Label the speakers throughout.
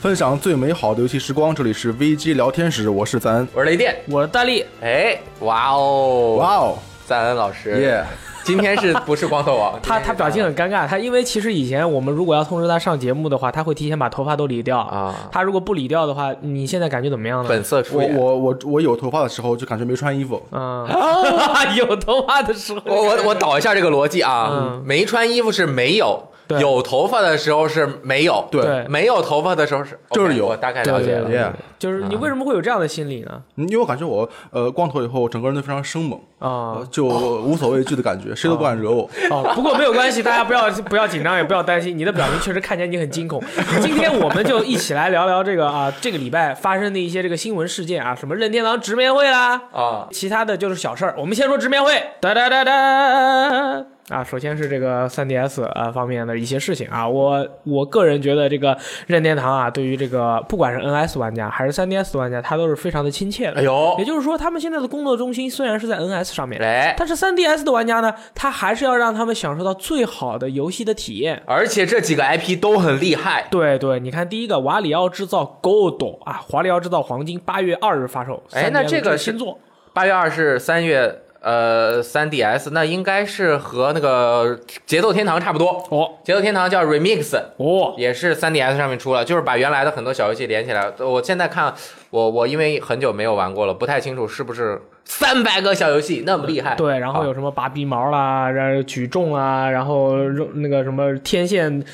Speaker 1: 分享最美好的游戏时光。这里是 VG 聊天室，我是赞恩。
Speaker 2: 我是雷电。
Speaker 3: 我是大力，
Speaker 2: 哎，哇哦，
Speaker 1: 哇哦，
Speaker 2: 赞恩老师，
Speaker 1: 耶！
Speaker 2: 今天是不是光头王？
Speaker 3: 他他表情很尴尬，他因为其实以前我们如果要通知他上节目的话，他会提前把头发都理掉
Speaker 2: 啊
Speaker 3: 他如果不理掉的话，你现在感觉怎么样呢？
Speaker 2: 本色出
Speaker 1: 我
Speaker 2: 演。
Speaker 1: 我我我有头发的时候就感觉没穿衣服，
Speaker 3: 嗯，
Speaker 2: 啊
Speaker 3: 有头发的时
Speaker 2: 我
Speaker 3: 候，
Speaker 2: 我我导一下这个逻辑啊，
Speaker 3: 嗯
Speaker 2: 没穿衣服是没有，
Speaker 3: 对
Speaker 2: 有头发的时候是没有，
Speaker 1: 对
Speaker 3: 对
Speaker 2: 没有头发的时候是
Speaker 1: 就是
Speaker 2: OK，
Speaker 1: 有
Speaker 2: 我大概了解啊
Speaker 3: 对
Speaker 2: 了
Speaker 3: 对。
Speaker 1: 耶！
Speaker 3: 就是你为什么会有这样的心理呢？
Speaker 1: 嗯因为我感觉我呃光头以后整个人都非常生猛，
Speaker 3: 啊
Speaker 1: 呃就无所畏惧的感觉，谁都不敢惹我。
Speaker 3: 哦，不过没有关系，大家不要不要紧张，也不要担心。你的表情确实看起来你很惊恐。今天我们就一起来聊聊这个啊，这个礼拜发生的一些这个新闻事件啊，什么任天堂直面会啦，
Speaker 2: 啊，
Speaker 3: 其他的就是小事儿。我们先说直面会，哒哒哒哒。啊，首先是这个 3DS 啊方面的一些事情啊，我我个人觉得这个任天堂啊，对于这个不管是 NS 玩家还是 3DS 玩家，他都是非常的亲切的。
Speaker 2: 哎呦
Speaker 3: 也，就是说，他们现在的工作中心虽然是在 NS 上面，
Speaker 2: 哎，
Speaker 3: 但是 3DS 的玩家呢，他还是要让他们享受到最好的游戏的体验。
Speaker 2: 而且这几个 IP 都很厉害，
Speaker 3: 对对，你看第一个瓦里奥制造 Gold 啊，华里奥制造黄金，八月二日发售。
Speaker 2: 哎那
Speaker 3: 3DS
Speaker 2: 这个是
Speaker 3: 新作
Speaker 2: 八月二是三月。呃，3 DS 那应该是和那个节奏天堂差不多，
Speaker 3: 哦
Speaker 2: 节奏天堂叫 Remix，
Speaker 3: 哦，
Speaker 2: 也是 3DS 上面出了，就是把原来的很多小游戏连起来。我现在看，我我因为很久没有玩过了，不太清楚是不是三百个小游戏那么厉害。
Speaker 3: 对，然后有什么拔鼻毛啦，然后举重啦，然后扔那个什么天线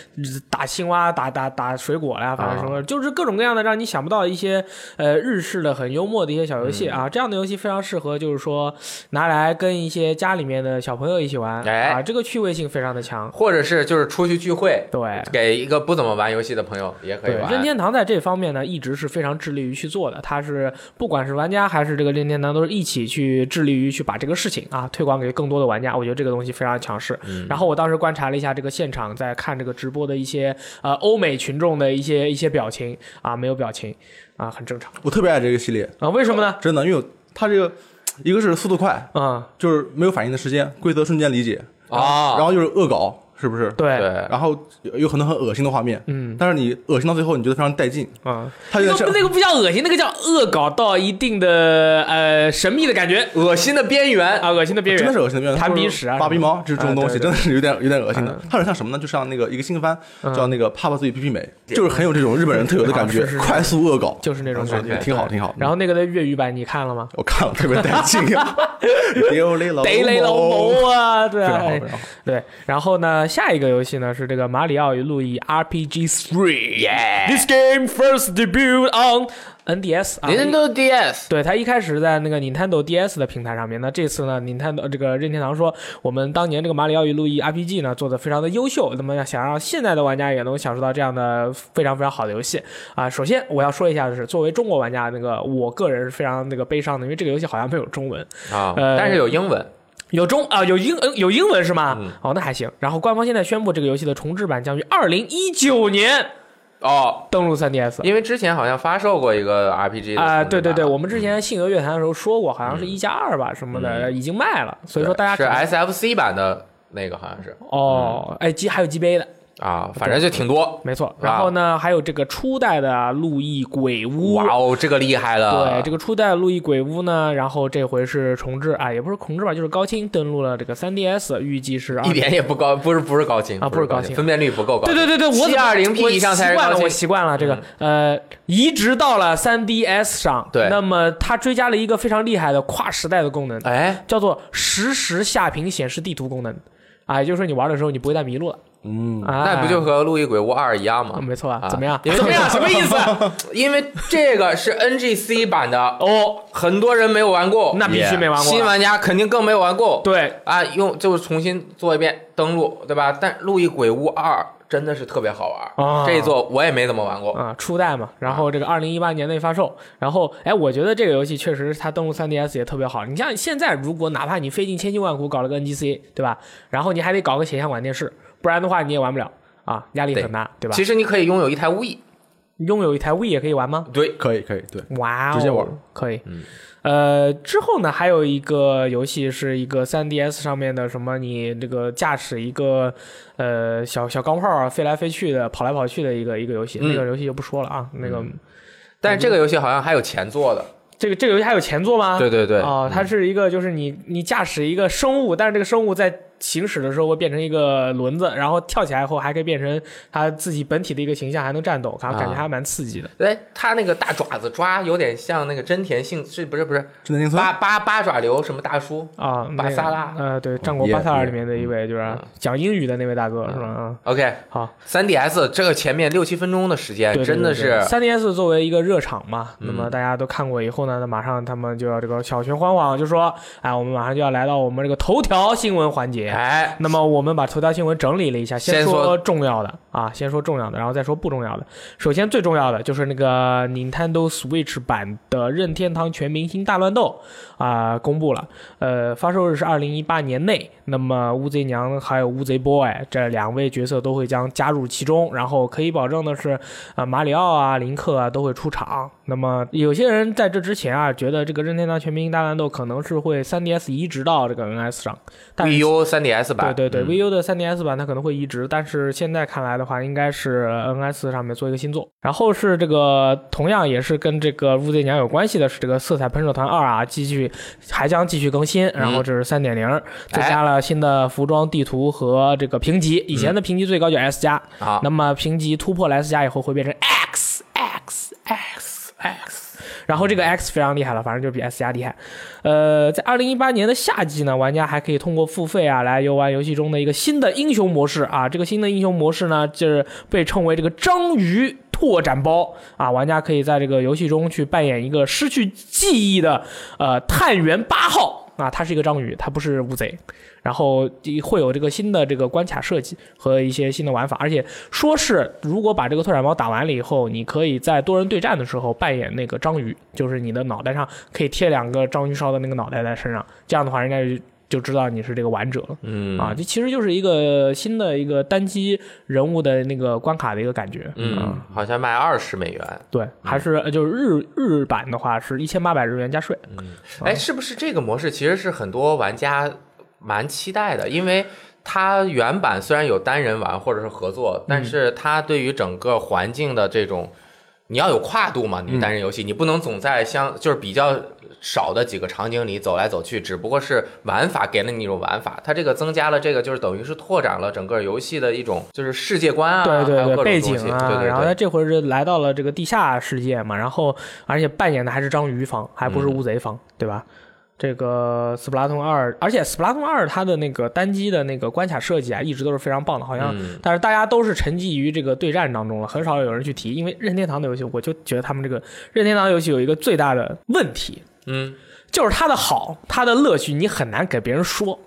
Speaker 3: 打青蛙、打打打水果啦，反正什么、就是各种各样的让你想不到一些呃日式的很幽默的一些小游戏啊。这样的游戏非常适合就是说拿来跟一些家里面的小朋友一起玩、
Speaker 2: 哎
Speaker 3: 啊，这个趣味性非常的强。
Speaker 2: 或者是就是出去聚会，
Speaker 3: 对，
Speaker 2: 给一个不怎么玩游戏的朋友也可以
Speaker 3: 对，
Speaker 2: 玩。
Speaker 3: 任天堂在这方面呢，一直是非常致力于去做的。它是不管是玩家还是这个任天堂，都是一起去致力于去把这个事情啊推广给更多的玩家。我觉得这个东西非常强势。
Speaker 2: 嗯
Speaker 3: 然后我当时观察了一下这个现场，在看这个直播的一些呃欧美群众的一些一些表情啊，没有表情啊，很正常
Speaker 1: 我特别爱这个系列，
Speaker 3: 啊。为什么呢？
Speaker 1: 真的，因为它这个一个是速度快，
Speaker 3: 啊、
Speaker 1: 就是没有反应的时间，规则瞬间理解，
Speaker 2: 啊，
Speaker 1: 然后就是恶搞，是不是？
Speaker 3: 对，
Speaker 2: 对，
Speaker 1: 然后有有很多很恶心的画面，
Speaker 3: 嗯
Speaker 1: 但是你恶心到最后，你觉得非常带劲。
Speaker 3: 啊，
Speaker 1: 它有点
Speaker 3: 那个
Speaker 1: 像
Speaker 3: 不那个不叫恶心，那个叫恶搞到一定的呃神秘的感觉
Speaker 2: 恶心的边缘，
Speaker 3: 啊，恶心的边缘
Speaker 1: 真的是恶心的边缘，
Speaker 3: 弹鼻屎啊什么的，
Speaker 1: 拔鼻毛这这种东
Speaker 3: 啊
Speaker 1: 西，
Speaker 3: 对
Speaker 1: 真的是有点有点恶心的
Speaker 3: 嗯。
Speaker 1: 它有点像什么呢？就像那个一个新番
Speaker 3: 嗯
Speaker 1: 叫那个《帕帕自己皮皮美》，就是很有这种日本人特有的感
Speaker 3: 啊
Speaker 1: 觉
Speaker 3: 是是，是
Speaker 1: 快速恶搞，
Speaker 3: 就是
Speaker 2: 嗯
Speaker 3: 那种感觉，
Speaker 1: 挺好挺好。嗯
Speaker 3: 然后那个的粤语版你看了吗？
Speaker 1: 我看了特别带 劲，丢雷老
Speaker 3: 得雷老
Speaker 1: 母，
Speaker 3: 谋啊，对
Speaker 1: 非常
Speaker 3: 啊
Speaker 1: 好，非
Speaker 3: 哎
Speaker 1: 常好。
Speaker 3: 对。然后呢，下一个游戏呢是这个《马里奥与路易 RPG Three》
Speaker 2: Yeah
Speaker 3: This game first debut on NDS 啊。
Speaker 2: Nintendo DS
Speaker 3: 对，它一开始在那个 Nintendo DS 的平台上面。那这次呢，Nintendo 这个任天堂说，我们当年这个《马里奥与路易 RPG 呢》做的非常的优秀，那么想让现在的玩家也能享受到这样的非常非常好的游戏啊。首先我要说一下的是，作为中国玩家，那个我个人是非常那个悲伤的，因为这个游戏好像没有中文。
Speaker 2: 啊，
Speaker 3: 呃
Speaker 2: 但是有英文，
Speaker 3: 有中啊、有英、呃有英文是吗？
Speaker 2: 嗯
Speaker 3: 哦，那还行。然后官方现在宣布，这个游戏的重置版将于二零一九年
Speaker 2: 哦，
Speaker 3: 登陆 3DS。
Speaker 2: 因为之前好像发售过一个 RPG 的
Speaker 3: 啊、
Speaker 2: 重置
Speaker 3: 对对对，
Speaker 2: 版嗯
Speaker 3: 我们之前信鹅乐坛的时候说过，好像是一加二吧什么的、已经卖了，所以说大家
Speaker 2: 是嗯
Speaker 3: 可能
Speaker 2: SFC 版的那个好像是
Speaker 3: 哦，哎，G 还有 GBA 的，
Speaker 2: 啊，反正就挺多。
Speaker 3: 没错。
Speaker 2: 哇哦
Speaker 3: 然后呢，还有这个初代的路易鬼屋。
Speaker 2: 哇哦，这个厉害了！
Speaker 3: 对，这个初代路易鬼屋呢，然后这回是重置啊，也不是重置吧，就是高清登录了这个 3DS，预计是二
Speaker 2: 一点也不高，不是不是高清
Speaker 3: 啊
Speaker 2: 不
Speaker 3: 不是高清
Speaker 2: 清，分辨率不够高。
Speaker 3: 对对对对，我怎么
Speaker 2: 720p
Speaker 3: 我
Speaker 2: 以上才是
Speaker 3: 习惯
Speaker 2: 高
Speaker 3: 了，
Speaker 2: 清
Speaker 3: 我习惯了这个、呃，移植到了 3DS 上。
Speaker 2: 对
Speaker 3: 那么它追加了一个非常厉害的跨时代的功能，
Speaker 2: 哎，
Speaker 3: 叫做实时下屏显示地图功能。啊，也就是说你玩的时候你不会再迷路了。
Speaker 1: 嗯，
Speaker 3: 啊，
Speaker 2: 那不就和《路易鬼屋二》一样
Speaker 3: 啊
Speaker 2: 吗？
Speaker 3: 没错
Speaker 2: 啊
Speaker 3: 啊？怎么样？
Speaker 2: 因为
Speaker 3: 怎么样？什么意思？啊
Speaker 2: 因为这个是 NGC 版的，
Speaker 3: 哦，
Speaker 2: 很多人没有玩过，
Speaker 3: 那必须没玩过
Speaker 2: 新
Speaker 3: 了。
Speaker 2: 玩家肯定更没有玩过。
Speaker 3: 对，
Speaker 2: 啊，用就是重新做一遍登录，对吧？但《路易鬼屋二》真的是特别好玩，
Speaker 3: 啊
Speaker 2: 这一座我也没怎么玩过。
Speaker 3: 啊，初代嘛，然后这个二零一八年内发售，然后哎，我觉得这个游戏确实它登陆 3DS 也特别好。你像现在，如果哪怕你费尽千辛万苦搞了个 NGC，对吧？然后你还得搞个显像管电视，不然的话你也玩不了啊，压力很大，对吧？
Speaker 2: 其实你可以拥有一台 We，
Speaker 3: 拥有一台 We 也可以玩吗？
Speaker 2: 对，
Speaker 1: 可以可以，对，
Speaker 3: 哇哦，
Speaker 1: 直接玩嗯
Speaker 3: 可以。呃，之后呢，还有一个游戏是一个 3DS 上面的什么，你这个驾驶一个呃小小钢炮啊飞来飞去的，跑来跑去的一个一个游戏，
Speaker 1: 嗯
Speaker 3: 那个游戏就不说了啊。那个
Speaker 2: 但是这个游戏好像还有前作的，
Speaker 3: 这个这个游戏还有前作吗？
Speaker 2: 对对对，
Speaker 3: 哦，它是一个就是你你驾驶一个生物，但是这个生物在行驶的时候会变成一个轮子，然后跳起来后还可以变成它自己本体的一个形象，还能战斗，感感觉
Speaker 2: 啊
Speaker 3: 还蛮刺激的。
Speaker 2: 哎，它那个大爪子抓有点像那个真田幸，是不是不是
Speaker 1: 智能定村
Speaker 2: 八八八爪流什么大叔
Speaker 3: 啊，那
Speaker 2: 巴
Speaker 3: 个
Speaker 2: 萨拉
Speaker 3: 呃，对，《战国
Speaker 1: 也
Speaker 3: 巴萨拉》
Speaker 1: 也
Speaker 3: 里面的一位就是
Speaker 2: 嗯
Speaker 3: 讲英语的那位大哥，是吧？啊，
Speaker 2: ？OK，
Speaker 3: 好，
Speaker 2: 三 DS 这个前面六七分钟的时间
Speaker 3: 对，
Speaker 2: 哎真的是，
Speaker 3: 三 DS 作为一个热场嘛，那么
Speaker 2: 嗯
Speaker 3: 大家都看过以后呢，那马上他们就要这个小泉环网就说，哎，我们马上就要来到我们这个头条新闻环节。
Speaker 2: 哎，
Speaker 3: 那么我们把头条新闻整理了一下，
Speaker 2: 先说
Speaker 3: 说重要的啊，先说重要的，然后再说不重要的。首先最重要的就是那个 Nintendo Switch 版的任天堂全明星大乱斗啊、公布了，呃，发售日是二零一八年内。那么乌贼娘还有乌贼 boy 这两位角色都会将加入其中，然后可以保证的是，呃，马里奥啊、林克啊都会出场。那么有些人在这之前啊，觉得这个任天堂全明星大乱斗可能是会 3DS 移植到这个 NS 上，但是
Speaker 2: VU E 三 DS 版，
Speaker 3: 对对
Speaker 2: 嗯
Speaker 3: 对、v u 的 3DS 版它可能会移植，但是现在看来的话，应该是 NS 上面做一个新作。然后是这个同样也是跟这个乌贼娘有关系的是这个色彩喷射团二啊，继续还将继续更新，然后这是3.0，增加了新的服装、地图和这个评级，以前的评级最高就 S 加、
Speaker 2: 好，
Speaker 3: 那么评级突破了 S 加以后会变成 X X X X，然后这个 X 非常厉害了，反正就比 S 加厉害。呃，在二零一八年的夏季呢，玩家还可以通过付费啊来游玩游戏中的一个新的英雄模式啊。这个新的英雄模式呢，就是被称为这个章鱼。拓展包啊，玩家可以在这个游戏中去扮演一个失去记忆的呃探员八号啊，他是一个章鱼，他不是乌贼。然后会有这个新的这个关卡设计和一些新的玩法，而且说是如果把这个拓展包打完了以后，你可以在多人对战的时候扮演那个章鱼，就是你的脑袋上可以贴两个章鱼烧的那个脑袋在身上，这样的话人家就就知道你是这个玩者了。
Speaker 2: 嗯
Speaker 3: 啊，这其实就是一个新的一个单机人物的那个关卡的一个感觉，
Speaker 2: 嗯，好像卖二十美元，
Speaker 3: 对，还是呃就是日日版的话是一千八百日元加税，
Speaker 2: 哎，是不是这个模式其实是很多玩家蛮期待的？因为它原版虽然有单人玩或者是合作，
Speaker 3: 嗯
Speaker 2: 但是它对于整个环境的这种，你要有跨度嘛，
Speaker 3: 嗯
Speaker 2: 你单人游戏、你不能总在相就是比较少的几个场景里走来走去，只不过是玩法给了你一种玩法，它这个增加了这个就是等于是拓展了整个游戏的一种就是世界观啊，
Speaker 3: 对
Speaker 2: 还有
Speaker 3: 对
Speaker 2: 各种
Speaker 3: 对，背
Speaker 2: 东
Speaker 3: 景
Speaker 2: 西
Speaker 3: 啊，
Speaker 2: 对对对
Speaker 3: 然后他这回是来到了这个地下世界嘛，然后而且扮演的还是章鱼方，还不
Speaker 2: 嗯
Speaker 3: 是乌贼方，对吧？这个《斯普拉通二》，而且《斯普拉通二》它的那个单机的那个关卡设计啊，一直都是非常棒的，好像，
Speaker 2: 嗯
Speaker 3: 但是大家都是沉寂于这个对战当中了，很少有人去提，因为任天堂的游戏，我就觉得他们这个任天堂游戏有一个最大的问题，
Speaker 2: 嗯，
Speaker 3: 就是它的好，它的乐趣，你很难给别人说。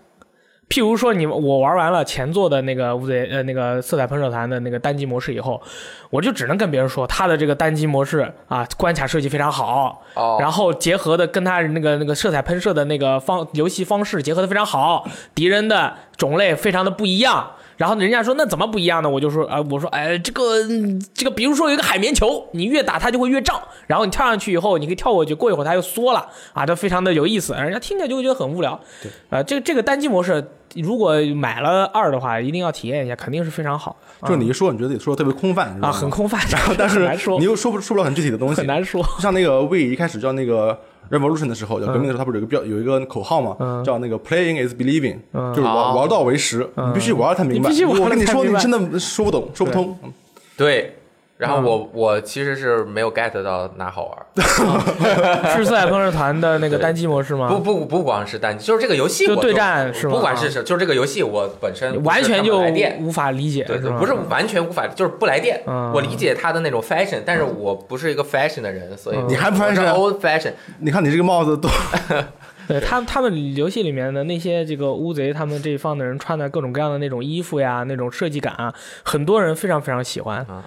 Speaker 3: 譬如说你，我玩完了前作的那个乌贼呃那个色彩喷射团的那个单机模式以后，我就只能跟别人说它的这个单机模式啊关卡设计非常好，
Speaker 2: 哦，
Speaker 3: 然后结合的跟它那个那个色彩喷射的那个方游戏方式结合的非常好，敌人的种类非常的不一样。然后人家说那怎么不一样呢？我就说啊、我说哎，这个嗯这个，比如说有一个海绵球，你越打它就会越胀，然后你跳上去以后，你可以跳过去，过一会儿它又缩了啊，这非常的有意思，人家听着就会觉得很无聊。对，呃，这个这个单机模式，如果买了二的话，一定要体验一下，肯定是非常好的。
Speaker 1: 就是你一说，你觉得自己说的特别空泛，你知道
Speaker 3: 啊，
Speaker 1: 吗
Speaker 3: 很。空 泛，
Speaker 1: 然后，但
Speaker 3: 很
Speaker 1: 是
Speaker 3: 难说
Speaker 1: 你，又说不说不了很具体的东西
Speaker 3: 很，难说。
Speaker 1: 就像那个 We 一开始叫那个 Revolution 的时
Speaker 3: 嗯
Speaker 1: 候，叫革命的时候，它不是有一个标有一个口号嘛，叫那个 Playing is believing，就是
Speaker 2: 哦
Speaker 1: 玩玩到为实，你必须玩到它明白。
Speaker 3: 嗯你必须玩到
Speaker 1: 我跟你
Speaker 3: 它
Speaker 1: 说，
Speaker 3: 明
Speaker 1: 你
Speaker 3: 白
Speaker 1: 真的说不懂，说不通。嗯
Speaker 2: 对。然
Speaker 3: 嗯
Speaker 2: 后我、我其实是没有 get 到哪好玩，
Speaker 3: 是色彩喷射团的那个
Speaker 2: 对
Speaker 3: 单机模式吗？
Speaker 2: 不不不光是单机，就是这个游戏
Speaker 3: 嗯就
Speaker 2: 我
Speaker 3: 对战是吗
Speaker 2: 不管是什，就是这个游戏我本身不是
Speaker 3: 完全就
Speaker 2: 他们来电。
Speaker 3: 无法理解，
Speaker 2: 对对
Speaker 3: 吧？，
Speaker 2: 不是完全无法，就是不来电。
Speaker 3: 嗯
Speaker 2: 我理解他的那种 fashion，但是我不是一个 fashion 的人，所以
Speaker 3: 嗯
Speaker 1: 你还不 fashion 啊
Speaker 2: old fashion，
Speaker 1: 你看你这个帽 子都
Speaker 3: 对他他们游戏里面的那些这个乌贼，他们这一方的人穿的各种各样的那种衣服呀，那种设计感啊，很多人非常非常喜欢。
Speaker 2: 嗯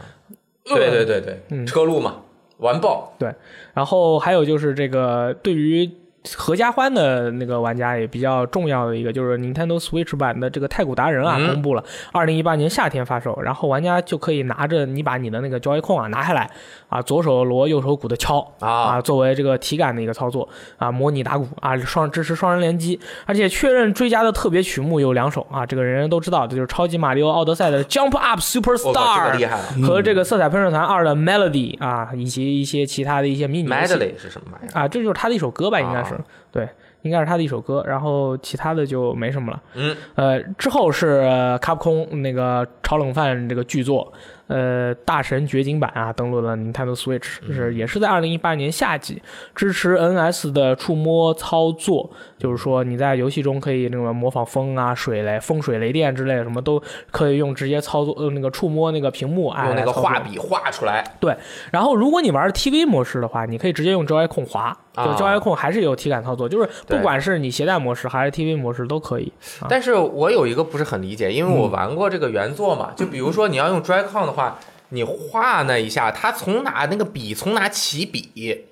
Speaker 2: 对对
Speaker 3: 嗯
Speaker 2: 对对，车路嘛，完爆，
Speaker 3: 对，然后还有就是这个对于。合家欢的那个玩家也比较重要的一个，就是 Nintendo Switch 版的这个《太鼓达人啊》
Speaker 2: 嗯
Speaker 3: 公布了，二零一八年夏天发售，然后玩家就可以拿着你把你的那个 Joy-Con 啊拿下来啊，左手锣右手鼓的敲
Speaker 2: 啊
Speaker 3: 啊，作为这个体感的一个操作啊，模拟打鼓啊，双支持双人联机，而且确认追加的特别曲目有两首啊，这个人人都知道，这就是超级马里奥奥德赛的 Jump
Speaker 2: 我
Speaker 3: Up
Speaker 2: 靠，这个
Speaker 3: Superstar
Speaker 2: 厉害了
Speaker 3: 和这个色彩喷射团二的 Melody 啊，以及一些其他的一些迷你游戏
Speaker 2: ！Medley 是什么玩意儿？
Speaker 3: 啊，这就是他的一首歌吧，应该是、
Speaker 2: 啊
Speaker 3: 对，应该是他的一首歌，然后其他的就没什么了。
Speaker 2: 嗯，
Speaker 3: 呃，之后是呃卡普空那个炒冷饭这个巨作，呃，大神掘金版啊，登陆了 Nintendo Switch，是
Speaker 2: 嗯
Speaker 3: 也是在二零一八年夏季，支持 NS 的触摸操作，就是说你在游戏中可以那个模仿风啊、水雷、风水雷电之类的，什么都可以用直接操作，呃，那个触摸那个屏幕啊，
Speaker 2: 用那
Speaker 3: 来
Speaker 2: 个
Speaker 3: 操
Speaker 2: 画
Speaker 3: 作
Speaker 2: 笔画出来，
Speaker 3: 对，然后如果你玩儿 TV 模式的话，你可以直接用 Joy-Con 滑，就
Speaker 2: 啊
Speaker 3: Joy-Con 还是有体感操作，就是
Speaker 2: 对
Speaker 3: 不管是你携带模式还是 TV 模式都可以。啊
Speaker 2: 但是我有一个不是很理解，因为我玩过这个原作嘛，就比如说你要用 Joy-Con 的话，你画那一下，它从哪那个笔从哪起笔？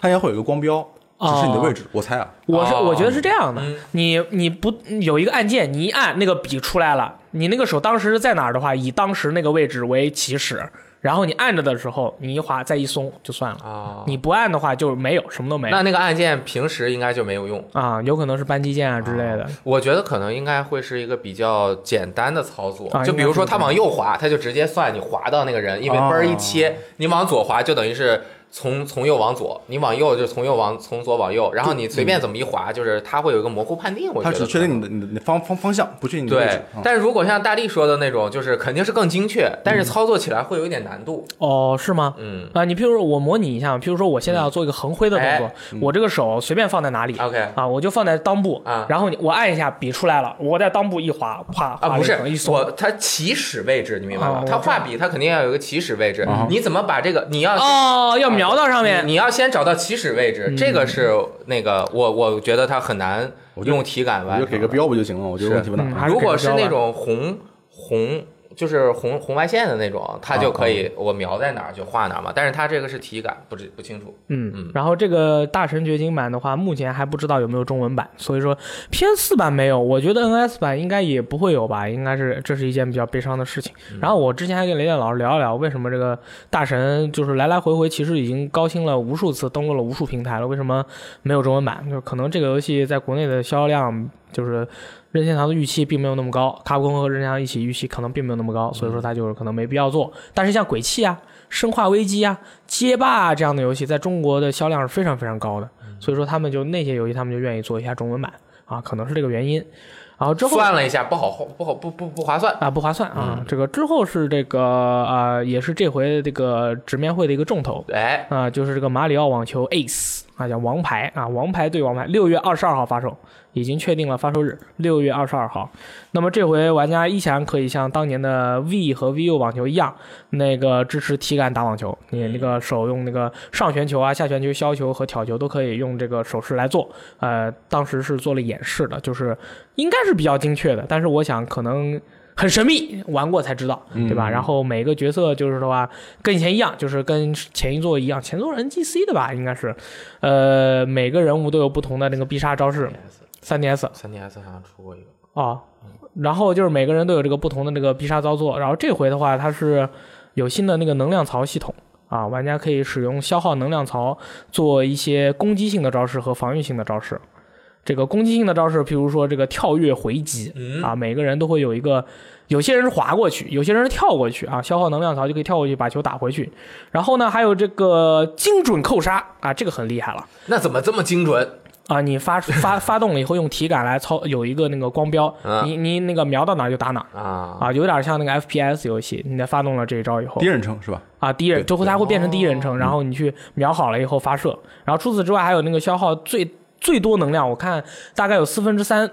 Speaker 1: 它应该会有一个光标，指
Speaker 3: 哦
Speaker 1: 示你的位置，我猜啊。
Speaker 3: 我是
Speaker 2: 哦
Speaker 3: 我觉得是这样的
Speaker 2: 嗯，
Speaker 3: 你你不有一个按键，你一按那个笔出来了，你那个手当时是在哪儿的话，以当时那个位置为起始，然后你按着的时候，你一滑再一松就算了，
Speaker 2: 啊，
Speaker 3: 你不按的话就没有什么都没有
Speaker 2: 那那个按键平时应该就没有用。
Speaker 3: 啊，有可能是扳机键啊之类的。
Speaker 2: 我觉得可能应该会是一个比较简单的操作，
Speaker 3: 啊
Speaker 2: 就比如说它
Speaker 3: 应该
Speaker 2: 往右滑，它就直接算你滑到那个人，因为嘣儿一切，你往左滑就等于是从从右往左，你往右就从右往从左往右，然后你随便怎么一滑，就是它会有一个模糊判定。我
Speaker 1: 它
Speaker 2: 觉得
Speaker 1: 只确定你的你的你的方方方向，不确定你的位置
Speaker 2: 对。，
Speaker 1: 嗯
Speaker 2: 但是如果像大力说的那种，就是肯定是更精确，但是操作起来会有一点难度。
Speaker 3: 哦，是吗？
Speaker 2: 嗯
Speaker 3: 啊，你譬如说我模拟一下，譬如说我现在要做一个横挥的动作，我这个手随便放在哪里、
Speaker 2: 哎嗯，OK
Speaker 3: 啊，我就放在裆部
Speaker 2: 啊
Speaker 3: 然后你我按一下，笔出来了，我在裆部一划，啪，
Speaker 2: 啊，
Speaker 3: 划了
Speaker 2: 不
Speaker 3: 一
Speaker 2: 是
Speaker 3: 横一松，
Speaker 2: 我，它起始位置你明白
Speaker 3: 啊
Speaker 2: 吗？
Speaker 3: 我啊
Speaker 2: 它
Speaker 3: 知道
Speaker 2: 画笔它肯定要有一个起始位置，你怎么把这个你要
Speaker 3: 哦，要瞄到上面
Speaker 2: 你你要先找到起始位置，
Speaker 3: 嗯
Speaker 2: 这个是那个我我觉得它很难
Speaker 1: 就
Speaker 2: 用体感
Speaker 1: 我
Speaker 2: 完
Speaker 1: 就
Speaker 2: 成。
Speaker 1: 给个标不就行了？我觉得问题不大。
Speaker 3: 嗯
Speaker 1: 嗯
Speaker 3: 还是
Speaker 2: 如
Speaker 3: 给
Speaker 2: 果
Speaker 3: 个
Speaker 2: 是
Speaker 3: 标吧
Speaker 2: 那种红红。就是红红外线的那种，它就可
Speaker 3: 哦
Speaker 2: 以我瞄在哪儿就画哪儿嘛。但是它这个是体感，不知不清楚。嗯
Speaker 3: 嗯，然后这个《大神掘金》版的话，目前还不知道有没有中文版，所以说 PS 四版没有，我觉得 NS 版应该也不会有吧，应该是这是一件比较悲伤的事情。嗯然后我之前还跟雷电老师聊一聊，为什么这个大神就是来来回回，其实已经高清了无数次，登录了无数平台了，为什么没有中文版？就是可能这个游戏在国内的销量就是。任天堂的预期并没有那么高，卡普空和任天堂一起预期可能并没有那么高，所以说它就是可能没必要做。但是像鬼泣啊、生化危机啊、街霸啊这样的游戏，在中国的销量是非常非常高的，所以说他们就那些游戏他们就愿意做一下中文版啊，可能是这个原因。啊然后之后
Speaker 2: 算了一下，不好不好不不不划算。
Speaker 3: 啊，不划算啊！这个之后是这个啊、呃也是这回这个直面会的一个重头
Speaker 2: 哎，
Speaker 3: 啊、就是这个马里奥网球 Ace 啊，叫王牌啊，王牌对王牌，六月二十二号发售，已经确定了发售日，六月二十二号。那么这回玩家依然可以像当年的 V 和 VU 网球一样，那个支持体感打网球，你那个手用那个上旋球啊、下旋球、削球和挑球都可以用这个手势来做。呃，当时是做了演示的，就是应该是比较精确的，但是我想可能。很神秘，玩过才知道，对
Speaker 2: 嗯
Speaker 3: 吧？然
Speaker 1: 嗯
Speaker 3: 后每个角色就是的话，跟以前一样，就是跟前一座一样，前作是 NGC 的吧，应该是，呃，每个人物都有不同的那个必杀招式。3DS
Speaker 2: 三 DS 好像出过一个，
Speaker 3: 啊，然后就是每个人都有这个不同的这个必杀操作，然后这回的话它是有新的那个能量槽系统啊，玩家可以使用消耗能量槽做一些攻击性的招式和防御性的招式。这个攻击性的招式，譬如说这个跳跃回击
Speaker 2: 嗯
Speaker 3: 啊，每个人都会有一个，有些人是滑过去，有些人是跳过去啊，消耗能量槽就可以跳过去把球打回去。然后呢，还有这个精准扣杀啊，这个很厉害了。
Speaker 2: 那怎么这么精准？
Speaker 3: 啊，你发发发动了以后，用体感来操，有一个那个光标，
Speaker 2: 嗯
Speaker 3: 你你那个瞄到哪儿就打哪儿
Speaker 2: 啊
Speaker 3: 啊，有点像那个 FPS 游戏，你在发动了这一招以后
Speaker 1: 第一人称是吧？
Speaker 3: 啊，第一人
Speaker 1: 对
Speaker 3: 就会它会变成第一人称，然后你去瞄好了以后发射，然后除此之外还有那个消耗最最多能量，我看大概有四分之三。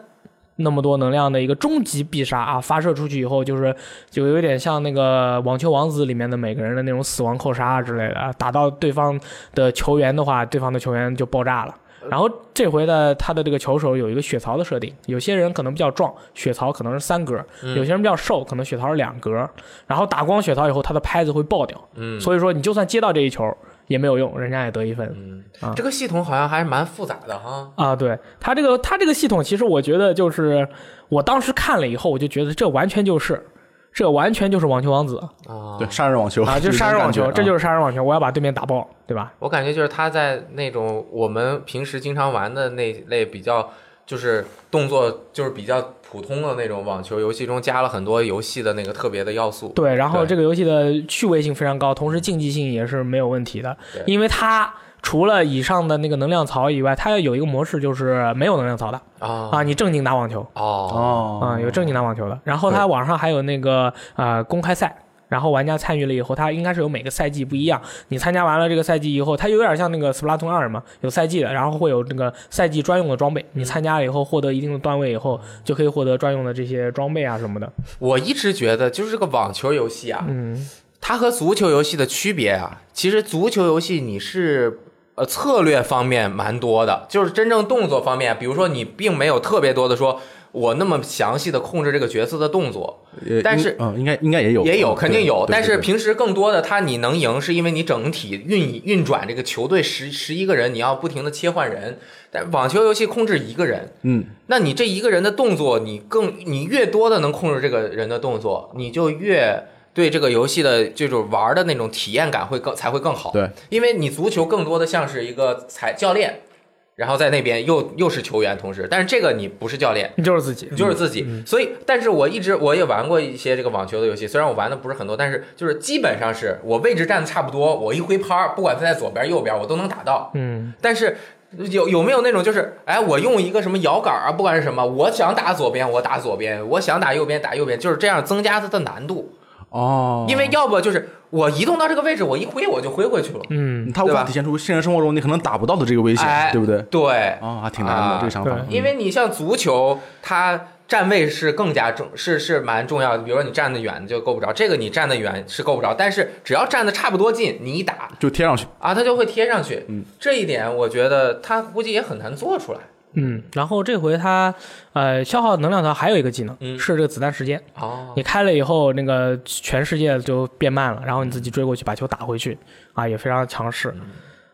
Speaker 3: 那么多能量的一个终极必杀啊！发射出去以后，就是就有点像那个《网球王子》里面的每个人的那种死亡扣杀啊之类的啊，打到对方的球员的话，对方的球员就爆炸了。然后这回的他的这个球手有一个血槽的设定，有些人可能比较壮，血槽可能是三格；有些人比较瘦，可能血槽是两格。然后打光血槽以后，他的拍子会爆掉。
Speaker 2: 嗯
Speaker 3: 所以说你就算接到这一球，也没有用，人家也得一分。
Speaker 2: 嗯
Speaker 3: 啊，
Speaker 2: 这个系统好像还是蛮复杂的哈。
Speaker 3: 啊，对它这个它这个系统，其实我觉得就是我当时看了以后，我就觉得这完全就是，这完全就是网球王子
Speaker 2: 啊，
Speaker 1: 对，杀人网球
Speaker 3: 啊，就是杀人网球，哦这就是是杀人网球，我要把对面打爆，对吧？
Speaker 2: 我感觉就是他在那种我们平时经常玩的那类比较，就是动作就是比较普通的那种网球游戏中加了很多游戏的那个特别的要素。
Speaker 3: 对，然后
Speaker 2: 对
Speaker 3: 这个游戏的趣味性非常高，同时竞技性也是没有问题的
Speaker 2: 对，
Speaker 3: 因为它除了以上的那个能量槽以外，它有一个模式就是没有能量槽的
Speaker 2: 啊
Speaker 3: 啊，你正经打网球
Speaker 2: 哦
Speaker 1: 哦
Speaker 3: 啊，有正经打网球的。然后它网上还有那个呃公开赛。然后玩家参与了以后，它应该是有每个赛季不一样。你参加完了这个赛季以后，它有点像那个 Splatoon 二嘛，有赛季的，然后会有那个赛季专用的装备。你参加了以后，获得一定的段位以后，就可以获得专用的这些装备啊什么的。
Speaker 2: 我一直觉得就是这个网球游戏啊，
Speaker 3: 嗯，
Speaker 2: 它和足球游戏的区别啊，其实足球游戏你是。呃，策略方面蛮多的，就是真正动作方面，比如说你并没有特别多的说，我那么详细的控制这个角色的动作，
Speaker 1: 也
Speaker 2: 但
Speaker 1: 应
Speaker 2: 是
Speaker 1: 嗯，应该应该也有，
Speaker 2: 也有，肯定有。
Speaker 1: 对
Speaker 2: 但是
Speaker 1: 对对
Speaker 2: 平时更多的，他你能赢，是因为你整体运运转这个球队十十一个人，你要不停的切换人。但网球游戏控制一个人，
Speaker 1: 嗯，
Speaker 2: 那你这一个人的动作，你更你越多的能控制这个人的动作，你就越对这个游戏的这种玩的那种体验感会更才会更好。
Speaker 1: 对，
Speaker 2: 因为你足球更多的像是一个裁教练，然后在那边又又是球员，同时，但是这个你不是教练。
Speaker 3: 你就是自己，
Speaker 2: 你就是自
Speaker 1: 嗯
Speaker 2: 己。所以，但是我一直我也玩过一些这个网球的游戏，虽然我玩的不是很多，但是就是基本上是我位置站的差不多，我一挥拍儿，不管它在左边右边，我都能打到。
Speaker 3: 嗯。
Speaker 2: 但是有有没有那种就是，哎，我用一个什么摇杆啊，不管是什么，我想打左边我打左边，我想打右边打右边，就是这样增加它的难度。
Speaker 1: 哦，
Speaker 2: 因为要不就是我移动到这个位置，我一挥我就挥回去了。
Speaker 3: 嗯，
Speaker 1: 它无
Speaker 2: 对
Speaker 1: 法
Speaker 2: 吧
Speaker 1: 体现出现实生活中你可能打不到的这个危
Speaker 2: 哎
Speaker 1: 险，对不对？
Speaker 2: 对，
Speaker 1: 啊，还挺难的
Speaker 2: 啊
Speaker 1: 这个想法
Speaker 3: 对，
Speaker 1: 嗯
Speaker 2: 因为你像足球，它站位是更加重，是是蛮重要的。比如说你站得远就够不着，这个你站得远是够不着，但是只要站得差不多近，你一打
Speaker 1: 就贴上去，
Speaker 2: 啊，它就会贴上去。
Speaker 1: 嗯，
Speaker 2: 这一点我觉得它估计也很难做出来
Speaker 3: 嗯，然后这回它呃消耗能量槽还有一个技能、
Speaker 2: 嗯
Speaker 3: 是这个子弹时间，
Speaker 2: 哦。
Speaker 3: 你开了以后那个全世界就变慢了，然后你自己追过去把球打回去啊，也非常强势。
Speaker 2: 嗯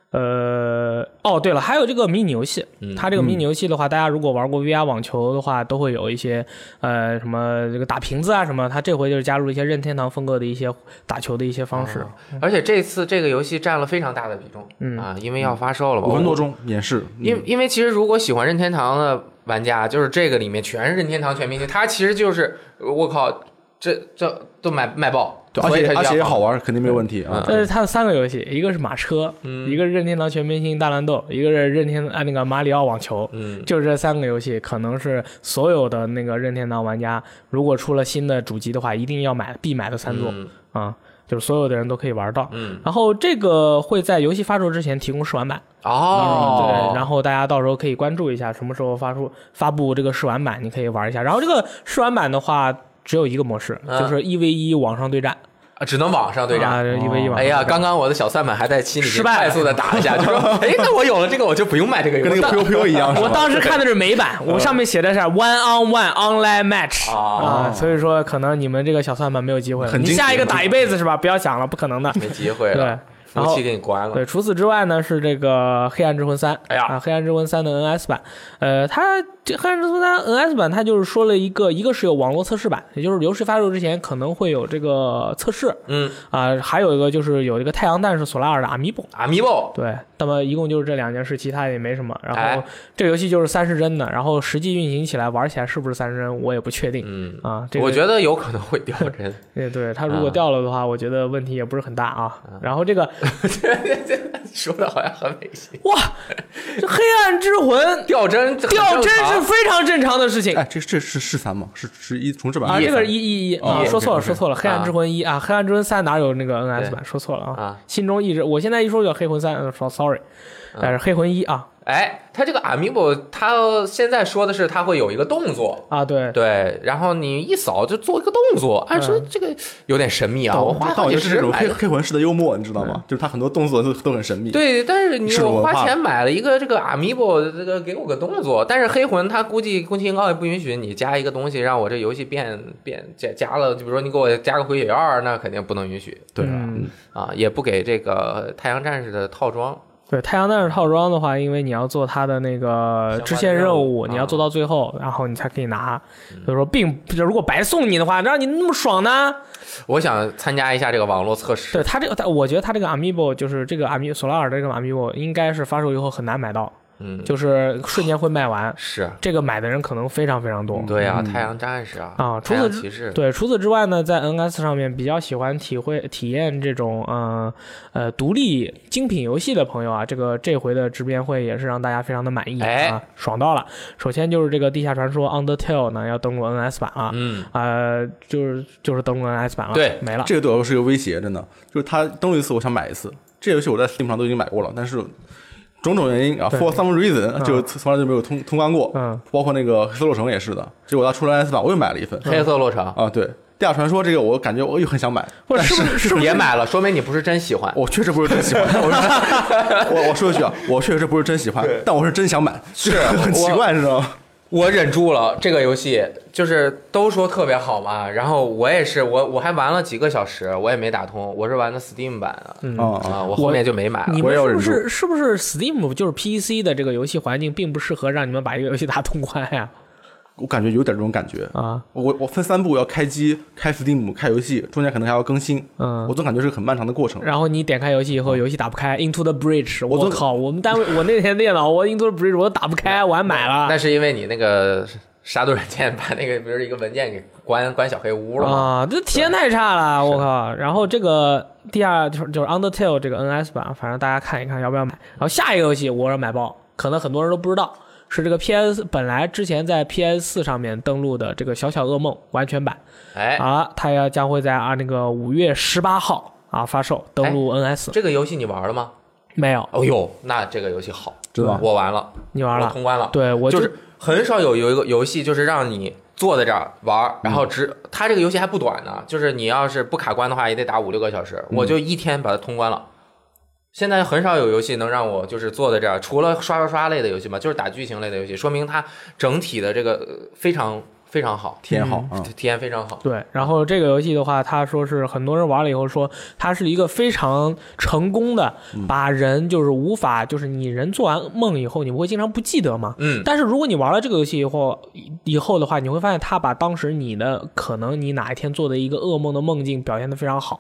Speaker 3: 呃，哦，对了，还有这个迷你游戏，
Speaker 2: 嗯
Speaker 3: 它这个迷你游戏的话，大家如果玩过 VR 网球的话，都会有一些呃什么这个打瓶子啊什么，它这回就是加入了一些任天堂风格的一些打球的一些方式。
Speaker 2: 啊而且这次这个游戏占了非常大的比重，
Speaker 3: 嗯
Speaker 2: 啊，因为要发售了吧？
Speaker 1: 五分多
Speaker 2: 我
Speaker 1: 钟演示，嗯
Speaker 2: 因因为其实如果喜欢任天堂的玩家，就是这个里面全是任天堂全明星，它其实就是我靠，这这都卖卖爆，
Speaker 1: 对而
Speaker 2: 所以
Speaker 1: 且
Speaker 2: 它就
Speaker 1: 而且也
Speaker 2: 要
Speaker 1: 好玩，肯定没问题啊。
Speaker 3: 这是它的三个游戏，一个是马车，
Speaker 2: 嗯
Speaker 3: 一个是任天堂全明星大乱斗，一个是任天啊那个马里奥网球，
Speaker 2: 嗯，
Speaker 3: 就是这三个游戏，可能是所有的那个任天堂玩家，如果出了新的主机的话，一定要买必买的三座啊、
Speaker 2: 嗯
Speaker 3: 就是所有的人都可以玩到。
Speaker 2: 嗯
Speaker 3: 然后这个会在游戏发售之前提供试玩版，
Speaker 2: 哦，
Speaker 3: 对，然后大家到时候可以关注一下什么时候发出发布这个试玩版，你可以玩一下。然后这个试玩版的话，只有一个模式，
Speaker 2: 嗯
Speaker 3: 就是一 E v 一网上对战，
Speaker 2: 啊只能网上对
Speaker 3: 啊
Speaker 2: 战。
Speaker 3: 一 v 一网上对战。
Speaker 2: 哎呀，刚刚我的小算盘还在心里
Speaker 3: 失败
Speaker 2: 快
Speaker 3: 了
Speaker 2: 速的打一 下，就说，哎，那我有了这个，我就不用买这个游
Speaker 1: 跟
Speaker 2: 戏
Speaker 1: 那个 QQ 一样，是
Speaker 3: 我
Speaker 1: 吧？
Speaker 3: 当时看的是美版，
Speaker 2: 嗯
Speaker 3: 我上面写的是 one on one online match
Speaker 2: 啊
Speaker 3: 啊，所以说可能你们这个小算盘没有机会了。
Speaker 1: 很
Speaker 3: 你
Speaker 1: 惊喜
Speaker 3: 下一个打一辈子是吧？不要想了，不可能的。
Speaker 2: 没机会
Speaker 3: 对
Speaker 2: 了，，服
Speaker 3: 然
Speaker 2: 务
Speaker 3: 后
Speaker 2: 器给你关了。
Speaker 3: 对，除此之外呢是这个《黑暗之魂三》，
Speaker 2: 哎呀
Speaker 3: 啊，《黑暗之魂三》的 NS 版，呃，它这《黑暗之魂三》NS 版它就是说了一个，一个是有网络测试版，也就是游戏发售之前可能会有这个测试
Speaker 2: 嗯
Speaker 3: 啊、还有一个就是有这个太阳战士索拉尔的 Amiibo。
Speaker 2: ，Amiibo
Speaker 3: 对，那么一共就是这两件事，其他也没什么。然
Speaker 2: 哎
Speaker 3: 后这个游戏就是三十帧的，然后实际运行起来玩起来是不是三十帧，我也不确定。
Speaker 2: 嗯
Speaker 3: 啊，这个
Speaker 2: 我觉得有可能会掉帧。
Speaker 3: 对对，它如果掉了的话，我觉得问题也不是很大啊。然后这 个
Speaker 2: 说的好像很违心，
Speaker 3: 哇，这黑暗之魂
Speaker 2: 掉帧
Speaker 3: 掉帧是非常正常的事情
Speaker 1: 哎，这这是是三吗？是是一重置版
Speaker 3: 啊。
Speaker 1: 还
Speaker 3: 这个是
Speaker 1: 三
Speaker 3: 一一一
Speaker 1: 哦
Speaker 3: 啊，说错了
Speaker 2: 是
Speaker 3: 说错了，黑暗之魂一啊，黑暗之魂三哪有那个 NS
Speaker 2: 对
Speaker 3: 版？说错了啊。
Speaker 2: 啊，
Speaker 3: 心中一直，我现在一说叫黑魂三，嗯说呃 sorry，但是黑魂一啊，
Speaker 2: 哎，它这个 Amiibo，它现在说的是它会有一个动作，
Speaker 3: 啊，对，
Speaker 2: 对，然后你一扫就做一个动作，按说
Speaker 3: 嗯
Speaker 2: 这个有点神秘啊，我花
Speaker 1: 但
Speaker 2: 好
Speaker 1: 我觉
Speaker 2: 几
Speaker 1: 得是这
Speaker 2: 十
Speaker 1: 种
Speaker 2: 买
Speaker 1: 黑
Speaker 2: 了。
Speaker 1: 黑魂式的幽默，你知道吗？就是他很多动作都都很神秘。
Speaker 2: 对，但是你
Speaker 1: 是
Speaker 2: 我
Speaker 1: 文化
Speaker 2: 花钱买了一个这个 Amiibo，这个给我个动作，但是黑魂它估计宫崎英高也不允许你加一个东西让我这游戏变变加加了，就比如说你给我加个回血药儿，那肯定不能允许
Speaker 1: 对啊，
Speaker 3: 嗯，
Speaker 2: 啊，也不给这个太阳战士的套装。
Speaker 3: 对，太阳战士套装的话，因为你要做它的那个支线任务，嗯
Speaker 2: 啊
Speaker 3: 你要做到最后，然后你才可以拿。所以说，并如果白送你的话，让你那么爽呢？
Speaker 2: 我想参加一下这个网络测试
Speaker 3: 对他这个，他我觉得他这个 Amiibo 就是这个 Ami 索拉尔的这个 Amiibo 应该是发售以后很难买到，
Speaker 2: 嗯
Speaker 3: 就是瞬间会卖完。
Speaker 2: 是。啊
Speaker 3: 这个买的人可能非常非常多。
Speaker 2: 对
Speaker 1: 嗯
Speaker 2: 啊，太阳战士啊，
Speaker 3: 啊除
Speaker 2: 太阳
Speaker 3: 此之
Speaker 2: 骑士，
Speaker 3: 对，除此之外呢，在 NS 上面比较喜欢体会体验这种呃呃独立精品游戏的朋友啊，这个这回的直编会也是让大家非常的满意、
Speaker 2: 哎
Speaker 3: 啊，爽到了。首先就是这个《地下传说 Undertale》呢要登陆 NS 版了，
Speaker 2: 嗯，
Speaker 3: 呃，就是就是登陆 NS 版了，
Speaker 2: 对
Speaker 3: 没了。
Speaker 1: 这个对我来说是个威胁，真的。就是他登录一次，我想买一次。这游戏我在 Steam 上都已经买过了，但是种种原因啊
Speaker 3: 对
Speaker 1: ，for some reason，、
Speaker 3: 嗯
Speaker 1: 就从来就没有通通关过。
Speaker 3: 嗯，
Speaker 1: 包括那个《黑色洛城》也是的，结果他出了 S 版，我又买了一份。
Speaker 3: 嗯
Speaker 2: 黑色洛城
Speaker 1: 啊，对，《地下传说》这个我感觉我又很想买，
Speaker 3: 或者是不是是不
Speaker 2: 也
Speaker 3: 是
Speaker 2: 买了，说明你不是真喜欢。
Speaker 1: 我确实不是真 喜欢。我是我我说一句啊，我确实不是真喜欢，但我是真想买，
Speaker 2: 是
Speaker 1: 很奇怪，你知道吗？
Speaker 2: 我忍住了，这个游戏就是都说特别好嘛，然后我也是，我我还玩了几个小时，我也没打通，我是玩的 Steam 版的，
Speaker 3: 嗯
Speaker 1: 啊啊
Speaker 2: 啊，我后面就没买了
Speaker 3: 你。
Speaker 1: 我
Speaker 3: 们
Speaker 1: 也要
Speaker 3: 是不
Speaker 1: 忍住
Speaker 3: 是是不是 Steam 就是 PC 的这个游戏环境并不适合让你们把一个游戏打通关呀？
Speaker 1: 我感觉有点这种感觉。
Speaker 3: 啊，
Speaker 1: 我我分三步，要开机、开 Steam、开游戏，中间可能还要更新。
Speaker 3: 嗯
Speaker 1: 我总感觉是个很漫长的过程。
Speaker 3: 然后你点开游戏以后，游戏打不开，Into the Bridge，
Speaker 1: 啊我
Speaker 3: 我
Speaker 1: 都
Speaker 3: 靠，我们单位我那天电脑我 Into the Bridge 我都打不开，我还买了
Speaker 2: 那是因为你那个杀毒软件把那个，比如一个文件给关关小黑屋了嘛。
Speaker 3: 啊，这体验太差了，我靠！然后这个第二就是就是 Undertale 这个 NS 版，反正大家看一看要不要买。然后下一个游戏我要买爆，可能很多人都不知道。是这个 PS 本来之前在 PS 四上面登录的这个《小小噩梦》完全版
Speaker 2: 哎，
Speaker 3: 啊，它要将会在啊那个五月十八号啊发售，登录 NS。
Speaker 2: 这个游戏你玩了吗？
Speaker 3: 没有，
Speaker 2: 哦呦，那这个游戏好，
Speaker 1: 真的吗
Speaker 2: 我玩了，
Speaker 3: 你玩
Speaker 2: 我
Speaker 3: 了？
Speaker 2: 通关了。
Speaker 3: 对，我
Speaker 2: 就是很少有有一个游戏就是让你坐在这儿玩儿，然后只它这个游戏还不短呢，就是你要是不卡关的话，也得打五六个小时，我就一天把它通关了。现在很少有游戏能让我就是坐在这儿，除了刷刷刷类的游戏嘛，就是打剧情类的游戏，说明它整体的这个呃非常非常好，
Speaker 1: 体验好啊，
Speaker 2: 体体验非常好。
Speaker 3: 对，然后这个游戏的话，他说是很多人玩了以后说，它是一个非常成功的，
Speaker 2: 嗯
Speaker 3: 把人就是无法，就是你人做完梦以后，你不会经常不记得嘛。
Speaker 2: 嗯，
Speaker 3: 但是如果你玩了这个游戏以后，以以后的话，你会发现他把当时你的可能你哪一天做的一个噩梦的梦境表现的非常好，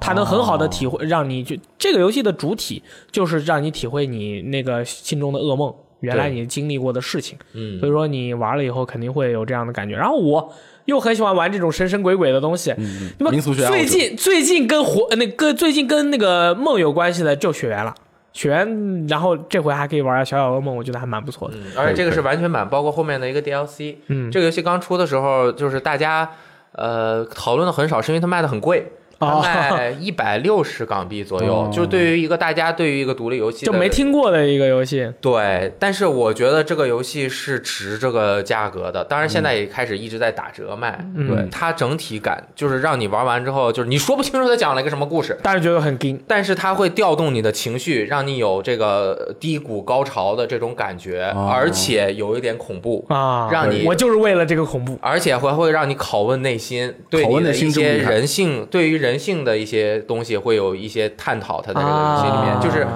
Speaker 3: 他能很好的体会，让你去这个游戏的主体就是让你体会你那个心中的噩梦，原来
Speaker 2: 对
Speaker 3: 你经历过的事情。
Speaker 2: 嗯
Speaker 3: 所以说你玩了以后肯定会有这样的感觉。然后我又很喜欢玩这种神神鬼鬼的东西，那
Speaker 1: 嗯
Speaker 3: 么
Speaker 1: 民俗学爱好者
Speaker 3: 最近最近跟活那跟最近跟那个梦有关系的就雪原了。雪原，然后这回还可以玩下小小噩梦，我觉得还蛮不错的。
Speaker 2: 嗯，而且这个是完全版，包括后面的一个 DLC。
Speaker 3: 嗯
Speaker 2: 这个游戏刚出的时候，就是大家呃讨论的很少，是因为它卖的很贵。它
Speaker 3: 哦
Speaker 2: 卖一百六十港币左右，
Speaker 1: 哦
Speaker 2: 就是对于一个大家对于一个独立游戏
Speaker 3: 就
Speaker 2: 的
Speaker 3: 没听过的一个游戏，
Speaker 2: 对，但是我觉得这个游戏是值这个价格的。当然，现在也开始一直在打折卖。
Speaker 3: 嗯
Speaker 2: 对，它整体感就是让你玩完之后，就是你说不清楚它讲了一个什么故事，
Speaker 3: 但是觉得很硬。
Speaker 2: 但是它会调动你的情绪，让你有这个低谷高潮的这种感觉，
Speaker 1: 哦
Speaker 2: 而且有一点恐怖。
Speaker 3: 啊，
Speaker 2: 让你
Speaker 3: 我就是为了这个恐怖。
Speaker 2: 而且还会让你拷问内心，对
Speaker 1: 拷
Speaker 2: 你
Speaker 1: 问
Speaker 2: 的
Speaker 1: 内心
Speaker 2: 一
Speaker 1: 这么
Speaker 2: 些
Speaker 1: 厉害
Speaker 2: 人性，对于人性的一些东西会有一些探讨。它在这个游戏里面，
Speaker 3: 啊
Speaker 2: 就是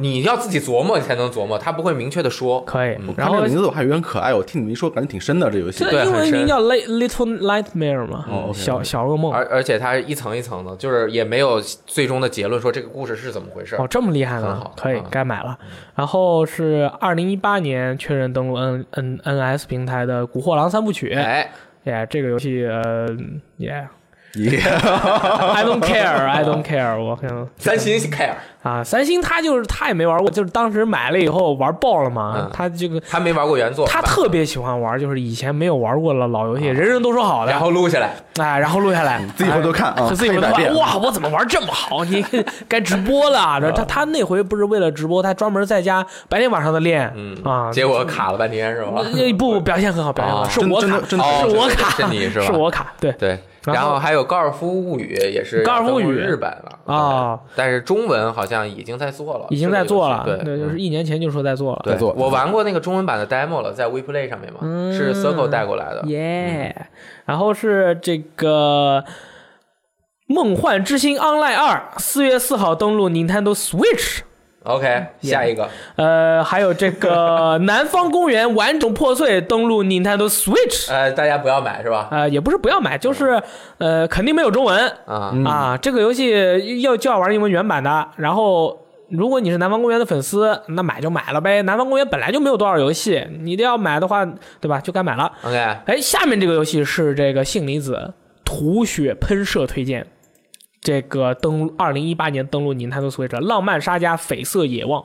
Speaker 2: 你要自己琢磨，你才能琢磨，它不会明确的说。
Speaker 3: 可以
Speaker 2: 嗯，
Speaker 1: 看
Speaker 3: 然
Speaker 1: 这
Speaker 3: 后
Speaker 1: 个名字我还有点可爱，我听你们一说，感觉挺深的这游戏
Speaker 3: 这。
Speaker 2: 对
Speaker 3: 个英
Speaker 2: 很
Speaker 3: 文
Speaker 2: 深
Speaker 3: 名叫 Late- Little Nightmare
Speaker 1: 哦
Speaker 3: 嘛，
Speaker 1: ，OK，OK
Speaker 3: 小小噩梦。
Speaker 2: 而而且它是一层一层的，就是也没有最终的结论说这个故事是怎么回事。
Speaker 3: 哦，这么厉害
Speaker 2: 很
Speaker 3: 呢
Speaker 2: 好，
Speaker 3: 可以
Speaker 2: 嗯
Speaker 3: 该买了。然后是二零一八年确认登陆 N 哎 N N S 平台的《古惑狼三部曲》，
Speaker 2: 哎，
Speaker 3: 也这个游戏呃也 I don't care, I don't care，我可能
Speaker 2: 三星 care，
Speaker 3: 啊，三星他就是他也没玩过，就是当时买了以后玩爆了嘛，
Speaker 2: 嗯
Speaker 3: 他这个
Speaker 2: 他没玩过原作，
Speaker 3: 他特别喜欢玩，就是以前没有玩过了老游戏，人人都说好的，
Speaker 2: 然后录下来，
Speaker 3: 哎，然后录下来，
Speaker 1: 啊自己回头看啊
Speaker 3: 哎自己回头
Speaker 1: 看一百
Speaker 3: 看，
Speaker 1: 遍
Speaker 3: 哇，我怎么玩这么好？你 该直播了。啊
Speaker 1: 啊
Speaker 3: 这他他那回不是为了直播，他专门在家白天晚上的练，
Speaker 2: 嗯
Speaker 3: 啊，
Speaker 2: 结果卡了半天是 吧？
Speaker 3: 那不表现很好，表现很好，
Speaker 2: 啊
Speaker 3: 是我
Speaker 1: 真真
Speaker 3: 卡
Speaker 1: 的，真的
Speaker 2: 哦
Speaker 3: 是我卡，
Speaker 2: 是你是吧
Speaker 3: 是我卡，
Speaker 1: 啊
Speaker 3: 对
Speaker 2: 对，
Speaker 3: 然后
Speaker 2: 然后还有《高尔夫物语》也是
Speaker 3: 高尔夫物语
Speaker 2: 登陆日本了，
Speaker 3: 啊，
Speaker 2: 但是中文好像已经在做了，
Speaker 3: 已经在做了
Speaker 2: 这个，游戏对，
Speaker 3: 对，
Speaker 1: 嗯
Speaker 2: 嗯
Speaker 3: 就是一年前就说在做了，
Speaker 2: 对，
Speaker 1: 在做
Speaker 2: 我玩过那个中文版的 demo 了，在 WePlay 上面嘛，
Speaker 3: 嗯
Speaker 2: 是 Circle 带过来的。
Speaker 3: 耶、然后是这个《梦幻之星 Online 二》，四月四号登陆 Nintendo Switch。
Speaker 2: OK，下一个
Speaker 3: 呃，还有这个《南方公园完整破碎》登陆 Nintendo Switch。
Speaker 2: 呃，大家不要买是吧？
Speaker 3: 呃，也不是不要买，就是呃，肯定没有中文
Speaker 2: 啊，
Speaker 3: 啊。这个游戏要就要玩英文原版的。然后，如果你是南方公园的粉丝，那买就买了呗。南方公园本来就没有多少游戏，你要买的话，对吧？就该买了。
Speaker 2: OK，啊
Speaker 3: 哎，下面这个游戏是这个杏离子吐血喷射推荐，这个登二零一八年登陆 Nintendo Switch 《浪漫沙加绯色野望》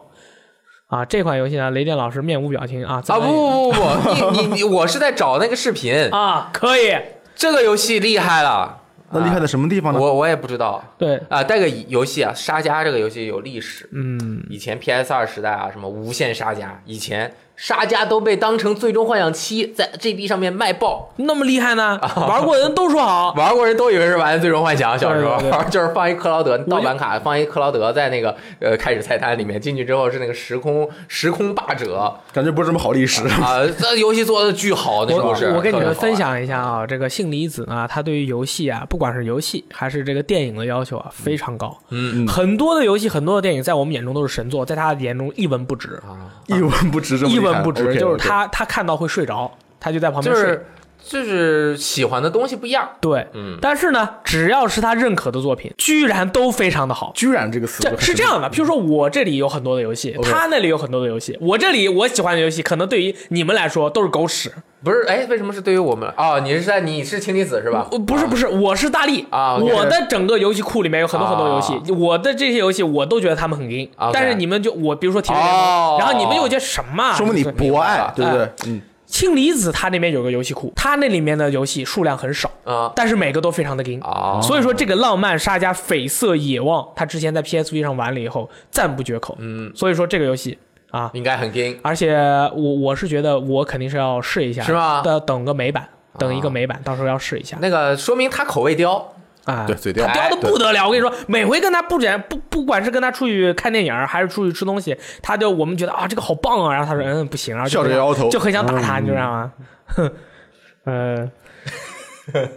Speaker 3: 啊，这款游戏呢，雷电老师面无表情啊，
Speaker 2: 啊不不不不，你你你，我是在找那个视频，
Speaker 3: 啊，可以，
Speaker 2: 这个游戏厉害了，
Speaker 1: 那厉害在什么地方呢？
Speaker 2: 我我也不知道
Speaker 3: 对，
Speaker 2: 啊。带个游戏啊，沙加这个游戏有历史，
Speaker 3: 嗯，
Speaker 2: 以前 PS 二时代啊，什么无限沙加，以前沙加都被当成《最终幻想七》在 GB 上面卖爆，
Speaker 3: 那么厉害呢，玩过的人都 说好，
Speaker 2: 玩过人都以为是玩《最终幻想》，小时候
Speaker 3: 对对
Speaker 2: 就是放一克劳德盗版卡，放一克劳德在那个呃开始菜单里面，进去之后是那个时空时空霸 者
Speaker 1: 感觉不是什么好历史。
Speaker 2: 啊，这游戏做的巨好，啊那时候是
Speaker 3: 我我跟你们分
Speaker 2: 特别好玩
Speaker 3: 享一下啊，这个杏离子呢，它对于游戏啊，不管是游戏还是这个电影的要求啊，非常高。
Speaker 2: 嗯
Speaker 1: 嗯
Speaker 3: 很多的游戏，很多的电影，在我们眼中都是神作，在他的眼中一文不值。
Speaker 2: 啊，
Speaker 1: 一文不值，这么
Speaker 3: 一
Speaker 1: 厉害
Speaker 3: 文不值，
Speaker 1: OK，
Speaker 3: 就是
Speaker 1: OK
Speaker 3: 他他看到会睡着，他就在旁边
Speaker 2: 就
Speaker 3: 睡。
Speaker 2: 是就是喜欢的东西不一样，
Speaker 3: 对，
Speaker 2: 嗯
Speaker 3: 但是呢，只要是他认可的作品，居然都非常的好。
Speaker 1: 居然这个词
Speaker 3: 这是这样的，譬如说我这里有很多的游戏，
Speaker 1: OK
Speaker 3: 他那里有很多的游戏，我这里我喜欢的游戏，可能对于你们来说都是狗屎。
Speaker 1: 啊
Speaker 2: 不是？哎，为什么是对于我们？哦，你是在你是氢离子是吧？
Speaker 3: 呃不是不是，我是大力
Speaker 2: 啊，OK
Speaker 3: 我的整个游戏库里面有很多很多游戏，
Speaker 2: 啊
Speaker 3: 我的这些游戏我都觉得他们很阴
Speaker 1: 啊
Speaker 2: OK
Speaker 3: 但是你们就我比如说体育联
Speaker 2: 哦
Speaker 3: 盟，然后你们又觉得什么啊？
Speaker 1: 说明你博爱，对不对？
Speaker 3: 哎
Speaker 1: 嗯，
Speaker 3: 氢离子它那边有个游戏库，它那里面的游戏数量很少，
Speaker 2: 啊
Speaker 3: 但是每个都非常的阴
Speaker 2: 哦
Speaker 3: 所以说这个浪漫沙加绯色野望，他之前在 PSV 上玩了以后赞不绝口。
Speaker 2: 嗯，
Speaker 3: 所以说这个游戏啊，
Speaker 2: 应该很 gay
Speaker 3: 而且我我是觉得我肯定是要试一下，
Speaker 2: 是啊吗
Speaker 3: 的等个美版，等一个美版，到时候要试一下
Speaker 2: 那个说明他口味刁，
Speaker 1: 哎
Speaker 3: 啊。
Speaker 1: 对，。嘴刁
Speaker 3: 他，刁的不得了，我跟你说，每回跟他不简不不管是跟他出去看电影儿，还是出去吃东西，他就我们觉得啊这个好棒啊，然后他说嗯不行啊，
Speaker 1: 笑着
Speaker 3: 就
Speaker 1: 摇头嗯
Speaker 3: 就很想打他，你知道吗？哼， 呃。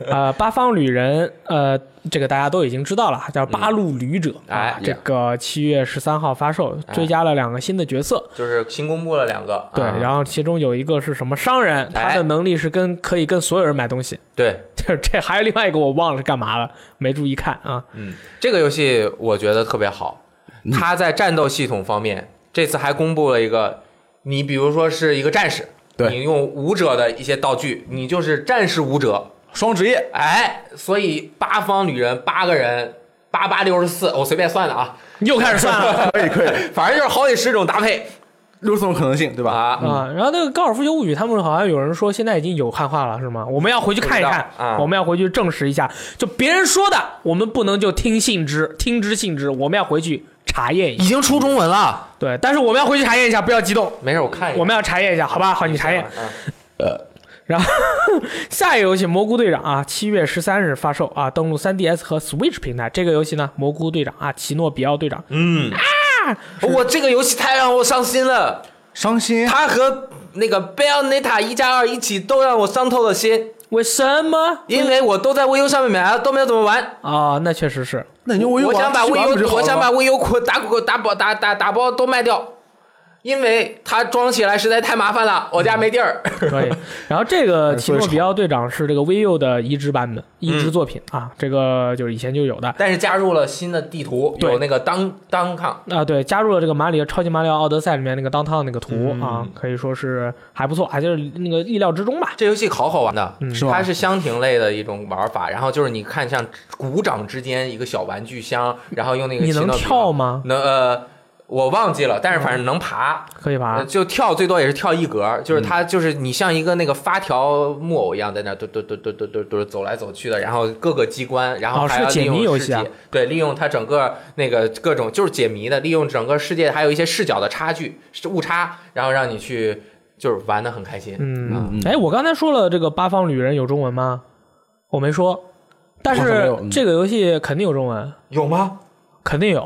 Speaker 3: 呃，八方旅人，呃，这个大家都已经知道了，叫八路旅者，
Speaker 1: 嗯
Speaker 2: 哎
Speaker 3: 啊，这个七月十三号发售，
Speaker 2: 哎
Speaker 3: 追加了两个新的角色，
Speaker 2: 就是新公布了两个，
Speaker 3: 对，
Speaker 2: 啊
Speaker 3: 然后其中有一个是什么商人，他
Speaker 2: 哎
Speaker 3: 的能力是跟可以跟所有人买东西，
Speaker 2: 对，
Speaker 3: 这这还有另外一个我忘了是干嘛了，没注意看啊，
Speaker 2: 嗯，这个游戏我觉得特别好，
Speaker 3: 嗯
Speaker 2: 它在战斗系统方面，这次还公布了一个，你比如说是一个战士，
Speaker 1: 对
Speaker 2: 你用武者的一些道具，你就是战士武者，
Speaker 1: 双职业，
Speaker 2: 哎，所以八方旅人八个人。八八六十四，我随便算的啊，
Speaker 3: 又开始算 了。
Speaker 2: 嗯
Speaker 1: 可以可以，
Speaker 2: 反正就是好几十种搭配
Speaker 1: 六十种可能性，对吧？
Speaker 2: 啊。
Speaker 3: 哎啊，然后那个《高尔夫球物语》，他们好像有人说现在已经有汉化了，是吗？我们要回去看一看
Speaker 2: 不知道，啊
Speaker 3: 我们要回去证实一下。就别人说的，我们不能就听信之，听之信之，我们要回去查验一
Speaker 2: 已
Speaker 3: 下。
Speaker 2: 经出中文了，
Speaker 3: 对，但是我们要回去查验一下，不要激动，
Speaker 2: 没事，我看一眼。
Speaker 3: 我们要哎查验一下，好吧？好，你查验。
Speaker 2: 嗯
Speaker 3: 下一个游戏《蘑菇队长》啊，七月十三日发售啊，登陆 3DS 和 Switch 平台。这个游戏呢，《蘑菇队长》啊，奇诺比奥队长，
Speaker 2: 嗯
Speaker 3: 啊
Speaker 2: 哦我这个游戏太让我伤心了，
Speaker 1: 伤心，
Speaker 2: 它和那个 Bayonetta 一加二一起都让我伤透了心。
Speaker 3: 为什么？
Speaker 2: 因为我都在 VU 上面买了，都没有怎么玩。
Speaker 3: 啊，那确实是，
Speaker 1: 那你用 VU
Speaker 2: 我想把
Speaker 1: 玩不就
Speaker 2: VU，
Speaker 1: 好
Speaker 2: 我
Speaker 1: 了
Speaker 2: 想
Speaker 1: 吗
Speaker 2: 把 VU 捆打捆打包打打打包都卖掉，因为它装起来实在太麻烦了，我家没地儿。
Speaker 1: 嗯
Speaker 3: 可以。然后这个奇诺比奥队长是这个 VU 的移植版本，移植作品
Speaker 1: 嗯
Speaker 3: 啊，这个就是以前就有的。
Speaker 2: 但是加入了新的地图，
Speaker 3: 对
Speaker 2: 有那个当当抗，
Speaker 3: 啊，对，加入了这个马里奥超级马里奥奥德赛里面那个当趟那个图、
Speaker 1: 嗯
Speaker 3: 啊，可以说是还不错，还就是那个意料之中吧。
Speaker 2: 这游戏好好玩的，
Speaker 1: 是吧
Speaker 2: 它是箱庭类的一种玩法，然后就是你看像鼓掌之间一个小玩具箱，然后用那个
Speaker 3: 你能
Speaker 2: 奇诺比奥
Speaker 3: 跳吗？
Speaker 2: 能呃，我忘记了，但是反正能爬，
Speaker 3: 可以吧
Speaker 2: 呃？就跳最多也是跳一格，就是它
Speaker 3: 嗯
Speaker 2: 就是你像一个那个发条木偶一样在那儿嘟嘟嘟嘟嘟嘟嘟走来走去的，然后各个机关，然后
Speaker 3: 哦
Speaker 2: 还要
Speaker 3: 是解
Speaker 2: 利用
Speaker 3: 谜游
Speaker 2: 世
Speaker 3: 戏啊
Speaker 2: 界对，利用它整个那个各种就是解谜的，利用整个世界还有一些视角的差距是误差，然后让你去就是玩的很开心。
Speaker 3: 嗯
Speaker 1: 嗯，
Speaker 3: 哎，我刚才说了这个《八方旅人》有中文吗？我没说，但
Speaker 1: 好像没有
Speaker 3: 是
Speaker 1: 嗯
Speaker 3: 这个游戏肯定有中文，
Speaker 2: 有吗？
Speaker 3: 肯定有，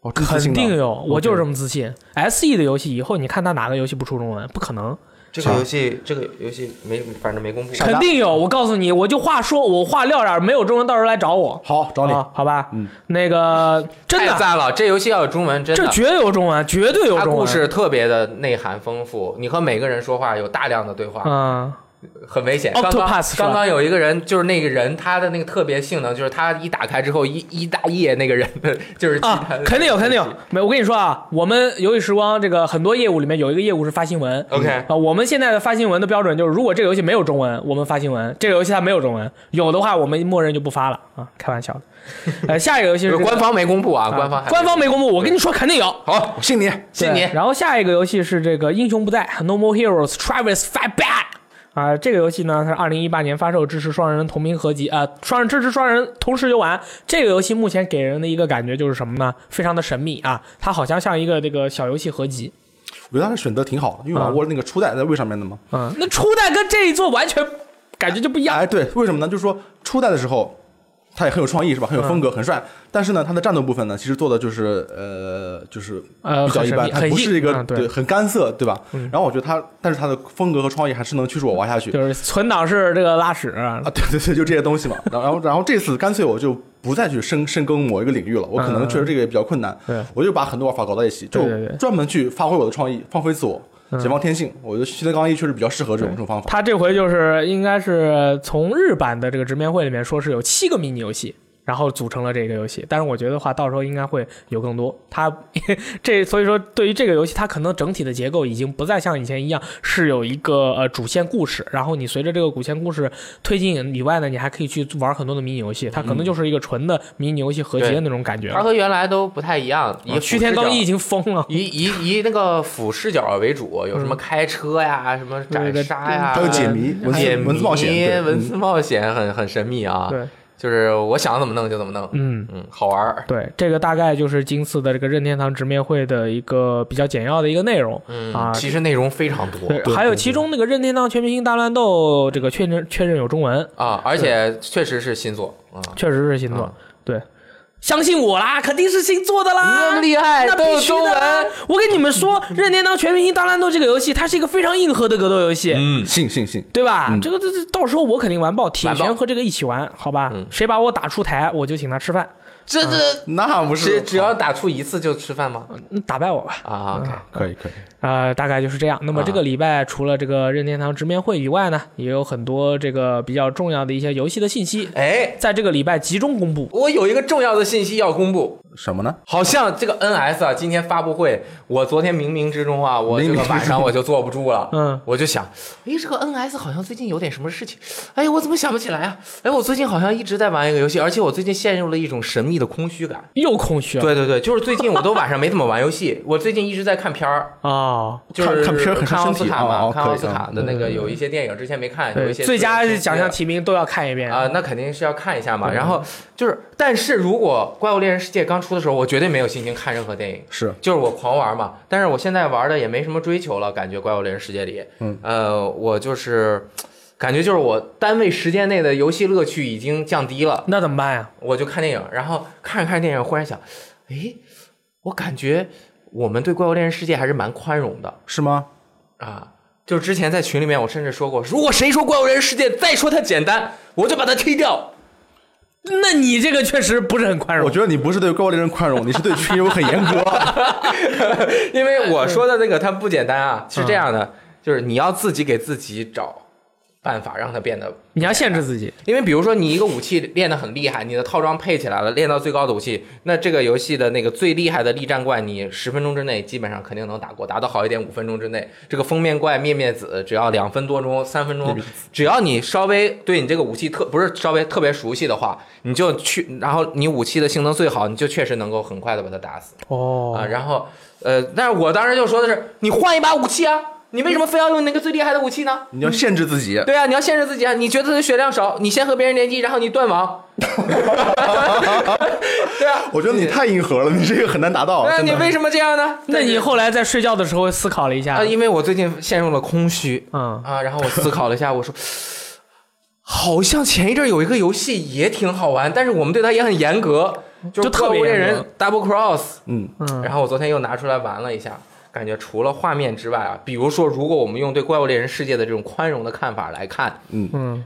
Speaker 1: 哦，这自
Speaker 3: 肯
Speaker 1: 信的
Speaker 3: 定有，我就是这么自信。S E 的游戏以后你看它哪个游戏不出中文？不可能，
Speaker 2: 这个游戏这个游戏没反正没公布。
Speaker 3: 肯定有。我告诉你，我就话说，我话撂这儿，没有中文，到时候来找我。
Speaker 1: 好，找你。
Speaker 3: 啊，好吧，
Speaker 1: 嗯，
Speaker 3: 那个真
Speaker 2: 太
Speaker 3: 的，
Speaker 2: 赞了！这游戏要有中文，真的
Speaker 3: 这绝对有中文，绝对有
Speaker 2: 它
Speaker 3: 中文。
Speaker 2: 故事特别的内涵丰富，你和每个人说话有大量的对话，
Speaker 3: 嗯，
Speaker 2: 很危险。刚
Speaker 3: Octopus
Speaker 2: 刚
Speaker 3: 是吧
Speaker 2: 刚刚有一个人，就是那个人，他的那个特别性能就是他一打开之后一一大页那个人的就是其
Speaker 3: 啊
Speaker 2: 他的，
Speaker 3: 肯定有，肯定有。没，我跟你说啊，我们游戏时光这个很多业务里面有一个业务是发新闻。
Speaker 2: OK，
Speaker 3: 啊，我们现在的发新闻的标准就是，如果这个游戏没有中文，我们发新文；这个游戏它没有中文，有的话我们默认就不发了啊，开 玩笑的。呃，下一个游戏
Speaker 2: 就是是官方没公布啊，
Speaker 3: 啊
Speaker 2: 官方还
Speaker 3: 官方没公布，我跟你说肯定有。
Speaker 2: 好，
Speaker 1: 我信你，
Speaker 2: 信你
Speaker 3: 对。然后下一个游戏是这个《英雄不在》（No More Heroes）Travis f i g h Back。啊、这个游戏呢，它是二零一八年发售，支持双人同名合集啊、双人支持双人同时游玩。这个游戏目前给人的一个感觉就是什么呢？非常的神秘啊，它好像像一个这个小游戏合集。
Speaker 1: 我觉得他的选择挺好的，因为
Speaker 3: 啊
Speaker 1: 我玩过那个初代在 w 上面的嘛。
Speaker 3: 嗯，那初代跟这一座完全感觉就不一样。
Speaker 1: 哎，对，为什么呢？就是说初代的时候，他也很有创意，是吧？
Speaker 3: 嗯
Speaker 1: 很有风格，很帅。但是呢，他的战斗部分呢，其实做的就是呃，就是
Speaker 3: 呃
Speaker 1: 比较
Speaker 3: 很
Speaker 1: 一
Speaker 3: 神
Speaker 1: 般，
Speaker 3: 秘
Speaker 1: 它
Speaker 3: 很
Speaker 1: 不
Speaker 3: 硬
Speaker 1: 是一个
Speaker 3: 嗯对嗯
Speaker 1: 对很干涩，对吧？然后我觉得他，但是他的风格和创意还是能驱使我玩下去。
Speaker 3: 就是存档是这个拉屎，
Speaker 1: 啊，对对对，就这些东西嘛。然后，然后，然后这次干脆我就不再去深深耕某一个领域了，我可能确实这个也比较困难，
Speaker 3: 嗯对
Speaker 1: 我就把很多玩法搞到一起，就
Speaker 3: 对对嗯对
Speaker 1: 专门去发挥我的创意，放飞自我，解放天性。我觉得《新的刚一》确实比较适合这种这种方法。
Speaker 3: 他这回就是应该是从日版的这个直面会里面说是有七个迷你游戏，然后组成了这个游戏。但是我觉得话，到时候应该会有更多。它 这所以说对于这个游戏，它可能整体的结构已经不再像以前一样是有一个呃主线故事，然后你随着这个主线故事推进以外呢，你还可以去玩很多的迷你游戏。它可能就是一个纯的迷你游戏合集的那种感觉
Speaker 2: 它
Speaker 3: 了。
Speaker 2: 和原来都不太一样，以
Speaker 3: 啊虚天
Speaker 2: 刚
Speaker 3: 刚一已经疯了。
Speaker 2: 以以以那个俯视角为主，有什
Speaker 3: 嗯
Speaker 2: 么开车呀，什么斩杀呀，
Speaker 1: 还有解谜、文
Speaker 2: 解
Speaker 1: 字、
Speaker 2: 谜
Speaker 1: 文字冒险，对
Speaker 2: 文
Speaker 1: 嗯
Speaker 2: 字冒险很很神秘啊。
Speaker 3: 对，
Speaker 2: 就是我想怎么弄就怎么弄，
Speaker 3: 嗯。
Speaker 2: 嗯，好玩儿。
Speaker 3: 对，这个大概就是今次的这个任天堂直面会的一个比较简要的一个内容、啊。
Speaker 2: 嗯其实内容非常多
Speaker 3: 对，还有其中那个任天堂全明星大乱斗，这个确认确认有中文，
Speaker 2: 啊，而且确实是新作啊，
Speaker 3: 确实是新作。对，相信我啦，肯定是新做的啦，
Speaker 2: 啊那么厉害
Speaker 3: 那
Speaker 2: 都有
Speaker 3: 必须的啦
Speaker 2: 中。
Speaker 3: 我跟你们说，任天堂全明星大乱斗这个游戏，它是一个非常硬核的格斗游戏。
Speaker 2: 嗯，
Speaker 1: 信信信，
Speaker 3: 对吧？这个这这，到时候我肯定完爆，铁
Speaker 2: 完爆嗯
Speaker 3: 拳和这个一起玩，好吧？谁把我打出台，我就请他吃饭。
Speaker 2: 这这
Speaker 1: 那不
Speaker 2: 只
Speaker 1: 是
Speaker 2: 嗯只要打出一次就吃饭吗？
Speaker 3: 嗯打败我吧！
Speaker 2: 啊，OK，
Speaker 1: 可以可以，
Speaker 3: 呃，大概就是这样。那么这个礼拜除了这个任天堂直面会以外呢，也有很多这个比较重要的一些游戏的信息，
Speaker 2: 哎，
Speaker 3: 在这个礼拜集中公布。
Speaker 2: 我有一个重要的信息要公布，
Speaker 1: 什么呢？
Speaker 2: 好像这个 NS 啊，今天发布会，我昨天冥冥之中啊，我这
Speaker 1: 冥冥
Speaker 2: 个
Speaker 1: 之中
Speaker 2: 晚上我就坐不住了，
Speaker 3: 嗯，
Speaker 2: 我就想，哎，这个 NS 好像最近有点什么事情，哎，我怎么想不起来啊？哎，我最近好像一直在玩一个游戏，而且我最近陷入了一种神秘的空虚感。
Speaker 3: 又空虚了
Speaker 2: 对对对，就是最近我都晚上没怎么玩游戏，我最近一直在看片儿，
Speaker 3: 哦，
Speaker 2: 就是
Speaker 1: 看看片儿很
Speaker 2: 看
Speaker 1: 伤
Speaker 2: 奥
Speaker 1: 身
Speaker 2: 斯
Speaker 1: 体
Speaker 2: 卡嘛，
Speaker 1: 哦哦
Speaker 2: 看
Speaker 1: 可以
Speaker 2: 奥斯卡的那
Speaker 1: 嗯
Speaker 2: 个有一些电影之前没看，有
Speaker 3: 对，
Speaker 2: 一些
Speaker 3: 最佳奖项
Speaker 2: 提。
Speaker 3: 提名都要看一遍
Speaker 2: 啊、那肯定是要看一下嘛。然后就是，但是如果《怪物猎人世界》刚出的时候，我绝对没有心情看任何电影，
Speaker 1: 是
Speaker 2: 就是我狂玩嘛。但是我现在玩的也没什么追求了，感觉《怪物猎人世界》里，
Speaker 1: 嗯，
Speaker 2: 呃，我就是感觉就是我单位时间内的游戏乐趣已经降低了，
Speaker 3: 那怎么办呀？
Speaker 2: 我就看电影，然后看着看着电影，忽然想，诶，我感觉我们对《怪物猎人世界》还是蛮宽容的
Speaker 1: 是吗？
Speaker 2: 啊。就之前在群里面，我甚至说过，如果谁说《怪物猎人世界》再说它简单，我就把它踢掉。
Speaker 3: 那你这个确实不是很宽容。
Speaker 1: 我觉得你不是对怪物猎人宽容，你是对群游很严格。
Speaker 2: 因为我说的那个它不简单啊，是这样的，就是你要自己给自己找办法让它变得，
Speaker 3: 你要限制自己，
Speaker 2: 因为比如说你一个武器练得很厉害，你的套装配起来了，练到最高的武器，那这个游戏的那个最厉害的力战怪，你十分钟之内基本上肯定能打过，打得好一点五分钟之内，这个封面怪灭灭子只要两分多钟、三分钟，只要你稍微对你这个武器特不是稍微特别熟悉的话，你就去，然后你武器的性能最好，你就确实能够很快的把它打死。
Speaker 3: 哦
Speaker 2: 啊，然后呃，但是我当时就说的是，你换一把武器啊，你为什么非要用那个最厉害的武器呢？
Speaker 1: 你要限制自己，
Speaker 2: 对啊，你要限制自己啊！你觉得自己血量少，你先和别人联机，然后你断网。 对啊，
Speaker 1: 我觉得你太硬核了，你这个很难达到。
Speaker 2: 那
Speaker 1: 真
Speaker 2: 你
Speaker 1: 的
Speaker 2: 为什么这样呢？
Speaker 3: 那你后来在睡觉的时候思考了一下
Speaker 2: 啊，，因为我最近陷入了空虚
Speaker 3: 嗯，
Speaker 2: 啊，然后我思考了一下，我说。好像前一阵有一个游戏也挺好玩，但是我们对它也很严格，就是
Speaker 3: 就特
Speaker 2: 《
Speaker 3: 别
Speaker 2: 猎
Speaker 3: 严
Speaker 2: 人 Double Cross》，
Speaker 1: 嗯，
Speaker 3: 嗯
Speaker 2: 然后我昨天又拿出来玩了一下，感觉除了画面之外啊，比如说，如果我们用对怪物猎人世界的这种宽容的看法来看，
Speaker 3: 嗯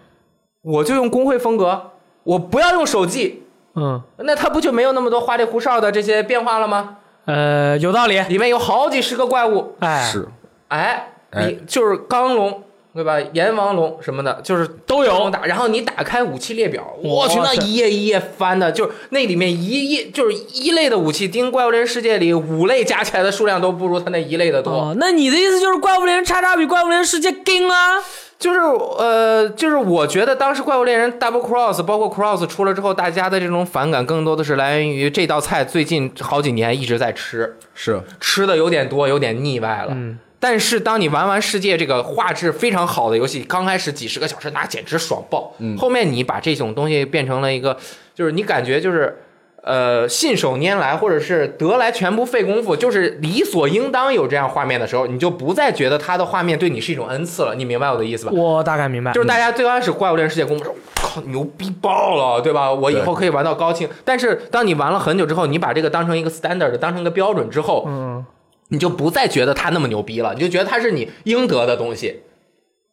Speaker 2: 我就用工会风格，我不要用手技，
Speaker 3: 嗯，
Speaker 2: 那它不就没有那么多花里胡哨的这些变化了吗？
Speaker 3: 呃，有道理，
Speaker 2: 里面有好几十个怪物，
Speaker 3: 哎，
Speaker 1: 是
Speaker 2: 哎，
Speaker 1: 哎
Speaker 2: 你就是钢龙。对吧？阎王龙什么的，就是
Speaker 3: 都有
Speaker 2: 各种打。然后你打开武器列表，我去，
Speaker 3: 哇
Speaker 2: 那
Speaker 3: 塞
Speaker 2: 一页一页翻的，就是那里面一页就是一类的武器，盯《怪物猎人世界》里五类加起来的数量都不如它那一类的多。
Speaker 3: 哦，那你的意思就是怪物猎人叉叉比怪物猎人世界更啊？
Speaker 2: 就是呃，就是我觉得当时《怪物猎人》Double Cross 包括 Cross 出了之后，大家的这种反感更多的是来源于这道菜最近好几年一直在吃，
Speaker 1: 是，
Speaker 2: 吃的有点多，有点腻歪了。
Speaker 3: 嗯
Speaker 2: 但是当你玩完世界这个画质非常好的游戏，刚开始几十个小时那简直爽爆，
Speaker 1: 嗯
Speaker 2: 后面你把这种东西变成了一个，就是你感觉就是。呃，信手拈来，或者是得来全不费功夫，就是理所应当有这样画面的时候，你就不再觉得它的画面对你是一种恩赐了。你明白我的意思吧？
Speaker 3: 我大概明白，
Speaker 2: 就是大家最开始怪物猎人世界公布说，靠，牛逼爆了，对吧？我以后可以玩到高清。但是当你玩了很久之后，你把这个当成一个 standard，当成一个标准之后，
Speaker 3: 嗯，
Speaker 2: 你就不再觉得它那么牛逼了，你就觉得它是你应得的东西。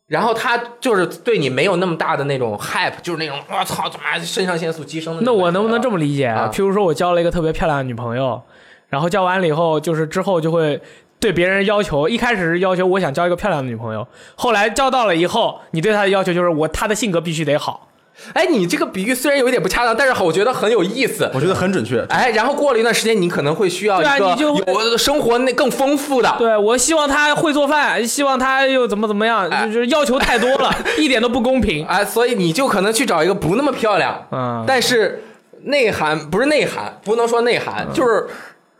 Speaker 2: 然后它就是对你没有那么大的那种 hype，就是那种我操，怎么肾上腺素激升的
Speaker 3: 那
Speaker 2: 种感觉了。
Speaker 3: 我能不能这么理解？
Speaker 2: 啊
Speaker 3: 譬如说我交了一个特别漂亮的女朋友，然后交完了以后，就是之后就会对别人要求，一开始是要求我想交一个漂亮的女朋友，后来交到了以后，你对她的要求就是我她的性格必须得好。
Speaker 2: 哎，你这个比喻虽然有一点不恰当，但是我觉得很有意思。
Speaker 1: 我觉得很准确。
Speaker 2: 哎，然后过了一段时间，你可能会需要
Speaker 3: 对啊
Speaker 2: 一个
Speaker 3: 你就会
Speaker 2: 有生活那更丰富的，
Speaker 3: 对我希望她会做饭，希望她又怎么怎么样，
Speaker 2: 哎
Speaker 3: 就是要求太多了， 一点都不公平。
Speaker 2: 啊，所以你就可能去找一个不那么漂亮，
Speaker 3: 嗯
Speaker 2: 但是内涵不是内涵，不能说内涵，
Speaker 3: 嗯
Speaker 2: 就是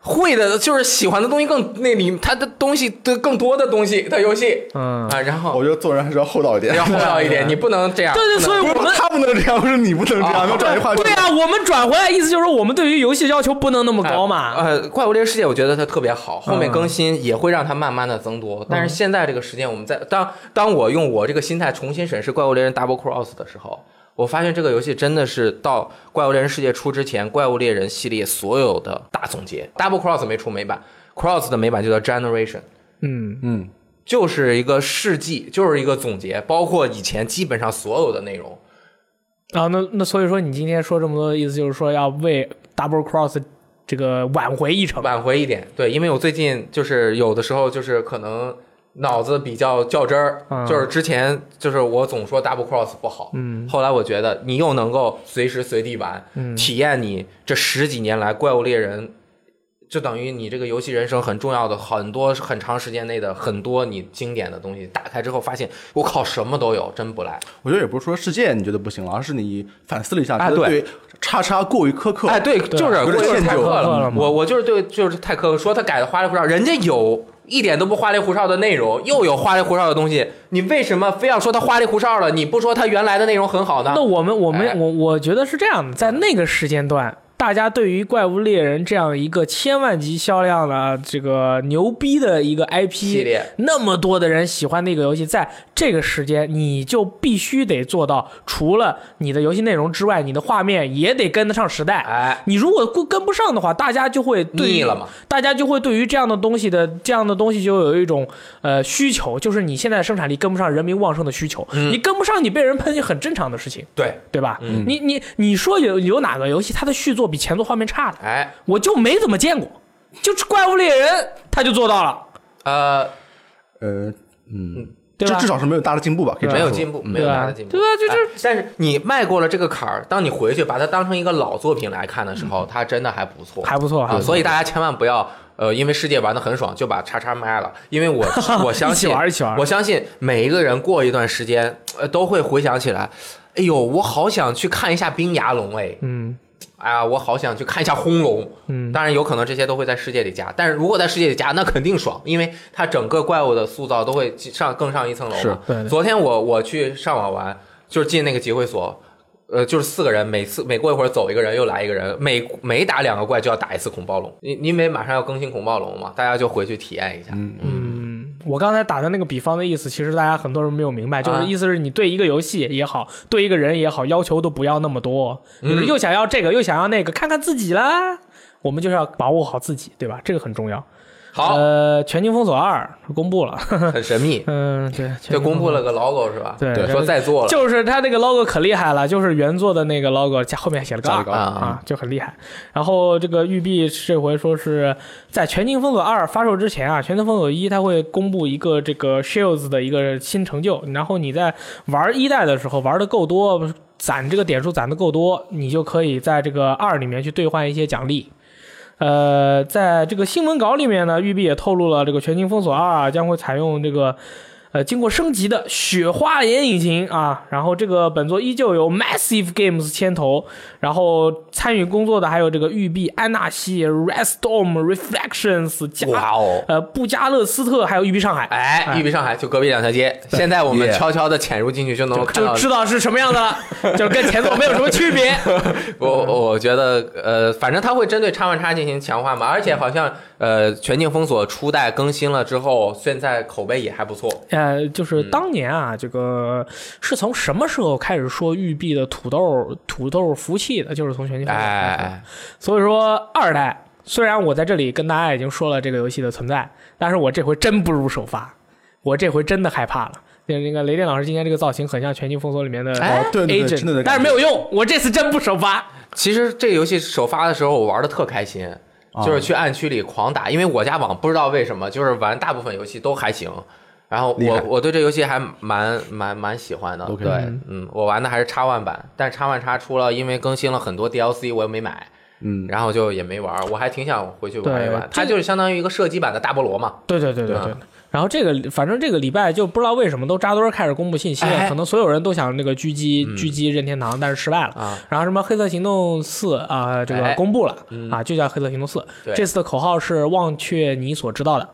Speaker 2: 会的，就是喜欢的东西更那里，他的东西的更多的东西的游戏
Speaker 3: 嗯，
Speaker 2: 啊，然后
Speaker 1: 我觉得做人还是要厚道一点。
Speaker 2: 要厚道一点，你不能这样。
Speaker 3: 对对，
Speaker 2: 不
Speaker 3: 所
Speaker 2: 能
Speaker 3: 以
Speaker 1: 不是
Speaker 3: 我们
Speaker 1: 他不能这样，不是你不能这
Speaker 2: 啊
Speaker 1: 样，要转移话题。
Speaker 3: 对啊，我们转回来意思就是说我们对于游戏的要求不能那么高嘛。嗯
Speaker 2: 呃，《怪物猎人世界》我觉得它特别好，后面更新也会让它慢慢的增多。但是现在这个时间，我们在当当我用我这个心态重新审视《怪物猎人 Double Cross》的时候，我发现这个游戏真的是到《怪物猎人世界》出之前，《怪物猎人》系列所有的大总结。Double Cross 没出美版，Cross 的美版就叫 Generation。
Speaker 3: 嗯，
Speaker 1: 嗯，
Speaker 2: 就是一个世纪，就是一个总结，包括以前基本上所有的内容。
Speaker 3: 啊，那那所以说你今天说这么多的意思就是说要为 Double Cross 这个挽回一程。
Speaker 2: 挽回一点，对，因为我最近就是有的时候就是可能脑子比较较真儿，
Speaker 3: 嗯
Speaker 2: 就是之前就是我总说 double cross 不好，
Speaker 3: 嗯，
Speaker 2: 后来我觉得你又能够随时随地玩，
Speaker 3: 嗯
Speaker 2: 体验你这十几年来怪物猎人。就等于你这个游戏人生很重要的很多很长时间内的很多你经典的东西，打开之后发现我靠什么都有，真不赖。
Speaker 1: 我觉得也不是说世界你觉得不行了，而是你反思了一下，
Speaker 2: 哎
Speaker 1: 觉得
Speaker 2: 对
Speaker 1: 对叉叉过于苛刻。
Speaker 2: 哎，对，就是
Speaker 1: 有点
Speaker 2: 我就是
Speaker 1: 歉
Speaker 2: 太
Speaker 1: 疚
Speaker 2: 苛刻
Speaker 3: 了
Speaker 2: 了。
Speaker 3: 嘛
Speaker 2: 我我就是对，就是太苛刻，说他改的花里胡哨，人家有一点都不花里胡哨的内容，又有花里胡哨的东西，你为什么非要说他花里胡哨了？你不说他原来的内容很好呢
Speaker 3: 那？我们我们、
Speaker 2: 啊哎
Speaker 3: 我我觉得是这样的，在那个时间段。大家对于《怪物猎人》这样一个千万级销量的这个牛逼的一个 IP
Speaker 2: 系列
Speaker 3: 那么多的人喜欢那个游戏，在这个时间，你就必须得做到，除了你的游戏内容之外，你的画面也得跟得上时代。
Speaker 2: 哎，
Speaker 3: 你如果跟跟不上的话，大家就会对于
Speaker 2: 腻了嘛，
Speaker 3: 大家就会对于这样的东西的这样的东西就有一种呃需求，就是你现在生产力跟不上人民旺盛的需求，
Speaker 2: 嗯
Speaker 3: 你跟不上，你被人喷就很正常的事情，
Speaker 2: 对，
Speaker 3: 对吧？
Speaker 2: 嗯
Speaker 3: 你你你说有有哪个游戏它的续作比前作画面差的，
Speaker 2: 哎，
Speaker 3: 我就没怎么见过，就是《怪物猎人》它就做到了，
Speaker 2: 呃，
Speaker 1: 呃，嗯，
Speaker 3: 对
Speaker 1: 这
Speaker 3: 吧？
Speaker 1: 至少是没有大的进步吧？可以这
Speaker 2: 没
Speaker 1: 样
Speaker 2: 有
Speaker 1: 说
Speaker 2: 进步，没
Speaker 3: 对
Speaker 2: 有大
Speaker 3: 吧？
Speaker 2: 的
Speaker 3: 对
Speaker 2: 进
Speaker 3: 吧？
Speaker 2: 步。
Speaker 3: 就是。
Speaker 2: 哎但是你迈过了这个坎儿，当你回去把它当成一个老作品来看的时候，它真的还不错，
Speaker 3: 嗯还不错
Speaker 2: 啊。所以大家千万不要呃，因为世界玩的很爽就把叉叉卖了，因为 我我相信
Speaker 3: 一起玩一起玩
Speaker 2: 我相信每一个人过一段时间呃都会回想起来，哎呦，我好想去看一下冰牙龙哎，
Speaker 3: 嗯，
Speaker 2: 哎呀，我好想去看一下轰龙。
Speaker 3: 嗯
Speaker 2: 当然有可能这些都会在世界里加，但是如果在世界里加，那肯定爽，因为它整个怪物的塑造都会上更上一层楼嘛。
Speaker 1: 是
Speaker 3: 对对
Speaker 2: 昨天我我去上网玩，就是进那个集会所。呃，就是四个人，每次每过一会儿走一个人，又来一个人，每每打两个怪就要打一次恐暴龙。因因为马上要更新恐暴龙嘛，大家就回去体验一下。
Speaker 3: 嗯，我刚才打的那个比方的意思，其实大家很多人没有明白，就是
Speaker 2: 啊
Speaker 3: 意思是你对一个游戏也好，对一个人也好，要求都不要那么多，就
Speaker 2: 嗯
Speaker 3: 是又想要这个，又想要那个，看看自己啦。我们就是要把握好自己，对吧？这个很重要。
Speaker 2: 好，
Speaker 3: 呃，《全境封锁二》公 布了，
Speaker 2: 很神秘，
Speaker 3: 嗯，对，全
Speaker 2: 就
Speaker 3: 境
Speaker 2: 公布
Speaker 3: 封
Speaker 2: 了个 logo 是吧？
Speaker 3: 对
Speaker 2: 说在做
Speaker 3: 锁，
Speaker 2: 了。
Speaker 3: 就是它那个 logo 可厉害了，就是原作的那个 logo 加后面写了个
Speaker 1: 加了
Speaker 3: 二
Speaker 1: 个
Speaker 2: 啊
Speaker 3: 啊，就很厉害。然后这个育碧这回说是在《全境封锁二》发售之前啊，《全境封锁一》它会公布一个这个 Shields 的一个新成就，然后你在玩一代的时候玩的够多，攒这个点数攒的够多，你就可以在这个二里面去兑换一些奖励。呃，在这个新闻稿里面呢，育碧也透露了这个《全境封锁二》啊将会采用这个。呃，经过升级的雪花岩引擎啊，然后这个本作依旧由 Massive Games 牵头，然后参与工作的还有这个育碧、安纳西、Redstorm、Reflections 加
Speaker 2: 哇哦！
Speaker 3: 呃布加勒斯特，还有育碧上海，
Speaker 2: 哎，育碧上海就隔壁两条街。现在我们
Speaker 1: Yeah
Speaker 2: 悄悄的潜入进去，就能够看
Speaker 3: 就
Speaker 2: 到。
Speaker 3: 知道是什么样的了，就跟前作没有什么区别。
Speaker 2: 我我我觉得，呃，反正它会针对叉万叉进行强化嘛，而且好像呃，全境封锁初代更新了之后，现在口碑也还不错。
Speaker 3: 呃，就是
Speaker 2: 嗯
Speaker 3: 当年啊，这个是从什么时候开始说育碧的土豆土豆服务器的？就是从全境
Speaker 2: 哎
Speaker 3: 封锁开
Speaker 2: 哎
Speaker 3: 始的。
Speaker 2: 哎，
Speaker 3: 所以说二代，虽然我在这里跟大家已经说了这个游戏的存在，但是我这回真不如首发，我这回真的害怕了。那那个雷电老师今天这个造型很像《全境封锁》里面的
Speaker 2: 哎
Speaker 1: 哦对对对真的
Speaker 3: agent，
Speaker 1: 在
Speaker 3: 但
Speaker 1: 感
Speaker 3: 是没
Speaker 1: 觉
Speaker 3: 有用，我这次真不首发。
Speaker 2: 其实这个游戏首发的时候，我玩的特开心。就是去暗区里狂打，因为我家网不知道为什么，就是玩大部分游戏都还行。然后
Speaker 1: 厉
Speaker 2: 我
Speaker 1: 害
Speaker 2: 我对这游戏还蛮蛮蛮喜欢的。
Speaker 1: OK
Speaker 2: 对，嗯，我玩的还是叉 One 版，但叉 One 叉出了，因为更新了很多 DLC，我也没买，
Speaker 1: 嗯，
Speaker 2: 然后就也没玩。我还挺想回去玩一
Speaker 3: 对
Speaker 2: 玩，它
Speaker 3: 这
Speaker 2: 就是相当于一个射击版的大菠萝嘛。
Speaker 3: 对对对对对。
Speaker 2: 嗯
Speaker 3: 然后这个，反正这个礼拜就不知道为什么都扎堆儿开始公布信息了，
Speaker 2: 哎嗯
Speaker 3: 可能所有人都想那个狙击、狙击任天堂，但是失败了。
Speaker 2: 啊
Speaker 3: 然后什么《黑色行动四》啊，这个
Speaker 2: 哎
Speaker 3: 公布了、啊，就叫《黑色行动四》。
Speaker 2: 对
Speaker 3: 这次的口号是“忘却你所知道的，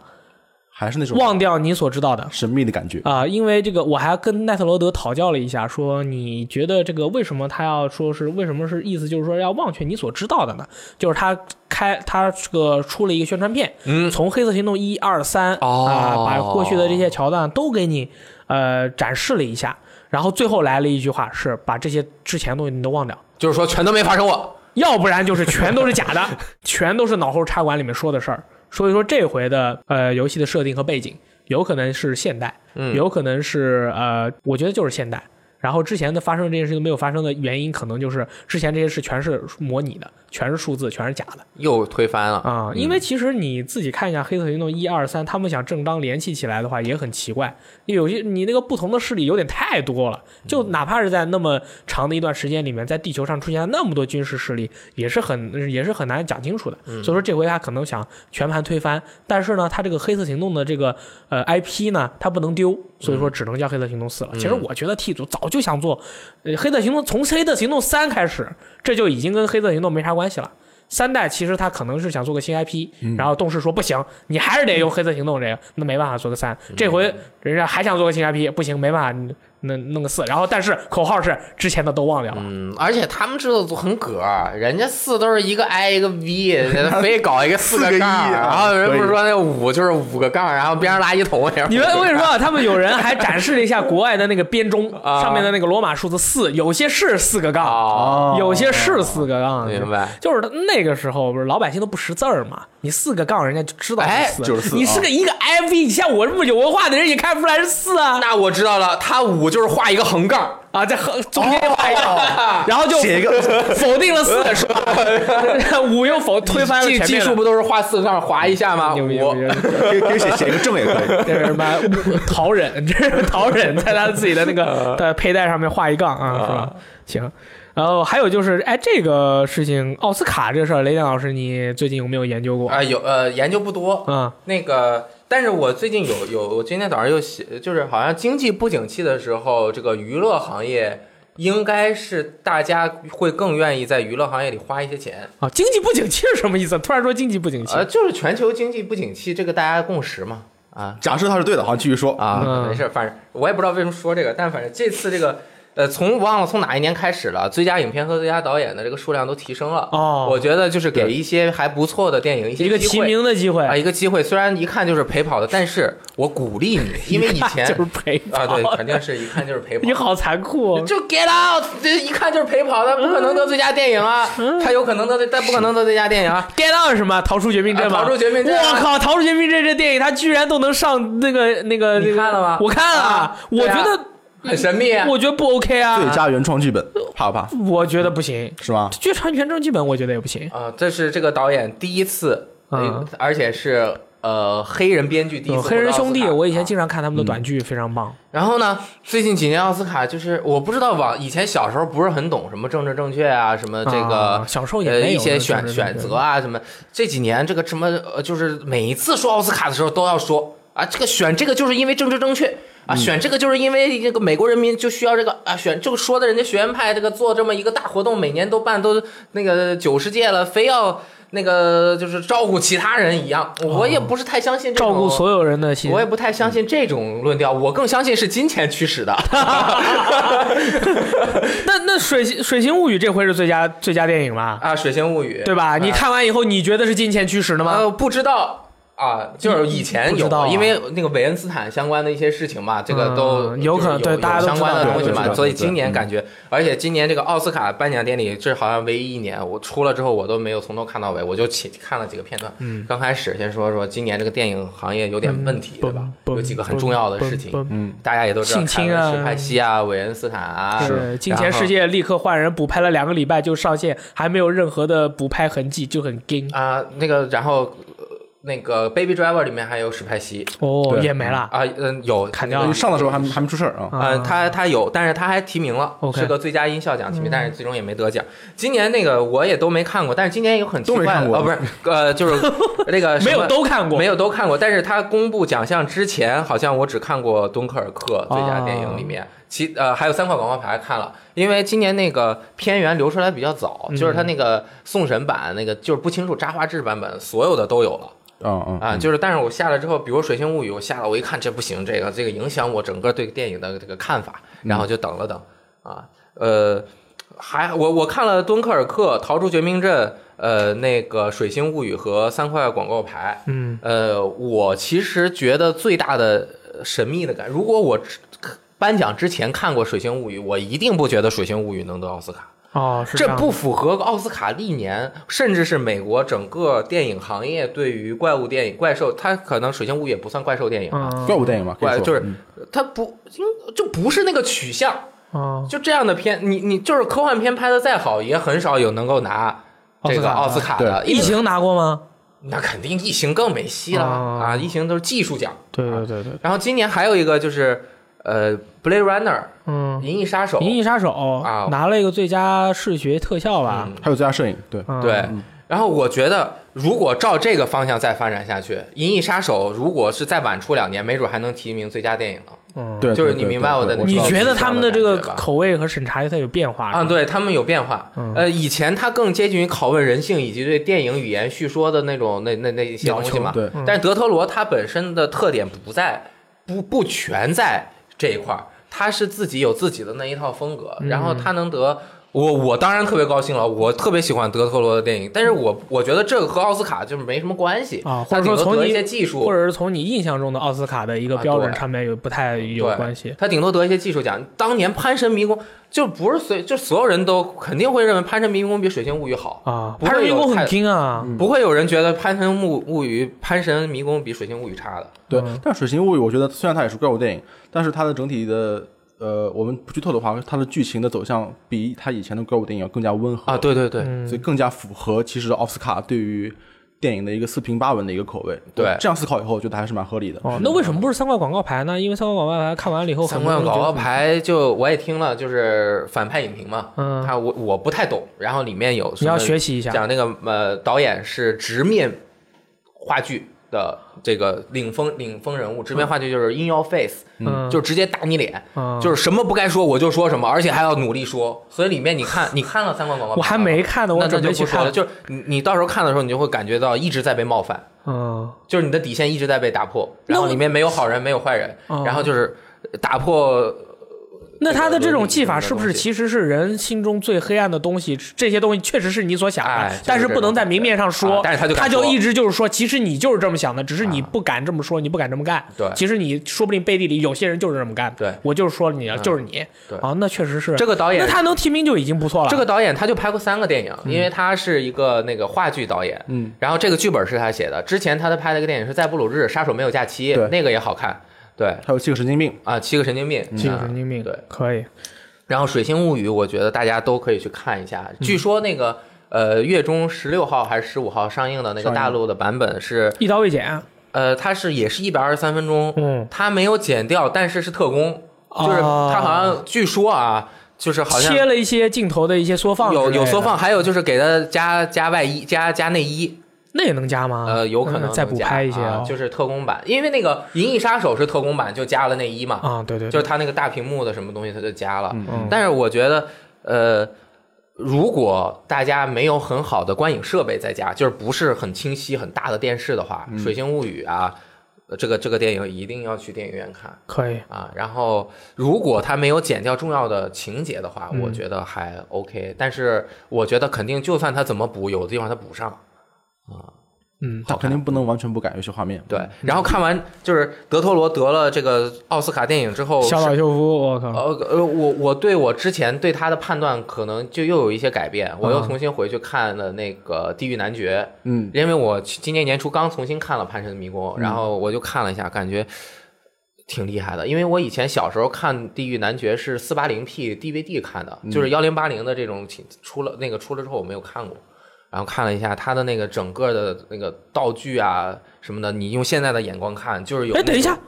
Speaker 1: 还是那种
Speaker 3: 忘掉你所知道的”。
Speaker 1: 神秘的感觉。
Speaker 3: 啊、因为这个我还跟奈特罗德讨教了一下，说你觉得这个为什么他要说是为什么是意思就是说要忘却你所知道的呢？就是他开他这个出了一个宣传片，
Speaker 2: 嗯
Speaker 3: 从《黑色行动》一二三
Speaker 2: 哦
Speaker 3: 啊，把过去的这些桥段都给你呃展示了一下，然后最后来了一句话是把这些之前的东西你都忘掉。
Speaker 2: 就是说全都没发生过。
Speaker 3: 要不然就是全都是假的，全都是脑后插管里面说的事儿。所以说这回的呃游戏的设定和背景有可能是现代，
Speaker 2: 嗯
Speaker 3: 有可能是呃，我觉得就是现代。然后之前的发生这件事情没有发生的原因，可能就是之前这些事全是模拟的，全是数字，全是假的
Speaker 2: 又推翻了。
Speaker 3: 啊、因为其实你自己看一下《黑色行动》一二三，他们想正当联系起来的话也很奇怪，因为有些你那个不同的势力有点太多了，就哪怕是在那么长的一段时间里面，在地球上出现那么多军事势力，也是很也是很难讲清楚的。所以说这回他可能想全盘推翻，但是呢，他这个黑色行动的这个呃 IP 呢，他不能丢，所以说只能叫黑色行动四了。其实我觉得 T 组早就想做，呃，黑色行动从黑色行动三开始，这就已经跟黑色行动没啥关系了。三代其实他可能是想做个新 IP，、然
Speaker 2: 嗯
Speaker 3: 后动视说不行，你
Speaker 2: 嗯
Speaker 3: 还是得用黑色行动这个，那没办法做个三。这回人家还想做个新 IP，不行，没办法，你弄弄个四，然后但是口号是之前的都忘掉了。
Speaker 2: 嗯，而且他们制作组很葛儿，人家四都是一个 i 一个 v，非搞一个四
Speaker 1: 四个一
Speaker 2: 杠儿，
Speaker 1: 啊
Speaker 2: 然后人
Speaker 1: 可以
Speaker 2: 不是说那五就是五个杠儿，然后边上垃圾桶也是。
Speaker 3: 你们为什么他们有人还展示了一下国外的那个编钟
Speaker 2: 啊
Speaker 3: 上面的那个罗马数字四，有些是四个杠，
Speaker 2: 哦，
Speaker 1: 啊
Speaker 3: 有些是四个杠，
Speaker 2: 明白？
Speaker 3: 就是他那个时候，不是老百姓都不识字儿嘛，你四个杠，人家就知道
Speaker 2: 哎
Speaker 3: 四，
Speaker 1: 就是四
Speaker 3: 你
Speaker 1: 啊
Speaker 3: 是个一个 IV，你像我这么有文化的人也看不出来是四啊
Speaker 2: 那我知道了，他五就是画一个横杠儿，
Speaker 3: 啊，在横中间又画一
Speaker 2: 哦
Speaker 3: 个， 然后就
Speaker 1: 写一个
Speaker 3: 否定了四，是 吧？五又否推翻了
Speaker 2: 技
Speaker 3: 前
Speaker 2: 技
Speaker 3: 面的
Speaker 2: 术不都是画四个杠儿划一下吗？
Speaker 3: 牛逼
Speaker 2: 五
Speaker 3: 牛逼，牛逼
Speaker 1: 给给写写一个正也可以。
Speaker 3: 这是什么陶忍？这是陶 忍在他自己的那
Speaker 2: 呃
Speaker 3: 个的佩戴上面画一杠啊，是吧？行。然后还有就是，哎，这个事情，奥斯卡这个事儿，雷电老师，你最近有没有研究过？
Speaker 2: 啊，有呃，研究不多，
Speaker 3: 嗯
Speaker 2: 那个，但是我最近有有，我今天早上又写，就是好像经济不景气的时候，这个娱乐行业应该是大家会更愿意在娱乐行业里花一些钱，
Speaker 3: 啊，经济不景气是什么意思？ 突然说经济不景气，
Speaker 2: 呃，就是全球经济不景气，这个大家共识嘛，啊
Speaker 1: 假设他是对的，好，继续说。
Speaker 2: 啊，
Speaker 3: 嗯
Speaker 2: 没事，反正我也不知道为什么说这个，但反正这次这个。呃，从忘了从哪一年开始了，最佳影片和最佳导演的这个数量都提升了。
Speaker 3: 哦
Speaker 2: 我觉得就是给
Speaker 1: 对
Speaker 2: 一些还不错的电影一些
Speaker 3: 一个
Speaker 2: 机
Speaker 3: 齐
Speaker 2: 会
Speaker 3: 名的机会
Speaker 2: 啊，，一个机会，虽然一看就是陪跑的，但是我鼓励 你，因为以前
Speaker 3: 就是陪跑
Speaker 2: 啊，对，肯定是一看就是陪跑
Speaker 3: 你。好残酷哦，
Speaker 2: 就 Get Out，这一看就是陪跑的，不可能得最佳电影啊！
Speaker 3: 嗯
Speaker 2: 他有可能得最，但不可能得最佳电影啊！
Speaker 3: get out 是什么？逃出绝命镇吗？
Speaker 2: 啊逃出绝命镇啊
Speaker 3: 我靠，逃出绝命镇这电影，它居然都能上那个那个，
Speaker 2: 你
Speaker 3: 那个
Speaker 2: 看了吗
Speaker 3: 我看了
Speaker 2: 啊，
Speaker 3: 我
Speaker 2: 对啊
Speaker 3: 觉得
Speaker 2: 很神秘啊。
Speaker 3: 嗯我觉得不 OK
Speaker 1: 最
Speaker 3: 啊，
Speaker 1: 佳原创剧本，怕不怕？
Speaker 3: 我觉得不行，
Speaker 1: 是吗？
Speaker 3: 剧场权证剧本我觉得也不行。
Speaker 2: 啊，这是这个导演第一次，
Speaker 3: 嗯
Speaker 2: 而且是呃黑人编剧第一次
Speaker 3: 有
Speaker 2: 获得奥斯卡。
Speaker 3: 黑人兄弟，我以前
Speaker 2: 啊
Speaker 3: 经常看他们的短剧，非常棒。
Speaker 2: 然后呢，最近几年奥斯卡就是我不知道往以前小时候不是很懂什么政治正确啊，什么这个
Speaker 3: 啊小时候也
Speaker 2: 呃
Speaker 3: 没有
Speaker 2: 一些
Speaker 3: 那
Speaker 2: 选
Speaker 3: 政治正确
Speaker 2: 选择啊什么，这几年这个什么呃，就是每一次说奥斯卡的时候都要说啊，这个选这个就是因为政治正确。
Speaker 3: 嗯
Speaker 2: 啊，选这个就是因为这个美国人民就需要这个啊，选这个说的人家学院派这个做这么一个大活动，每年都办都那个九十届了，非要那个就是照顾其他人一样，我也不是太相信这种
Speaker 3: 哦照顾所有人的心
Speaker 2: 我，也不太相信这种论调，我更相信是金钱驱使的。
Speaker 3: 那那水《水形物语》这回是最佳最佳电影吧？
Speaker 2: 啊，《水星物语》
Speaker 3: 对吧？你看完以后，你觉得是金钱驱使的吗？
Speaker 2: 呃，不知道啊，就是以前
Speaker 3: 不知
Speaker 2: 有，
Speaker 3: 道啊
Speaker 2: 因为那个韦恩斯坦相关的一些事情嘛，这个
Speaker 3: 嗯
Speaker 2: 都
Speaker 3: 有可能
Speaker 2: 就是有
Speaker 3: 对大
Speaker 2: 有
Speaker 3: 家都
Speaker 2: 相关的
Speaker 3: 知道
Speaker 2: 东西
Speaker 1: 对对
Speaker 2: 嘛，
Speaker 1: 对
Speaker 2: 所以
Speaker 1: 对
Speaker 2: 今
Speaker 3: 嗯
Speaker 2: 年感觉，而且今年这个奥斯卡颁奖典礼，这好像唯一一年我出了之后我都没有从头看到尾，我就起看了几个片段。嗯，刚开始先说说今年这个电影行业有点
Speaker 3: 嗯
Speaker 2: 问题，对吧？
Speaker 3: 嘣
Speaker 2: 有几个很重要的事情，
Speaker 3: 嘣嘣
Speaker 1: 嗯，
Speaker 2: 大家也都知道，
Speaker 3: 性侵
Speaker 2: 凯文
Speaker 3: 啊
Speaker 2: 史派西啊，韦恩斯坦啊，
Speaker 3: 是《金钱
Speaker 2: 然后
Speaker 3: 世界》立刻换人补拍了两个礼拜就上线，还没有任何的补拍痕迹，就很惊
Speaker 2: 啊、那个，然后、呃那个《Baby Driver》里面还有史派西
Speaker 3: 哦，
Speaker 1: 对
Speaker 3: 也没了。
Speaker 2: 啊，嗯、有
Speaker 3: 砍掉
Speaker 2: 那
Speaker 1: 因为
Speaker 2: 个
Speaker 1: 上的时候还没还没出事儿啊。
Speaker 3: 嗯
Speaker 2: 呃，他他有，但是他还提名了
Speaker 3: OK
Speaker 2: 是个最佳音效奖提名，但是最终也没得奖。今年那个我也都没看过，但是今年有很奇怪
Speaker 1: 都没看
Speaker 2: 的，
Speaker 1: 过
Speaker 2: 哦，不是，呃，就是那个什
Speaker 3: 没有
Speaker 2: 么
Speaker 3: 都看过，
Speaker 2: 没有都看过，但是他公布奖项之前，好像我只看过《敦刻尔克》
Speaker 3: 哦
Speaker 2: 最佳电影里面，其呃还有三块广告牌看了，因为今年那个片源流出来比较早，
Speaker 3: 嗯
Speaker 2: 就是他那个送审版那个就是不清楚扎画质版本，所有的都有了。
Speaker 1: 嗯嗯
Speaker 2: 啊，就是，但是我下了之后，比如《水星物语》，我下了，我一看这不行，这个这个影响我整个对电影的这个看法，然
Speaker 1: 嗯
Speaker 2: 后就等了等啊，呃，还我我看了《敦刻尔克》《逃出绝命镇》，呃，那个《水星物语》和《三块广告牌》，
Speaker 3: 嗯，
Speaker 2: 呃，我其实觉得最大的呃神秘的感，如果我之颁奖之前看过《水星物语》，我一定不觉得《水星物语》能得奥斯卡。
Speaker 3: 哦，是
Speaker 2: 这
Speaker 3: 样
Speaker 2: 不符合奥斯卡历年，甚至是美国整个电影行业对于怪物电影、怪兽，它可能《水星物语》也不算怪兽电影啊，
Speaker 3: 嗯，
Speaker 1: 怪物电影吧，可以
Speaker 2: 怪
Speaker 1: 说
Speaker 2: 就是
Speaker 1: 嗯
Speaker 2: 它不应就不是那个取向，
Speaker 3: 嗯
Speaker 2: 就这样的片，你你就是科幻片拍的再好，也很少有能够拿这个奥
Speaker 3: 奥
Speaker 2: 斯
Speaker 3: 斯
Speaker 2: 卡
Speaker 3: 卡
Speaker 2: 的。
Speaker 3: 疫情拿过吗？
Speaker 2: 那肯定异形更没戏了
Speaker 3: 哦
Speaker 2: 啊！异形都是技术奖，
Speaker 3: 对对对对，
Speaker 2: 然后今年还有一个就是呃《Blade Runner》
Speaker 3: 嗯，
Speaker 2: 银翼杀手
Speaker 3: 《银翼杀手》
Speaker 2: 啊
Speaker 3: 拿了一个最佳视觉特效吧
Speaker 2: 嗯？
Speaker 1: 还有最佳摄影，对，
Speaker 3: 嗯
Speaker 2: 对，然后我觉得如果照这个方向再发展下去，《银翼杀手》如果是再晚出两年，没准还能提名最佳电影呢。
Speaker 3: 嗯，
Speaker 1: 对，
Speaker 2: 就是
Speaker 1: 对
Speaker 2: 你
Speaker 1: 对
Speaker 2: 明白我的
Speaker 1: 对
Speaker 2: 那
Speaker 1: 知
Speaker 3: 你
Speaker 1: 道
Speaker 2: 个
Speaker 3: 觉得他们的这个
Speaker 2: 我知道
Speaker 3: 口味和审查它有变化
Speaker 2: 啊，？对他们有变化。
Speaker 3: 嗯
Speaker 2: 呃，以前它更接近于拷问人性以及对电影语言叙说的那种那那那一些
Speaker 3: 要
Speaker 2: 东西
Speaker 3: 求
Speaker 2: 嘛。
Speaker 1: 对
Speaker 3: 嗯
Speaker 2: 但是德特罗他本身的特点不在，不不全在这一块儿。他是自己有自己的那一套风格，
Speaker 3: 嗯
Speaker 2: 然后他能得。我我当然特别高兴了，我特别喜欢德特罗的电影，但是我我觉得这个和奥斯卡就是没什么关系
Speaker 3: 啊
Speaker 2: 他
Speaker 3: 或者
Speaker 2: 顶多
Speaker 3: 说从
Speaker 2: 得一
Speaker 3: 你
Speaker 2: 些技术，
Speaker 3: 或者是从你印象中的奥斯卡的一个
Speaker 2: 啊
Speaker 3: 标准
Speaker 2: 对
Speaker 3: 上面有不太有
Speaker 2: 对
Speaker 3: 关系。
Speaker 2: 他顶多得一些技术奖。当年《潘神迷宫》就不是随，就所有人都肯定会认为《潘神迷宫》比《水星物语》好，
Speaker 3: 啊，
Speaker 2: 不
Speaker 3: 潘神
Speaker 2: 会
Speaker 3: 迷
Speaker 2: 有
Speaker 3: 宫很
Speaker 2: 太
Speaker 3: 拼啊，
Speaker 2: 不会有人觉得《潘神物物语》《潘神迷宫》比《水星物语》差的。
Speaker 1: 对，但《水形物语》我觉得虽然它也是怪物电影，但是它的整体的呃，我们不剧透的话，它的剧情的走向比它以前的怪物电影要更加温和，
Speaker 2: 啊对对
Speaker 3: 嗯
Speaker 2: 对，
Speaker 1: 所以更加符合其实奥斯卡对于电影的一个四平八稳的一个口味。
Speaker 2: 对
Speaker 1: 我这样思考以后，我觉得还是蛮合理的。
Speaker 3: 哦，那为什么不是三块广告牌呢？因为三块广告牌看完了以后，
Speaker 2: 三
Speaker 3: 很多
Speaker 2: 冠
Speaker 3: 人
Speaker 2: 广
Speaker 3: 觉得
Speaker 2: 告
Speaker 3: 很
Speaker 2: 牌就我也听了，就是反派影评嘛，
Speaker 3: 嗯
Speaker 2: 他我我不太懂，然后里面有什
Speaker 3: 你
Speaker 2: 么
Speaker 3: 要学习一下。
Speaker 2: 讲那个呃导演是直面话剧的这个领风领风人物，直面话剧就是 in your face，、
Speaker 3: 嗯，
Speaker 2: 就直接打你脸，
Speaker 3: 嗯
Speaker 2: 就是什么不该说我就说什么，而且还要努力说。所以里面你看，你看了三观广告，
Speaker 3: 我还没。看呢，
Speaker 2: 那
Speaker 3: 我
Speaker 2: 那
Speaker 3: 准
Speaker 2: 就
Speaker 3: 备去
Speaker 2: 不说
Speaker 3: 看
Speaker 2: 了，。就是你你到时候看的时候，你就会感觉到一直在被冒犯，
Speaker 3: 嗯，
Speaker 2: 就是你的底线一直在被打破，
Speaker 3: 那
Speaker 2: 然后
Speaker 3: 我
Speaker 2: 里面没有好人，没有坏人，
Speaker 3: 哦
Speaker 2: 然后就是打破
Speaker 3: 那他的这种技法
Speaker 2: 这个
Speaker 3: 是不是
Speaker 2: 东西
Speaker 3: 其实是人心中最黑暗的东西？这些东西确实是你所想
Speaker 2: 哎就
Speaker 3: 的
Speaker 2: 是，
Speaker 3: 但是不能在明面上
Speaker 2: 这
Speaker 3: 说
Speaker 2: 种。感觉啊但是他就敢
Speaker 3: 他就
Speaker 2: 说
Speaker 3: 一直就是说，其实你就是这么想的，只是你
Speaker 2: 啊
Speaker 3: 不敢这么说，你不敢这么干。
Speaker 2: 对
Speaker 3: 其实你说不定背地里有些人就是这么干。
Speaker 2: 对嗯
Speaker 3: 我就是说你，就是你。
Speaker 2: 对
Speaker 3: 啊，那确实是
Speaker 2: 这个导演
Speaker 3: 那他能提名就已经不错了。
Speaker 2: 这个导演他就拍过三个电影，
Speaker 3: 嗯
Speaker 2: 因为他是一个那个话剧导演，
Speaker 1: 嗯，
Speaker 2: 然后这个剧本是他写的。之前他的拍的一个电影是在布鲁日《杀手没有假期
Speaker 1: 对》，
Speaker 2: 那个也好看，对
Speaker 1: 还有七个神经病，
Speaker 2: 啊，七个神经病，
Speaker 3: 这个
Speaker 2: 啊
Speaker 3: 神经病，
Speaker 2: 对，
Speaker 3: 可以。
Speaker 2: 然后《水星物语》，我觉得大家都可以去看一下。
Speaker 3: 嗯
Speaker 2: 据说那个呃月中十六号还是十五号上映的那个
Speaker 1: 上映
Speaker 2: 大陆的版本是
Speaker 3: 一刀未剪。啊
Speaker 2: 呃，它是也是一百二十三分钟，
Speaker 3: 嗯，
Speaker 2: 它没有剪掉，但是是特工，就是
Speaker 3: 哦
Speaker 2: 它好像据说啊，就是好像
Speaker 3: 切了一些镜头的一些缩放，
Speaker 2: 有有缩，放，还有就是给它加加外衣、加加内衣，
Speaker 3: 那也能加吗？
Speaker 2: 呃，有可
Speaker 3: 嗯
Speaker 2: 能
Speaker 3: 再
Speaker 2: 能
Speaker 3: 补
Speaker 2: 加
Speaker 3: 拍一些
Speaker 2: 啊
Speaker 3: 哦，
Speaker 2: 就是特工版，因为那个《银翼杀手》是特工版，就加了内衣嘛，
Speaker 3: 啊，对对，
Speaker 2: 就
Speaker 3: 对
Speaker 2: 是它那个大屏幕的什么东西，它就加了。
Speaker 1: 嗯
Speaker 2: 但是我觉得，呃，如果大家没有很好的观影设备在家，就是不是很清晰、很大的电视的话，
Speaker 3: 嗯
Speaker 2: 水星物语》啊，呃这个这个电影一定要去电影院看
Speaker 3: 可以。
Speaker 2: 啊。然后，如果它没有剪掉重要的情节的话，我觉得还 OK。但是，我觉得肯定，就算它怎么补，有的地方它补上。
Speaker 3: 嗯，
Speaker 1: 它肯定不能完全不改游戏画面。
Speaker 2: 对，然后看完就是德托罗得了这个奥斯卡电影之后，
Speaker 3: 小岛秀夫，我靠，
Speaker 2: 呃呃，我我对我之前对他的判断可能就又有一些改变，我又重新回去看了那个《地狱男爵》，
Speaker 1: 嗯，
Speaker 2: 因为我去今年年初刚重新看了《潘神的迷宫》，
Speaker 3: 嗯
Speaker 2: 然后我就看了一下，感觉挺厉害的。因为我以前小时候看《地狱男爵》是四八零 P DVD 看的，
Speaker 3: 嗯
Speaker 2: 就是幺零八零的这种情出了那个出了之后我没有看过。然后看了一下他的那个整个的那个道具啊什么的，你用现在的眼光看，就是有
Speaker 3: 哎，
Speaker 2: 那
Speaker 3: 等一
Speaker 2: 种
Speaker 3: 下，《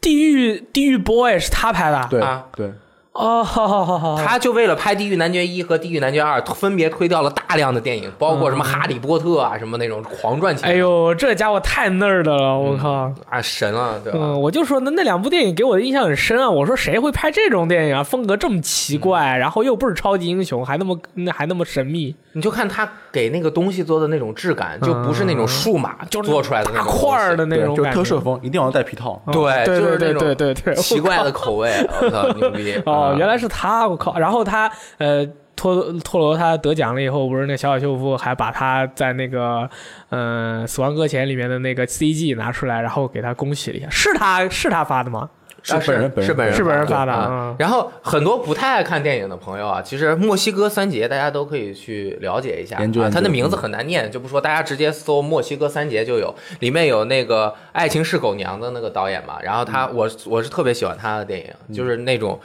Speaker 3: 地狱地狱 boy》是他拍的，，
Speaker 1: 对
Speaker 2: 啊
Speaker 1: 对，
Speaker 3: 哦，好好好好，
Speaker 2: 他就为了拍《地狱男爵一》和《地狱男爵二》，分别推掉了大量的电影，包括什么《哈利波特》啊，什么那种狂赚钱。
Speaker 3: 嗯哎呦，这家伙太 nerd 了，我靠。
Speaker 2: 啊，神了，对吧？
Speaker 3: 嗯，我就说那那两部电影给我的印象很深啊！我说谁会拍这种电影啊？风格这么奇
Speaker 2: 嗯
Speaker 3: 怪，然后又不是超级英雄，还那么那还那么神秘，
Speaker 2: 你就看他给那个东西做的那种质感，就不是那种数码
Speaker 3: 就是
Speaker 2: 做出来的那
Speaker 3: 大
Speaker 2: 种
Speaker 3: 块
Speaker 2: 东
Speaker 3: 儿的那种
Speaker 1: 对，就
Speaker 3: 感
Speaker 1: 是
Speaker 3: 觉，
Speaker 1: 特摄风，一定要带皮套。
Speaker 3: 嗯
Speaker 2: 对
Speaker 3: 对
Speaker 2: 就是
Speaker 3: 对
Speaker 2: 那种
Speaker 3: 对对对，
Speaker 2: 西，奇
Speaker 3: 我靠
Speaker 2: 怪的口味，我操，牛逼！
Speaker 3: 哦
Speaker 2: 啊，
Speaker 3: 原来是他，我靠！然后他呃，托托罗他得奖了以后，不是那小小秀夫还把他在那个嗯、呃《死亡搁浅》里面的那个 CG 拿出来，然后给他恭喜了一下，是他是他发的吗？
Speaker 1: 是
Speaker 2: 啊
Speaker 1: 本人本人
Speaker 2: 是本人
Speaker 3: 是本人发的
Speaker 2: 啊
Speaker 3: 嗯。
Speaker 2: 然后很多不太爱看电影的朋友啊，其实墨西哥三杰大家都可以去了解一下。
Speaker 1: 研究
Speaker 2: 啊
Speaker 1: 研究
Speaker 2: 它
Speaker 3: 嗯
Speaker 2: 的名字很难念，就不说，大家直接搜墨西哥三杰就有。里面有那个《爱情是狗娘》的那个导演嘛，然后他
Speaker 3: 嗯
Speaker 2: 我我是特别喜欢他的电影，就是那种。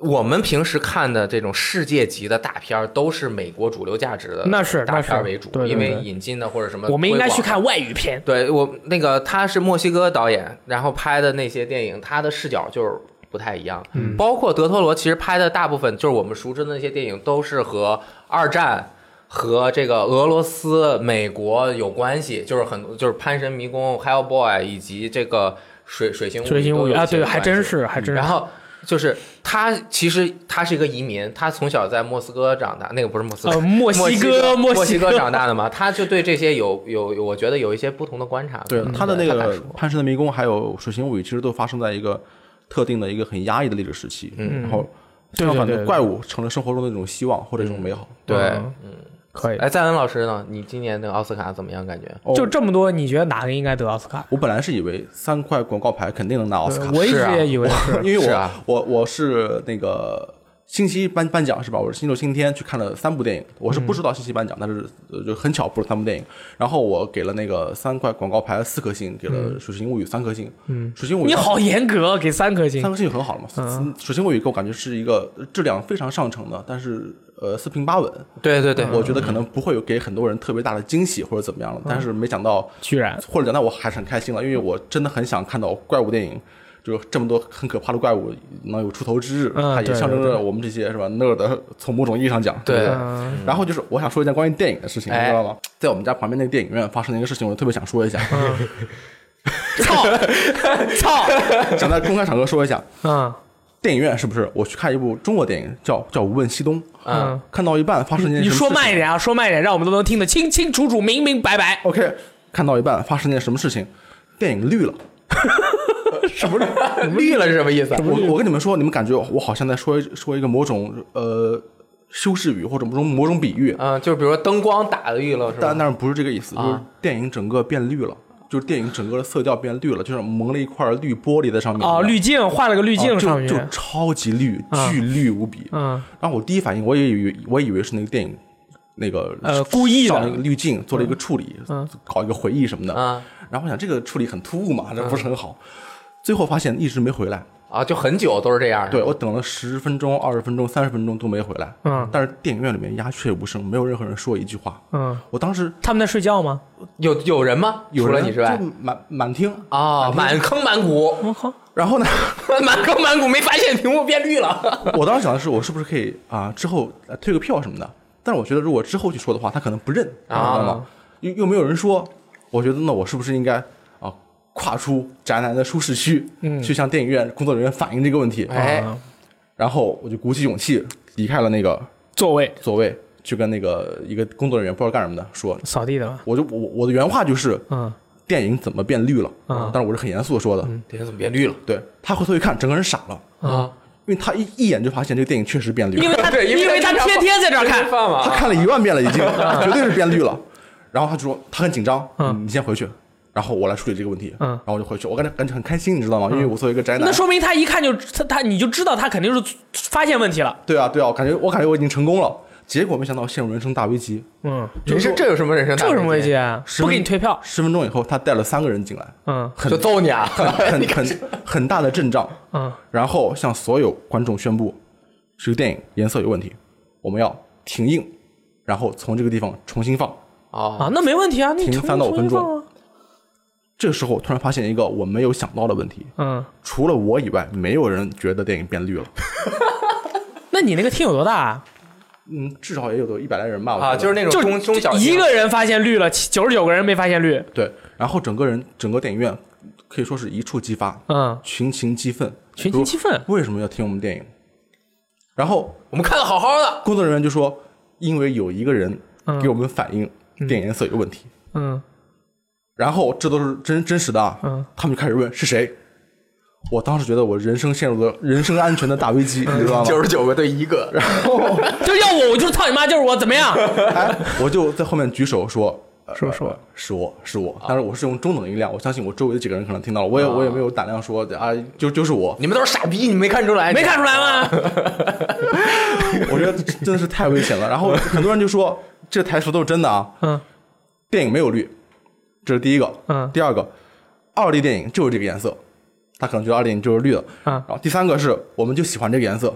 Speaker 2: 我们平时看的这种世界级的大片儿，都是美国主流价值的
Speaker 3: 那是
Speaker 2: 大片
Speaker 3: 那
Speaker 2: 儿
Speaker 3: 是
Speaker 2: 为主，
Speaker 3: 对对
Speaker 2: 因为
Speaker 3: 对
Speaker 2: 引进的或者什么，啊
Speaker 3: 我们应该去。看外语片。
Speaker 2: 对我那个他是墨西哥导演，然后拍的那些电影，他的视角就是不太一样。嗯，包括德托罗其实拍的大部分就是我们熟知的那些电影，都是和二战。和这个俄罗斯、美国有关系，就是很多就是《潘神迷宫》、《Hellboy》以及这个水水星物语
Speaker 3: 追星
Speaker 2: 都
Speaker 3: 物语
Speaker 2: 有一
Speaker 3: 啊，
Speaker 2: 些
Speaker 3: 对，还
Speaker 2: 关系
Speaker 3: 真是，还真是
Speaker 2: 然。后就是他，其实他是一个移民，他从小在莫斯科长大，那个不是莫斯科，
Speaker 3: 呃墨西
Speaker 2: 西
Speaker 3: 哥墨
Speaker 2: 墨
Speaker 3: 西哥
Speaker 2: 哥长大的嘛，他就对这些有有有，我觉得有一些不同的观察。
Speaker 1: 对，
Speaker 2: 嗯
Speaker 1: 他的那
Speaker 2: 他
Speaker 1: 个
Speaker 2: 敢
Speaker 1: 《
Speaker 2: 说
Speaker 1: 潘神的迷宫》还有《水形物语》，其实都发生在一个特定的一个很压抑的历史时期，
Speaker 2: 嗯
Speaker 1: 然后
Speaker 3: 对对
Speaker 1: 相反
Speaker 3: 对
Speaker 1: 的
Speaker 3: 对
Speaker 1: 怪物成了生活中的一种希望或者一种美好。
Speaker 2: 对，
Speaker 3: 嗯可以。
Speaker 2: 哎，赞恩老师呢？你今年那个奥斯卡怎么样？感觉？
Speaker 1: 哦
Speaker 3: 就这么多，你觉得哪个应该得奥斯卡？
Speaker 1: 我本来是以为三块广告牌肯定能拿奥斯卡，
Speaker 3: 我一
Speaker 2: 是
Speaker 3: 直
Speaker 2: 啊
Speaker 3: 也以为是，
Speaker 1: 因为
Speaker 2: 是
Speaker 1: 我、
Speaker 2: 啊
Speaker 1: 我我是那个星期一颁颁奖是吧？我是星期六、星期天去看了三部电影，我是不知道星期颁奖，但是呃就很巧不是三部电影。然后我给了那个三块广告牌四颗星，给了《水星物语》三颗星。嗯，《水星物语》
Speaker 3: 你好严格，给三颗星
Speaker 1: 三。颗星很好了嘛，嗯《水星物语》给我感觉是一个质量非常上乘的，但是呃四平八稳。
Speaker 2: 对对对
Speaker 1: 我觉得可能不会有给很多人特别大的惊喜或者怎么样了，但是没想到
Speaker 3: 居然
Speaker 1: 或者讲，那我还是很开心了，因为我真的很想看到怪物电影，就是这么多很可怕的怪物能有出头之日，
Speaker 3: 嗯
Speaker 1: 它也
Speaker 3: 对
Speaker 1: 象征
Speaker 3: 对
Speaker 1: 着我们这些是吧 nerd 的从某种意义上讲，
Speaker 2: 对
Speaker 1: 不
Speaker 3: 嗯
Speaker 1: 然后就是我想说一件关于电影的事情，你
Speaker 2: 哎
Speaker 1: 知道吗？在我们家旁边那个电影院发生的一个事情，我特别想说一下，
Speaker 3: 嗯操操，
Speaker 1: 想在公开场合说一下。
Speaker 3: 嗯
Speaker 1: 电影院是不是？我去看一部中国电影，叫叫《无问西东》，
Speaker 3: 嗯，
Speaker 1: 看到一半发生一件
Speaker 3: 你
Speaker 1: 什么
Speaker 3: 说
Speaker 1: 事情
Speaker 3: 慢一点啊，说慢一点，让我们都能听得清清楚楚、明明白白。
Speaker 1: ，OK，看到一半发生一件什么事情？电影绿了。
Speaker 2: 什么 绿了是什么意思？
Speaker 1: 我我跟你们说，你们感觉我好像在说一说一个某种呃修饰语或者某种某种比喻，
Speaker 2: 嗯，就比如说灯光打绿了是
Speaker 1: 但
Speaker 2: 吧？
Speaker 1: 但是不是这个意思，
Speaker 3: 啊
Speaker 1: 就是电影整个变绿了，就是电影整个的色调变绿了，就是蒙了一块绿玻璃在上面
Speaker 3: 哦，滤镜换了个滤
Speaker 1: 啊
Speaker 3: 镜
Speaker 1: 就
Speaker 3: 上
Speaker 1: 就
Speaker 3: 去，
Speaker 1: 超级绿，
Speaker 3: 啊
Speaker 1: 巨绿无比。
Speaker 3: 嗯，
Speaker 1: 然后我第一反应，我也以为我以为是那个电影。那个
Speaker 3: 呃故意的嗯啊
Speaker 1: 上了一个滤镜做了一个处理，搞一个回忆什么的。
Speaker 2: 嗯
Speaker 1: 然后我想这个处理很突兀嘛，
Speaker 3: 嗯
Speaker 1: 这不是很好。最后发现一直没回来，
Speaker 2: 啊，就很久都是这样。
Speaker 1: 对，我等了十分钟、二十分钟、三十分钟都没回来。
Speaker 3: 嗯
Speaker 1: 但是电影院里面鸦雀无声，没有任何人说一句话。
Speaker 3: 嗯，
Speaker 1: 我当时
Speaker 3: 他们在睡觉吗？
Speaker 2: 有有人吗？
Speaker 1: 有
Speaker 2: 除了
Speaker 1: 人
Speaker 2: 你之外
Speaker 1: 就，满满厅
Speaker 2: 啊，满坑满谷，
Speaker 3: 我靠，
Speaker 1: 然后呢，
Speaker 2: 满坑满谷，没发现屏幕变绿了。
Speaker 1: 我当时想的是，我是不是可以啊、之后呃退个票什么的？但是我觉得如果之后去说的话，他可能不认，你知
Speaker 2: 啊
Speaker 1: 道吗？又又没有人说，我觉得那我是不是应该啊、跨出宅男的舒适区，
Speaker 3: 嗯
Speaker 1: 去向电影院工作人员反映这个问题？
Speaker 2: 哎，
Speaker 3: 嗯
Speaker 1: 然后我就鼓起勇气离开了那个
Speaker 3: 座位
Speaker 1: 座位，去跟那个一个工作人员不知道干什么的说，
Speaker 3: 扫地的吧？
Speaker 1: 我就我我的原话就是
Speaker 3: 嗯，
Speaker 1: 电影怎么变绿了？
Speaker 3: 嗯
Speaker 1: 但是我是很严肃的说的，
Speaker 2: 电影怎么变绿了？
Speaker 1: 对他回头一看，整个人傻了，
Speaker 2: 啊，
Speaker 1: 因为他一一眼就发现这个电影确实变绿了，
Speaker 3: 因为他
Speaker 2: 对，
Speaker 3: 因为他天天在这儿看，
Speaker 2: 饭嘛，
Speaker 1: 他看了一万遍了，已经 绝对是变绿了。然后他就说他很紧张，
Speaker 3: 啊嗯
Speaker 1: 你先回去，然后我来处理这个问题。
Speaker 3: 嗯
Speaker 1: 然后我就回去，我感觉感觉很开心，你知道吗？因为我作为一个宅男
Speaker 3: 那，说明他一看就他他你就知道他肯定是发现问题了。
Speaker 1: 对啊对啊，我感觉我感觉我已经成功了。结果没想到陷入人生大危机，
Speaker 3: 嗯，
Speaker 2: 人生这有什么人生？
Speaker 3: 这有什么危机？啊？
Speaker 1: 十
Speaker 3: 不
Speaker 1: 分
Speaker 3: 给你退票。
Speaker 1: 十分钟以后，他带了三个人进来，
Speaker 3: 嗯
Speaker 1: 很
Speaker 2: 就揍你啊！
Speaker 1: 很很很很大的阵仗。
Speaker 3: 嗯，
Speaker 1: 然后向所有观众宣布，这个电影颜色有问题，我们要停映，然后从这个地方重新放。
Speaker 2: 啊
Speaker 3: 啊，那没问题啊，你
Speaker 1: 停
Speaker 3: 重
Speaker 1: 三到五
Speaker 3: 重新
Speaker 1: 分钟
Speaker 3: 放啊
Speaker 1: 这时候我突然发现一个我没有想到的问题，
Speaker 3: 嗯，
Speaker 1: 除了我以外，没有人觉得电影变绿了。
Speaker 3: 那你那个厅有多大啊？
Speaker 1: 嗯，至少也有个一百来人吧。我觉
Speaker 2: 啊，
Speaker 1: 得
Speaker 2: 就是那种
Speaker 3: 就
Speaker 2: 中中小
Speaker 3: 一个人发现绿了，九十九个人没发现绿。
Speaker 1: 对，然后整个人整个电影院可以说是一触即发，
Speaker 3: 嗯，
Speaker 1: 群情激愤，
Speaker 3: 群情激愤
Speaker 1: 比如为什么要听我们电影？然后
Speaker 2: 我们看的好好的，
Speaker 1: 工作人员就说，因为有一个人
Speaker 3: 嗯
Speaker 1: 给我们反映电影颜色有问题。
Speaker 3: 嗯
Speaker 1: 然后这都是真真实的啊，
Speaker 3: 嗯
Speaker 1: 他们就开始问是谁。我当时觉得我人生陷入了人身安全的大危机，
Speaker 3: 嗯
Speaker 1: 你知道 吗？
Speaker 2: 九十九个对一个，
Speaker 3: 就是要我，我就是操你妈，就是我，怎么样？
Speaker 1: 哎，我就在后面举手 说，呃
Speaker 3: 是我是我
Speaker 1: 是我是我，但是我是用中等音量，我相信我周围的几个人可能听到了，我也我也没有胆量说啊，就就是我，
Speaker 2: 你们都是傻逼，你没看出来？
Speaker 3: 没看出来？吗？
Speaker 1: 我觉得 这真的是太危险了。然后很多人就说这台词都是真的啊，
Speaker 3: 嗯
Speaker 1: 电影没有绿，这是第一个，
Speaker 3: 嗯
Speaker 1: 第二个，二 D 电影就是这个颜色，他可能觉得二 D 电影就是绿的，
Speaker 3: 嗯
Speaker 1: 然后第三个是我们就喜欢这个颜色，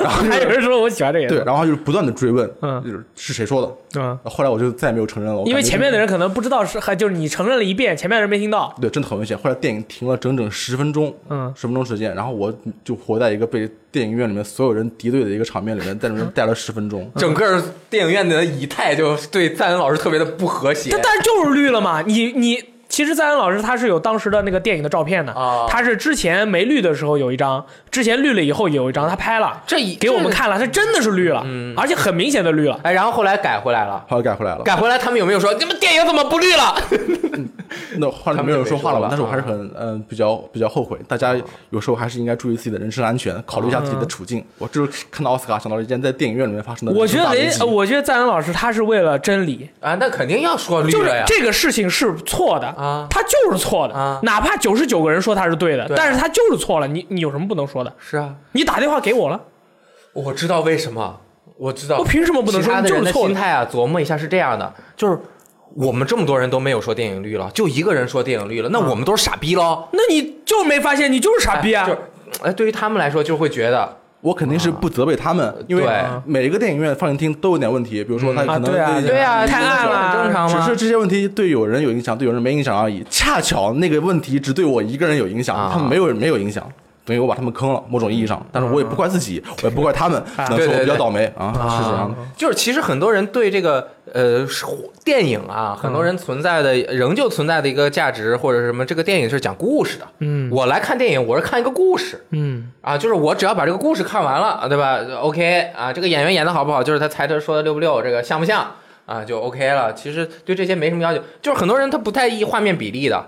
Speaker 1: 然后就是
Speaker 3: 还有人说我喜欢这个，
Speaker 1: 对，，然后就是不断的追问，
Speaker 3: 嗯
Speaker 1: 就是是谁说的？
Speaker 3: 嗯，
Speaker 1: 后来我就再也没有承认了，我
Speaker 3: 因为
Speaker 1: 感觉
Speaker 3: 前面的人可能不知道是，还就是你承认了一遍，前面的人没听到。
Speaker 1: 对，真的很危险。后来电影停了整整十分钟，
Speaker 3: 嗯
Speaker 1: 十分钟时间，然后我就活在一个被电影院里面所有人敌对的一个场面里面，在
Speaker 3: 嗯
Speaker 1: 里面待了十分钟。
Speaker 2: 整个电影院的仪态就对赞恩老师特别的不和谐
Speaker 3: 但但是就是绿了嘛，你你。其实赞恩老师他是有当时的那个电影的照片的
Speaker 2: 啊，
Speaker 3: 他是之前没绿的时候有一张，之前绿了以后有一张他拍了，
Speaker 2: 这一
Speaker 3: 给我们。看了，他真的是绿了，而且很明显的绿了
Speaker 2: 这。哎，然后后来改回来了，
Speaker 1: 后来改回来了。
Speaker 2: 改回来他们有没有说你们电影怎么不绿了？
Speaker 1: 那后来
Speaker 2: 他们
Speaker 1: 没有人
Speaker 2: 就没
Speaker 1: 说话了吧
Speaker 2: 说了？
Speaker 1: 但是我还是很嗯、呃比较比较后悔。大家
Speaker 3: 哦
Speaker 1: 有时候还是应该注意自己的人身安全，考虑一下
Speaker 3: 嗯
Speaker 1: 自己的处境。我就是看到奥斯卡想到了一件在电影院里面发生的
Speaker 3: 我
Speaker 1: 人
Speaker 3: 觉
Speaker 1: 生嗯
Speaker 3: 得
Speaker 1: 大危
Speaker 3: 雷
Speaker 1: 机，
Speaker 3: 我觉得赞恩老师他是为了真理，
Speaker 2: 啊，那肯定要说绿
Speaker 3: 就是
Speaker 2: 了呀。
Speaker 3: 这个事情是错的
Speaker 2: 啊
Speaker 3: 他就是错的
Speaker 2: 啊
Speaker 3: 哪怕九十九个人说他是对的，
Speaker 2: 对啊
Speaker 3: 但是他就是错了，你你有什么不能说的？
Speaker 2: 是啊，
Speaker 3: 你打电话给我了，
Speaker 2: 我知道为什么，我知道
Speaker 3: 我凭什么不能
Speaker 2: 其
Speaker 3: 说
Speaker 2: 他
Speaker 3: 你
Speaker 2: 的
Speaker 3: 就
Speaker 2: 人
Speaker 3: 是
Speaker 2: 的
Speaker 3: 错
Speaker 2: 心
Speaker 3: 的？
Speaker 2: 态啊，琢磨一下是这样的，就是我们这么多人都没有说电影绿了，就一个人说电影绿了，
Speaker 3: 嗯
Speaker 2: 那我们都是傻逼喽。
Speaker 3: 那你就是没发现，你就是傻逼啊！
Speaker 2: 哎就是哎，对于他们来说就会觉得
Speaker 1: 我肯定是不责备他们，因为
Speaker 2: 对
Speaker 1: 每一个电影院放映厅都有点问题，比如说他哎可
Speaker 3: 啊
Speaker 1: 能
Speaker 3: 对啊
Speaker 1: 那
Speaker 3: 对啊
Speaker 2: 太
Speaker 3: 太暗
Speaker 2: 暗
Speaker 3: 了
Speaker 2: 了，很正常
Speaker 1: 只
Speaker 2: 吗？
Speaker 1: 是这些问题对有人有影响，对有人没影响而已。恰巧那个问题只对我一个人有影响，
Speaker 2: 啊
Speaker 1: 他们没有人没有影响，等于我把他们坑了，某种意义上。但是我也不怪自己，我也不怪他们，能
Speaker 2: 嗯对
Speaker 1: 说
Speaker 2: 对
Speaker 1: 我比
Speaker 2: 对
Speaker 1: 较倒霉啊，是这样
Speaker 3: 嗯
Speaker 1: 的。
Speaker 2: 就是其实很多人对这个呃是电影啊，很
Speaker 3: 嗯
Speaker 2: 多人存在的、仍旧存在的一个价值或者是什么，这个电影是讲故事的。
Speaker 3: 嗯
Speaker 2: 我来看电影，我是看一个故事
Speaker 3: 嗯，
Speaker 2: 啊，就是我只要把这个故事看完了，对吧？OK 啊，这个演员演的好不好，就是他台词说的溜不溜，这个像不像啊，就 OK 了。其实对这些没什么要求，就是很多人他不太意画面比例的。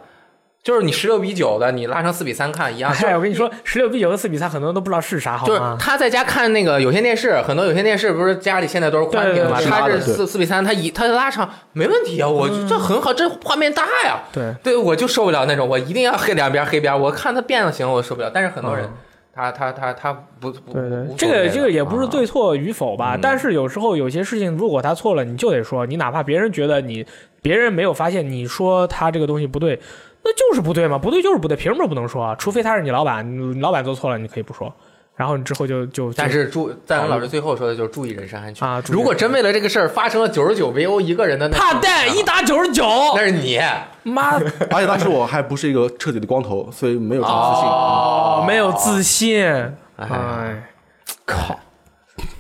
Speaker 2: 就是你十六比九的，你拉成四比三看一样。就是
Speaker 3: 哎，我跟你说，十六比九和四比三，很多人都不知道是啥，好
Speaker 2: 就是
Speaker 3: 吗？
Speaker 2: 他在家看那个有线电视，很多有线电视不是家里现在都是宽屏嘛，
Speaker 3: 对对对嗯
Speaker 2: 他是
Speaker 1: 是的
Speaker 2: 四四比三，他一他拉长没问题啊，我这很好，这画面大呀。
Speaker 3: 对，
Speaker 2: 对，我就受不了那种，我一定要黑两边黑边，我看他变了形，我受不了。但是很多人，他他他他不不
Speaker 3: 对对
Speaker 2: 无，
Speaker 3: 哦这
Speaker 2: 所谓
Speaker 3: 个
Speaker 2: 的
Speaker 3: 这个也不是
Speaker 2: 啊
Speaker 3: 对错与否吧，但是有时候有些事情，如果他错了，你就得说，你哪怕别人觉得你别人没有发现，你说他这个东西不对，那就是不对嘛，不对就是不对，凭什么不能说啊？除非他是你老板，你老板做错了，你可以不说，然后你之后就就，
Speaker 2: 但
Speaker 3: 就是
Speaker 2: 注赞恩老师最后说的就是注意人身安全
Speaker 3: 啊注意
Speaker 2: 如果真为了这个事儿发生了九十九 VO 一个人的那
Speaker 3: 怕蛋一打九十九，
Speaker 2: 那是你
Speaker 3: 妈
Speaker 1: 而且当时我还不是一个彻底的光头，所以没有什么自信。
Speaker 2: 哦
Speaker 3: 没有自信，
Speaker 2: 哎
Speaker 3: 哎，
Speaker 2: 靠。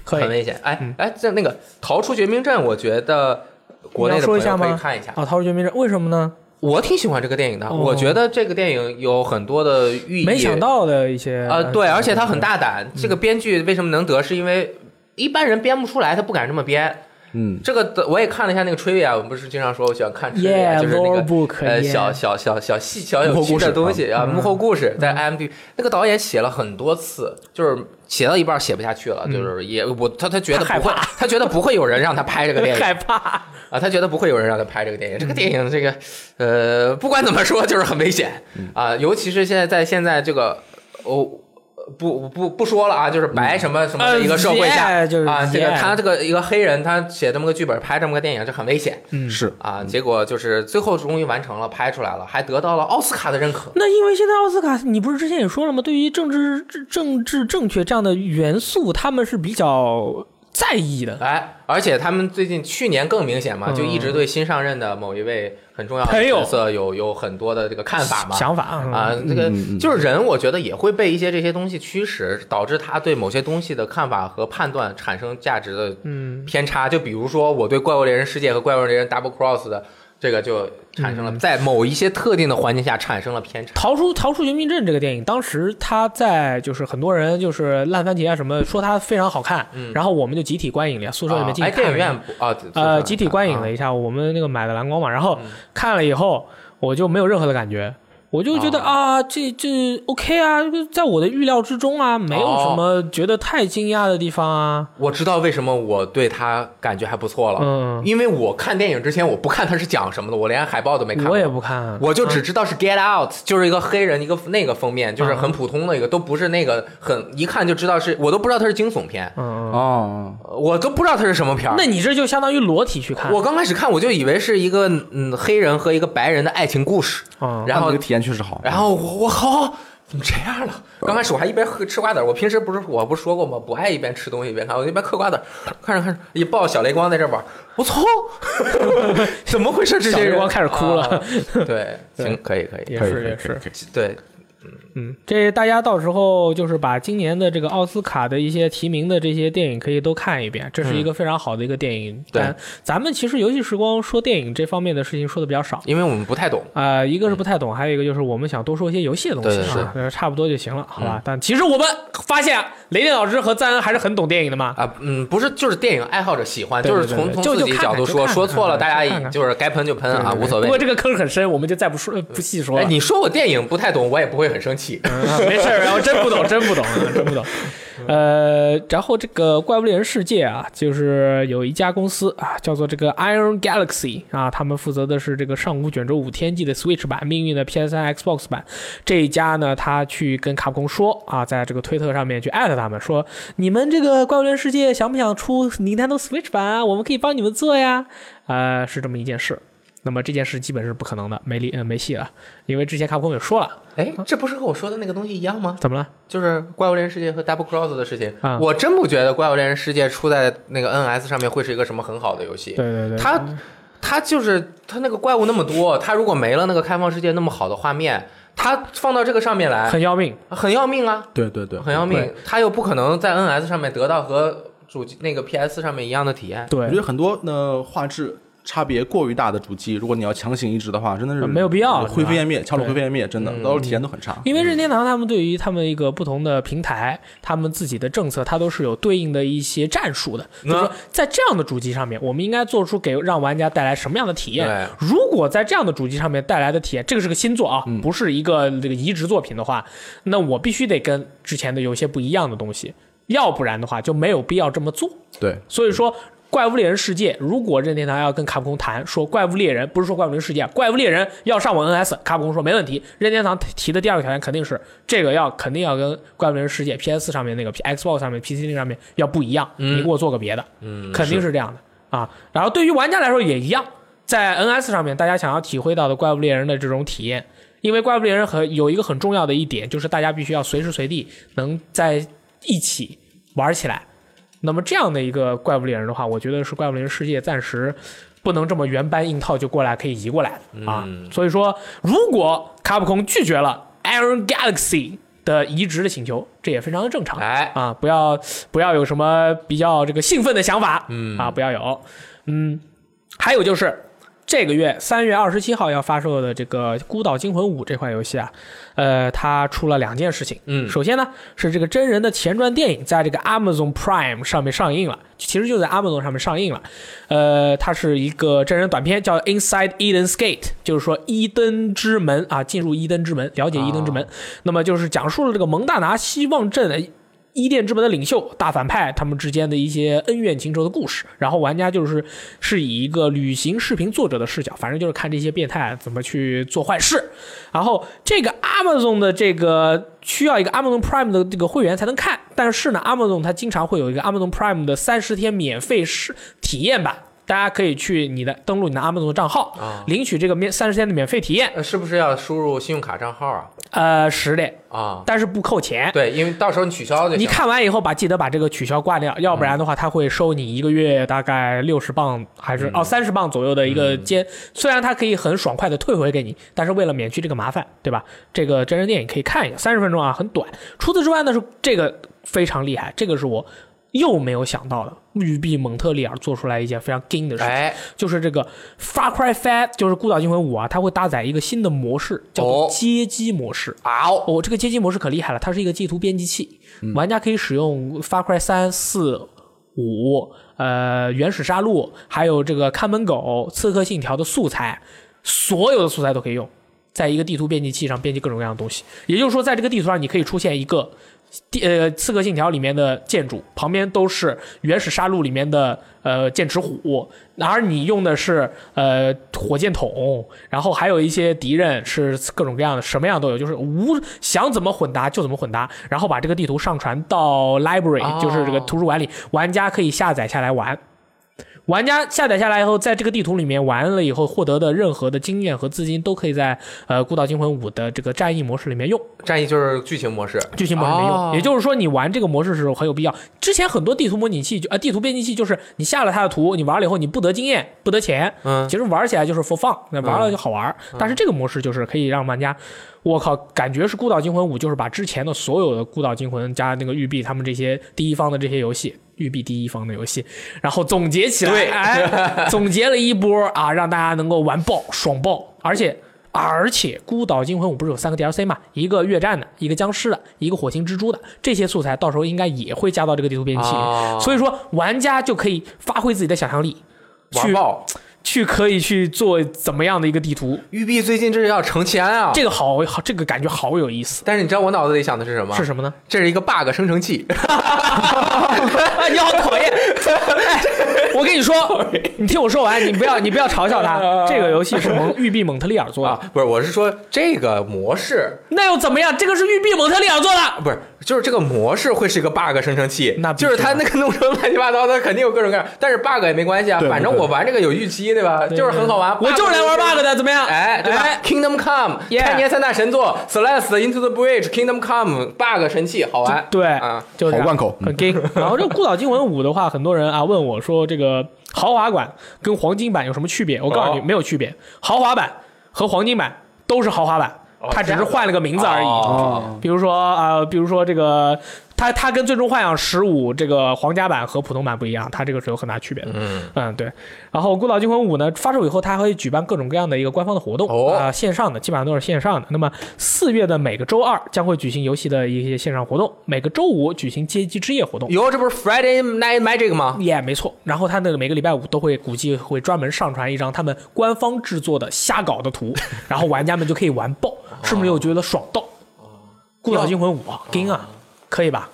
Speaker 3: 可
Speaker 2: 很
Speaker 3: 以。
Speaker 2: 危险。哎哎，这那个《逃出绝命镇》，我觉得国内的朋
Speaker 3: 说一
Speaker 2: 友
Speaker 3: 下
Speaker 2: 可
Speaker 3: 吗？
Speaker 2: 以看一下。
Speaker 3: 啊，《逃出绝命镇》为什么呢？
Speaker 2: 我挺喜欢这个电影的，
Speaker 3: 哦
Speaker 2: 我觉得这个电影有很多的寓意。
Speaker 3: 没想到的一些
Speaker 2: 呃，对，而且他很大胆。这个编剧为什么能得，是因为一般人编不出来，他不敢这么编。
Speaker 1: 嗯，
Speaker 2: 这个的我也看了一下那个 trivia，我们不是经常说我喜欢看 trivia，
Speaker 3: Yeah，
Speaker 2: 就是那
Speaker 3: lore book，
Speaker 2: 个呃
Speaker 3: yeah
Speaker 2: 小小小小细小有趣的东西啊，幕后故事在 IMDb 那个导演写了很多次，就是写到一半写不下去了，就是也我他他觉得
Speaker 3: 他害
Speaker 2: 不会，他觉得不会有人让他拍这个电影
Speaker 3: 害怕。
Speaker 2: 啊，他觉得不会有人让他拍这个电影。这个电影这个呃，不管怎么说就是很危险啊，尤其是现在在现在这个哦。不不不说了啊，就是白什么什么的一个社会下、
Speaker 3: 嗯就是
Speaker 2: 啊，这个
Speaker 3: yeah
Speaker 2: 他这个一个黑人，他写这么个剧本，拍这么个电影，这很危险
Speaker 3: 嗯
Speaker 1: 是
Speaker 2: 啊。结果就是最后终于完成了，拍出来了，还得到了奥斯卡的认可。
Speaker 3: 那因为现在奥斯卡，你不是之前也说了吗？对于政治政政治正确这样的元素，他们是比较在意的。
Speaker 2: 哎，而且他们最近去年更明显嘛，
Speaker 3: 嗯
Speaker 2: 就一直对新上任的某一位很重要的
Speaker 3: 朋友
Speaker 2: 角色有有很多的这个看法嘛。
Speaker 3: 想法啊
Speaker 2: 啊，这个
Speaker 1: 嗯嗯
Speaker 2: 就是人，我觉得也会被一些这些东西驱使，导致他对某些东西的看法和判断产生价值的
Speaker 3: 嗯，
Speaker 2: 偏差。就比如说，我对《怪物猎人世界》和《怪物猎人 Double Cross》的这个就产
Speaker 3: 嗯
Speaker 2: 生了，在某一些特定的环境下产生了偏差。
Speaker 3: 逃出逃出绝命镇这个电影，当时他在就是很多人就是烂番茄啊什么说它非常好看，
Speaker 2: 嗯
Speaker 3: 然后我们就集体观影了，宿舍里面进
Speaker 2: 啊
Speaker 3: 去
Speaker 2: 哎，
Speaker 3: 看了
Speaker 2: 电
Speaker 3: 一
Speaker 2: 影
Speaker 3: 下
Speaker 2: 院不啊，
Speaker 3: 呃，集体观影了
Speaker 2: 啊
Speaker 3: 一下，我们那个买的蓝光嘛，然后看了以后，我就没有任何的感觉，我就觉得啊，这这 OK 啊，在我的预料之中啊，没有什么觉得太惊讶的地方啊，
Speaker 2: 我知道为什么我对他感觉还不错了，
Speaker 3: 嗯
Speaker 2: 因为我看电影之前我不看他是讲什么的，我连海报都没看过，
Speaker 3: 我也不看，啊
Speaker 2: 我就只知道是 Get Out，、就是一个黑人一个那个封面，就是
Speaker 3: 嗯
Speaker 2: 很普通的一个，都不是那个很一看就知道是我都不知道它是惊悚片，
Speaker 3: 嗯，嗯
Speaker 1: 哦，
Speaker 2: 我都不知道它是什么片儿。
Speaker 3: 那你这就相当于裸体去看，
Speaker 2: 啊我刚开始看我就以为是一个嗯黑人和一个白人的爱情故事，
Speaker 3: 嗯
Speaker 2: 然
Speaker 1: 那
Speaker 2: 后
Speaker 1: 这个体验确实好。
Speaker 2: 然后我我靠，怎么这样了？刚开始我还一边喝吃瓜子儿，我平时不是我不是说过吗？不爱一边吃东西一边看，我一边嗑瓜子儿，看着看着一抱小雷光在这玩儿，我操， 怎么回事？这
Speaker 3: 小
Speaker 2: 些
Speaker 3: 时
Speaker 2: 人
Speaker 3: 光开始哭了，
Speaker 2: 啊对，行，可以可以，
Speaker 3: 也
Speaker 1: 可以
Speaker 3: 是也
Speaker 1: 可以可以
Speaker 3: 是，
Speaker 2: 对，
Speaker 3: 嗯，这大家到时候就是把今年的这个奥斯卡的一些提名的这些电影可以都看一遍，这是一个非常好的一个电影。
Speaker 2: 对
Speaker 3: 但咱们其实游戏时光说电影这方面的事情说的比较少。
Speaker 2: 因为我们不太懂。
Speaker 3: 呃，一个是不太懂，还有一个就是我们想多说一些游戏的东西
Speaker 2: 嗯对嗯
Speaker 3: 啊，呃差不多就行了，好吧？但其实我们发现啊雷电老师和赞恩还是很懂电影的嘛。
Speaker 2: 啊，嗯，不是，就是电影爱好者喜欢，
Speaker 3: 对
Speaker 2: 就是
Speaker 3: 对
Speaker 2: 从
Speaker 3: 对
Speaker 2: 从
Speaker 3: 就
Speaker 2: 自
Speaker 3: 就
Speaker 2: 己
Speaker 3: 看
Speaker 2: 角
Speaker 3: 看
Speaker 2: 度
Speaker 3: 就
Speaker 2: 说
Speaker 3: 看
Speaker 2: 说
Speaker 3: 看
Speaker 2: 错了，
Speaker 3: 就
Speaker 2: 大家
Speaker 3: 看
Speaker 2: 也
Speaker 3: 看
Speaker 2: 就是该喷就喷啊，无所
Speaker 3: 不
Speaker 2: 谓
Speaker 3: 过。这个坑很深，我们就再不说不细说
Speaker 2: 哎，
Speaker 3: 了。
Speaker 2: 你说我电影不太懂，我也不会很生气。
Speaker 3: 啊 没事儿，我真不懂，真不懂， 真不懂。呃，然后这个《怪物猎人世界》啊，就是有一家公司啊，叫做这个 Iron Galaxy 啊，他们负责的是这个《上古卷轴五天际》的 Switch 版、命运的 PS3、Xbox 版。这一家呢，他去跟卡普空说啊，在这个推特上面去艾特他们说，你们这个《怪物猎人世界》想不想出 Nintendo Switch 版啊？我们可以帮你们做呀。呃，是这么一件事。那么这件事基本是不可能的，没力呃没戏了，因为之前卡普空也说了，
Speaker 2: 哎，这不是和我说的那个东西一样吗？
Speaker 3: 怎么了？
Speaker 2: 就是《怪物猎人世界》和 Double Cross 的事情
Speaker 3: 啊，
Speaker 2: 我真不觉得《怪物猎人世界》出在那个 NS 上面会是一个什么很好的游戏。
Speaker 3: 对对对，
Speaker 2: 它它就是它那个怪物那么多，它如果没了那个开放世界那么好的画面，它放到这个上面
Speaker 1: 哎
Speaker 2: 来
Speaker 3: 很要命。
Speaker 2: 很要命啊，
Speaker 1: 对对对，
Speaker 2: 很要命
Speaker 1: 对。。
Speaker 2: 它又不可能在 NS 上面得到和主机那个 PS 上面一样的体验。
Speaker 1: 我
Speaker 3: 对
Speaker 1: 觉，得很多呢画质差别过于大的主机，如果你要强行移植的话，真的是
Speaker 3: 呃没有必要
Speaker 1: 灰飞烟灭，敲锣
Speaker 3: 对
Speaker 1: 灰飞烟灭，真的，
Speaker 2: 嗯
Speaker 1: 到时候体验都很差。
Speaker 3: 因为任天堂他们对于他们一个不同的平台，他们自己的政策，它都是有对应的一些战术的。就是说，在这样的主机上面，我们应该做出给让玩家带来什么样的体验？
Speaker 2: 对，
Speaker 3: 如果在这样的主机上面带来的体验，这个是个新作啊，
Speaker 1: 嗯
Speaker 3: 不是一个这个移植作品的话，那我必须得跟之前的有一些不一样的东西，要不然的话就没有必要这么做。
Speaker 1: 对，
Speaker 3: 所以说，《怪物猎人世界》如果任天堂要跟卡普空谈说《怪物猎人》，不是说《怪物猎人世界》，《怪物猎人》要上我 NS，卡普空说没问题。任天堂提的第二个条件肯定是这个要肯定要跟《怪物猎人世界》PS 上面那个 Xbox 上面 PC 那上面要不一样，你给我做个别的，嗯，肯定是这样的啊。然后对于玩家来说也一样，在 NS 上面大家想要体会到的《怪物猎人》的这种体验。因为《怪物猎人》和有一个很重要的一点，就是大家必须要随时随地能在一起玩起来，那么这样的一个怪物猎人的话，我觉得是怪物猎人世界暂时不能这么原班硬套就过来可以移过来的啊。所以说，如果卡普空拒绝了 Iron Galaxy 的移植的请求，这也非常的正常。
Speaker 2: 哎，
Speaker 3: 啊，不要不要有什么比较这个兴奋的想法，嗯啊，不要有，嗯，还有就是这个月三月二十七号要发售的这个《孤岛惊魂五》这款游戏啊，呃，它出了两件事情，
Speaker 2: 嗯
Speaker 3: 首先呢是这个真人的前传电影在这个 Amazon Prime 上面上映了，其实就在 Amazon 上面上映了，呃，它是一个真人短片，叫《Inside Eden's Gate》，就是说伊登之门啊，进入伊登之门，了解伊登之门。那么就是讲述了这个蒙大拿希望镇呃伊甸之门的领袖大反派他们之间的一些恩怨情仇的故事。然后玩家就是是以一个旅行视频作者的视角，反正就是看这些变态怎么去做坏事。然后这个 Amazon 的这个需要一个 Amazon Prime 的这个会员才能看，但是呢，Amazon 它经常会有一个 Amazon Prime 的三十天免费试体验版。大家可以去你的登录你的 Amazon 账号，领取这个免三十天的免费体验，
Speaker 2: 呃是不是要输入信用卡账号啊？
Speaker 3: 呃，十的，
Speaker 2: 啊，
Speaker 3: 但是不扣钱。
Speaker 2: 对，因为到时候你取消就行。
Speaker 3: 你，看完以后，把记得把这个取消挂掉，要不然的
Speaker 2: 嗯
Speaker 3: 话，他会收你一个月大概六十磅还是哦三十磅左右的一
Speaker 2: 嗯
Speaker 3: 个监。虽然他可以很爽快的退回给你，但是为了免去这个麻烦，对吧？这个真人电影可以看一下，三十分钟啊，很短。除此之外呢，是这个非常厉害，这个是我又没有想到的，育碧蒙特利尔做出来一件非常 king 的事情。
Speaker 2: 哎，
Speaker 3: 就是这个 Far Cry Five，就是《孤岛惊魂五》啊，它会搭载一个新的模式，叫做
Speaker 2: 哦
Speaker 3: 街机模式。
Speaker 2: 啊哦，
Speaker 3: 哦，这个街机模式可厉害了，它是一个地图编辑器，玩家可以使用 Far Cry 三、四、五，呃，原始杀戮，还有这个看门狗、刺客信条的素材，所有的素材都可以用，在一个地图编辑器上编辑各种各样的东西。也就是说，在这个地图上，你可以出现一个地。呃，《刺客信条》里面的建筑旁边都是《原始杀戮》里面的呃剑齿虎，而你用的是呃火箭筒，然后还有一些敌人是各种各样的，什么样都有，就是无想怎么混搭就怎么混搭，然后把这个地图上传到 library，、
Speaker 2: 哦
Speaker 3: 就是这个图书馆里，玩家可以下载下来玩。玩家下载下来以后，在这个地图里面玩了以后获得的任何的经验和资金，都可以在呃《孤岛惊魂五》的这个战役模式里面用，
Speaker 2: 战役就是剧情模式，
Speaker 3: 剧情模式里面用。
Speaker 2: 哦
Speaker 3: 也就是说，你玩这个模式的时候很有必要。之前很多地图模拟器就呃地图编辑器就是你下了它的图，你玩了以后你不得经验，不得钱，
Speaker 2: 嗯
Speaker 3: 其实玩起来就是 for fun，那玩了就好玩儿。但是这个模式就是可以让玩家，我靠，感觉是《孤岛惊魂五》，就是把之前的所有的《孤岛惊魂》加那个育碧他们这些第一方的这些游戏。育碧第一方的游戏，然后总结起来，
Speaker 2: 对
Speaker 3: 哎，总结了一波啊，让大家能够玩爆、爽爆，而且而且《孤岛惊魂五》不是有三个 DLC 嘛？一个越战的，一个僵尸的，一个火星蜘蛛的，这些素材到时候应该也会加到这个地图编辑器里，
Speaker 2: 哦
Speaker 3: 所以说玩家就可以发挥自己的想象力，
Speaker 2: 玩
Speaker 3: 去
Speaker 2: 爆。
Speaker 3: 去可以去做怎么样的一个地图？
Speaker 2: 育碧最近这是要成钱啊！
Speaker 3: 这个好好，这个感觉好有意思。
Speaker 2: 但是你知道我脑子里想的是什么？
Speaker 3: 是什么呢？
Speaker 2: 这是一个 bug 生成 器，
Speaker 3: 哎你好讨 厌！我跟你说，你听我说完，你不要你不要 嘲笑他。这个游戏是蒙育碧蒙特利尔做的，
Speaker 2: 啊啊，不是，我是说这个模式
Speaker 3: 那又怎么样？这个是育碧蒙特利尔做的。
Speaker 2: 不是，就是这个模式会是一个 bug 生成器，
Speaker 3: 那必须
Speaker 2: 就
Speaker 3: 啊
Speaker 2: 是它那个弄成乱七八糟的，肯定有各种各样，但是 bug 也没关系啊，
Speaker 1: 对
Speaker 2: 反正我玩这个有预期，对吧？就是很好玩，
Speaker 3: 我就是来玩 bug
Speaker 2: 的。
Speaker 3: 的，怎么样？
Speaker 2: 哎，对吧、k i n g d o m Come，
Speaker 3: Yeah
Speaker 2: 开年三大神作，Celeste、Into the Bridge，Kingdom Come，bug 神器，好玩。
Speaker 3: 对
Speaker 2: 啊，
Speaker 3: 就是这样
Speaker 1: 好贯口嗯
Speaker 3: 很 gay。然后这《孤岛惊魂五》的话，很多人啊问我说，这个豪华版跟黄金版有什么区别？我告诉你，
Speaker 2: 哦
Speaker 3: 没有区别。豪华版和黄金版都是豪华版
Speaker 2: 哦，
Speaker 3: 它只是换了个名字而已。
Speaker 2: 哦
Speaker 3: 比如说啊、呃比如说这个，它它跟《最终幻想十五》这个皇家版和普通版不一样，它这个是有很大区别的。
Speaker 2: 嗯，
Speaker 3: 嗯，对。然后《孤岛惊魂五》呢，发售以后，它还会举办各种各样的一个官方的活动，
Speaker 2: 哦
Speaker 3: 啊、线上的基本上都是线上的。那么四月的每个周二将会举行游戏的一些线上活动，每个周五举行街机之夜活动。
Speaker 2: 哟，这不是 Friday Night Magic 吗？
Speaker 3: 也、没错，然后他那个每个礼拜五都会估计会专门上传一张他们官方制作的瞎搞的图，然后玩家们就可以玩爆，是不是又觉得爽到？孤岛惊魂五啊，金啊，可以吧？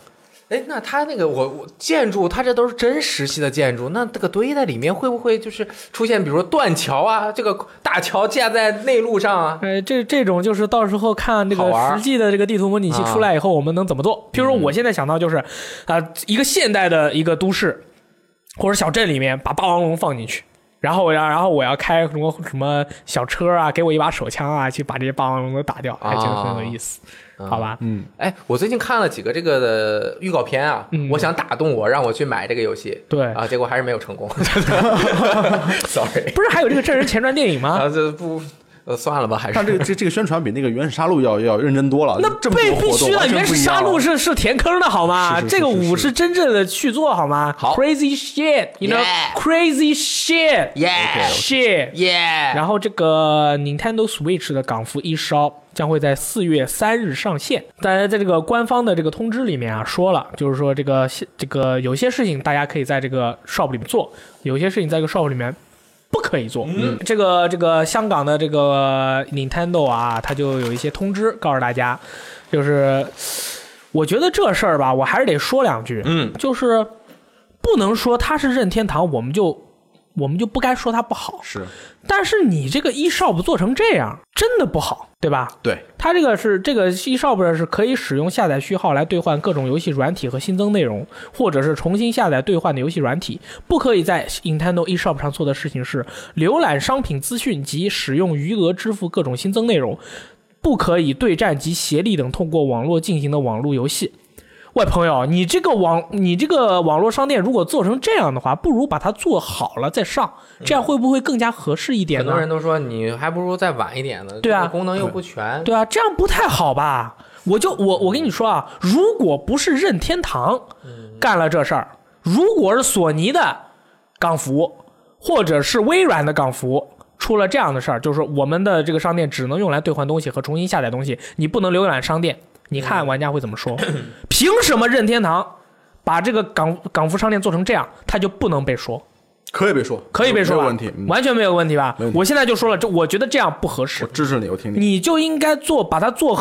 Speaker 2: 哎，那它那个我我建筑，它这都是真实系的建筑，那这个堆在里面会不会就是出现，比如说断桥啊，这个大桥架在内陆上啊？
Speaker 3: 呃，这这种就是到时候看这
Speaker 2: 好
Speaker 3: 个
Speaker 2: 玩儿
Speaker 3: 实际的这个地图模拟器
Speaker 1: 啊
Speaker 3: 出来以后，我们能怎么
Speaker 1: 嗯
Speaker 3: 做？譬如说，我现在想到就是，啊、一个现代的一个都市或者小镇里面，把霸王龙放进去。然后我要，然后我要开什么什么小车啊，给我一把手枪啊，去把这些霸王龙都打掉，还觉得很有意思，好吧？
Speaker 1: 啊嗯，
Speaker 2: 哎，我最近看了几个这个的预告片啊，
Speaker 3: 嗯
Speaker 2: 我想打动我，让我去买这个游戏，
Speaker 3: 对
Speaker 2: 啊，结果还是没有 成功 ，sorry
Speaker 3: 不是还有这个真人前传电影吗？
Speaker 2: 啊，这不呃算了吧，还
Speaker 1: 但
Speaker 2: 是
Speaker 1: 这个这这个宣传比那个《原始杀戮》要要认真多了。
Speaker 3: 那
Speaker 1: 这么
Speaker 3: 被
Speaker 1: 多活
Speaker 3: 必
Speaker 1: 动
Speaker 3: 须的，
Speaker 1: 完
Speaker 3: 《
Speaker 1: 全
Speaker 3: 原始
Speaker 1: 不一
Speaker 3: 杀
Speaker 1: 样
Speaker 3: 戮》
Speaker 1: 了
Speaker 3: 是是填坑的好吗？
Speaker 1: 是是是
Speaker 3: 这个
Speaker 1: 是
Speaker 3: 舞
Speaker 1: 是
Speaker 3: 是真正的去做好吗？
Speaker 2: 好
Speaker 3: ，Crazy shit，you
Speaker 2: Yeah
Speaker 3: know，crazy shit，
Speaker 2: Yeah
Speaker 3: shit。
Speaker 2: 耶，
Speaker 3: 然后这个 Nintendo Switch 的港服一烧将会在四月三日上线。大家在这个官方的这个通知里面啊，说了，就是说这个这个有些事情大家可以在这个 shop 里面做，有些事情在这个 shop 里面。不可以做，嗯，这个这个香港的这个 Nintendo 啊，它就有一些通知告诉大家，就是我觉得这事儿吧，我还是得说两句，
Speaker 2: 嗯，
Speaker 3: 就是不能说它是任天堂，我们就我们就不该说它不好，
Speaker 1: 是
Speaker 3: 但是你这个 eShop 做成这样，真的不好，对吧？
Speaker 1: 对，
Speaker 3: 它这个是这个 eShop 是可以使用下载序号来兑换各种游戏软体和新增内容，或者是重新下载兑换的游戏软体。不可以在 Nintendo eShop 上做的事情是浏览商品资讯及使用余额支付各种新增内容，不可以对战及协力等通过网络进行的网络游戏。喂，朋友，你这个网，你这个网络商店如果做成这样的话，不如把它做好了再上，这样会不会更加合适一点
Speaker 2: 很
Speaker 3: 呢？
Speaker 2: 多人都说你还不如再晚一点呢，
Speaker 3: 对啊
Speaker 2: 这个功能又不全，
Speaker 3: 对啊，这样不太好吧？我就我我跟你说啊，如果不是任天堂
Speaker 1: 嗯
Speaker 3: 干了这事儿，如果是索尼的港服或者是微软的港服出了这样的事儿，就是说我们的这个商店只能用来兑换东西和重新下载东西，你不能浏览商店。
Speaker 1: 嗯
Speaker 3: 你看玩家会怎么说？ 凭什么任天堂把这个港港服商店做成这样，他就不能被说？
Speaker 1: 可以被说，
Speaker 3: 可以被说
Speaker 1: 没
Speaker 3: 吧？
Speaker 1: 有问题。嗯
Speaker 3: 完全没有问题吧
Speaker 1: 没问？题
Speaker 3: 我现在就说了，这我觉得这样不合适
Speaker 1: 我。支持你，我听你。
Speaker 3: 你就应该做，把它做，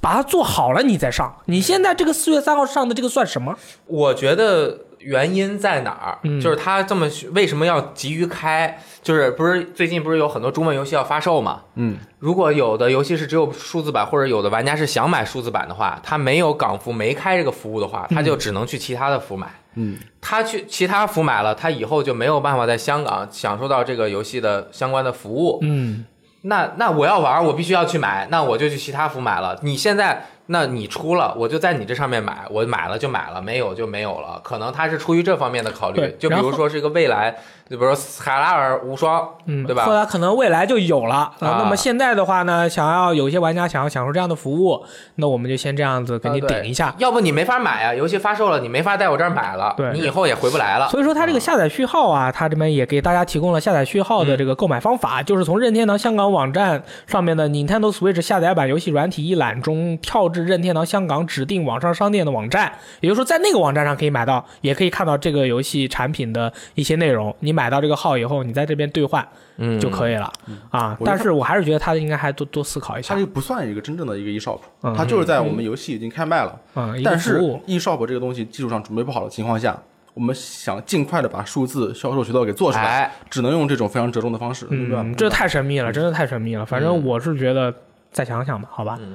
Speaker 3: 把它做好了，你再上。你现在这个四月三号上的这个算什么？
Speaker 2: 我觉得原因在哪儿？
Speaker 3: 嗯
Speaker 2: 就是他这么为什么要急于开？就是不是最近不是有很多中文游戏要发售嘛？
Speaker 1: 嗯，
Speaker 2: 如果有的游戏是只有数字版，或者有的玩家是想买数字版的话，他没有港服没开这个服务的话，他就只能去其他的服买。
Speaker 1: 嗯，
Speaker 2: 他去其他服买了，他以后就没有办法在香港享受到这个游戏的相关的服务。
Speaker 3: 嗯，
Speaker 2: 那那我要玩，我必须要去买，那我就去其他服买了。你现在，那你出了，我就在你这上面买，我买了就买了，没有就没有了。可能他是出于这方面的考虑
Speaker 3: 对，
Speaker 2: 就比
Speaker 3: 然
Speaker 2: 如
Speaker 3: 后
Speaker 2: 说是一个未来，就比如说海拉尔无双，
Speaker 3: 嗯，
Speaker 2: 对吧？
Speaker 3: 后来可能未来就有了啊、
Speaker 2: 啊
Speaker 3: 那么现在的话呢，想要有一些玩家想要享受这样的服务，那我们就先这样子给你
Speaker 2: 啊对
Speaker 3: 顶一下。
Speaker 2: 要不你没法买啊，游戏发售了，你没法在我这儿买了，
Speaker 3: 对
Speaker 2: 你以后也回不来了。
Speaker 3: 所以说，它这个下载序号啊，它这边也给大家提供了下载序号的嗯这个购买方法，就是从任天堂香港网站上面的 Nintendo Switch 下载版游戏软体一览中跳至任天堂香港指定网上商店的网站，也就是说，在那个网站上可以买到，也可以看到这个游戏产品的一些内容。你买到这个号以后，你在这边兑换
Speaker 2: 嗯
Speaker 3: 就可以了、啊。
Speaker 1: 我觉得
Speaker 3: 但是我还是觉得它应该还多多思考一
Speaker 1: 它
Speaker 3: 下
Speaker 1: 这，个不算一个真正的一个 eShop，
Speaker 3: 嗯
Speaker 1: 它就是在我们游戏已经开卖了，
Speaker 3: 嗯，一个
Speaker 1: 但是
Speaker 3: 服务。
Speaker 1: eShop 这个东西技术上准备不好的情况下，我们想尽快的把数字销售渠道给做出来，
Speaker 2: 哎，
Speaker 1: 只能用这种非常折中的方式，对吧？
Speaker 3: 嗯，这太神秘了，真的太神秘了。反正我是觉得，再想想吧，好吧。
Speaker 2: 嗯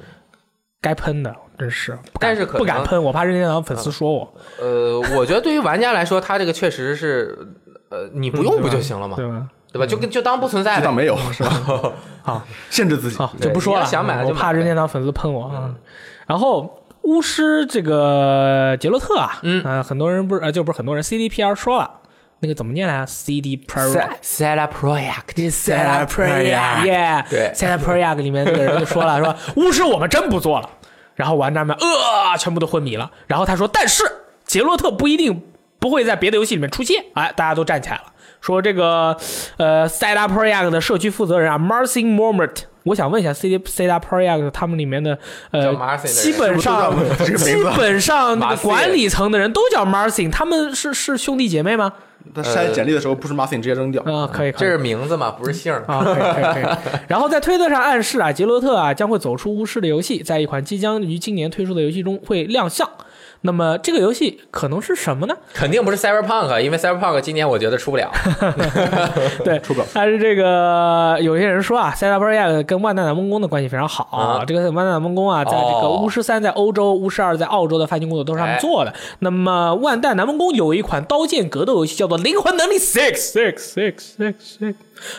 Speaker 3: 该喷的，真是。不
Speaker 2: 但
Speaker 3: 敢
Speaker 2: 是可能
Speaker 3: 不敢喷，我怕任天堂粉丝说我，
Speaker 2: 呃，我觉得对于玩家来说，他这个确实是，呃，你不用不就行了嗯嘛，
Speaker 3: 嗯对吧？
Speaker 2: 对吧？就跟就当不存在
Speaker 1: 就当
Speaker 2: 呗。
Speaker 1: 没有是吧？
Speaker 3: 好，
Speaker 1: 限制自己，
Speaker 3: 好，
Speaker 2: 对
Speaker 3: 就不说
Speaker 2: 你
Speaker 3: 了。嗯
Speaker 2: 要想买了就
Speaker 3: 我
Speaker 2: 买嗯
Speaker 3: 怕
Speaker 2: 呗
Speaker 3: 任天堂粉丝喷我啊。然后巫师这个杰洛特啊，
Speaker 2: 嗯
Speaker 3: 呃很多人不是呃，就不是很多人 CDPR 说了，那个怎么念来啊？CD Projekt。
Speaker 2: s e l a Project，
Speaker 3: s e t a Project，耶
Speaker 2: 对
Speaker 3: s e t a Project 里面那个人 就说了，说巫师我们真不做了，然后玩家们呃全部都昏迷了，然后他说，但是杰洛特不一定不会在别的游戏里面出现，哎，大家都站起来了，说这个呃 s e t a Project 的社区负责人啊 Marcin Mormert。我想问一下，C D C D Project 他们里面的
Speaker 2: 叫
Speaker 3: 呃
Speaker 2: Marcin 的，人
Speaker 3: 基本上
Speaker 1: 是不是都叫这个
Speaker 3: 基
Speaker 1: 名字
Speaker 3: 本上那个
Speaker 2: Marcin
Speaker 3: 管理层的人都叫 Marcin，他们是是兄弟姐妹吗？
Speaker 1: 他筛简历的时候不是 Martin 直接扔掉，
Speaker 3: 啊、可以，可以
Speaker 2: 这是名字嘛，不是姓儿。
Speaker 3: 啊，可以可以可以。 然后在推特上暗示啊，杰洛特啊将会走出巫师的游戏，在一款即将于今年推出的游戏中会亮相。那么这个游戏可能是什么呢？
Speaker 2: 肯定不是 Cyberpunk，因为 Cyberpunk 今年我觉得出不了。
Speaker 3: 啊对，
Speaker 1: 出不了。
Speaker 3: 但是这个有些人说啊，塞拉波利亚跟万代南梦宫的关系非常好。
Speaker 2: 啊
Speaker 3: 这个万代南梦宫啊，在这个
Speaker 2: 哦
Speaker 3: 巫师三在欧洲、巫师二在澳洲的发行工作都是他们
Speaker 2: 哎
Speaker 3: 做的。那么万代南梦宫有一款刀剑格斗游戏叫做《灵魂能力 Six Six Six Six Six》，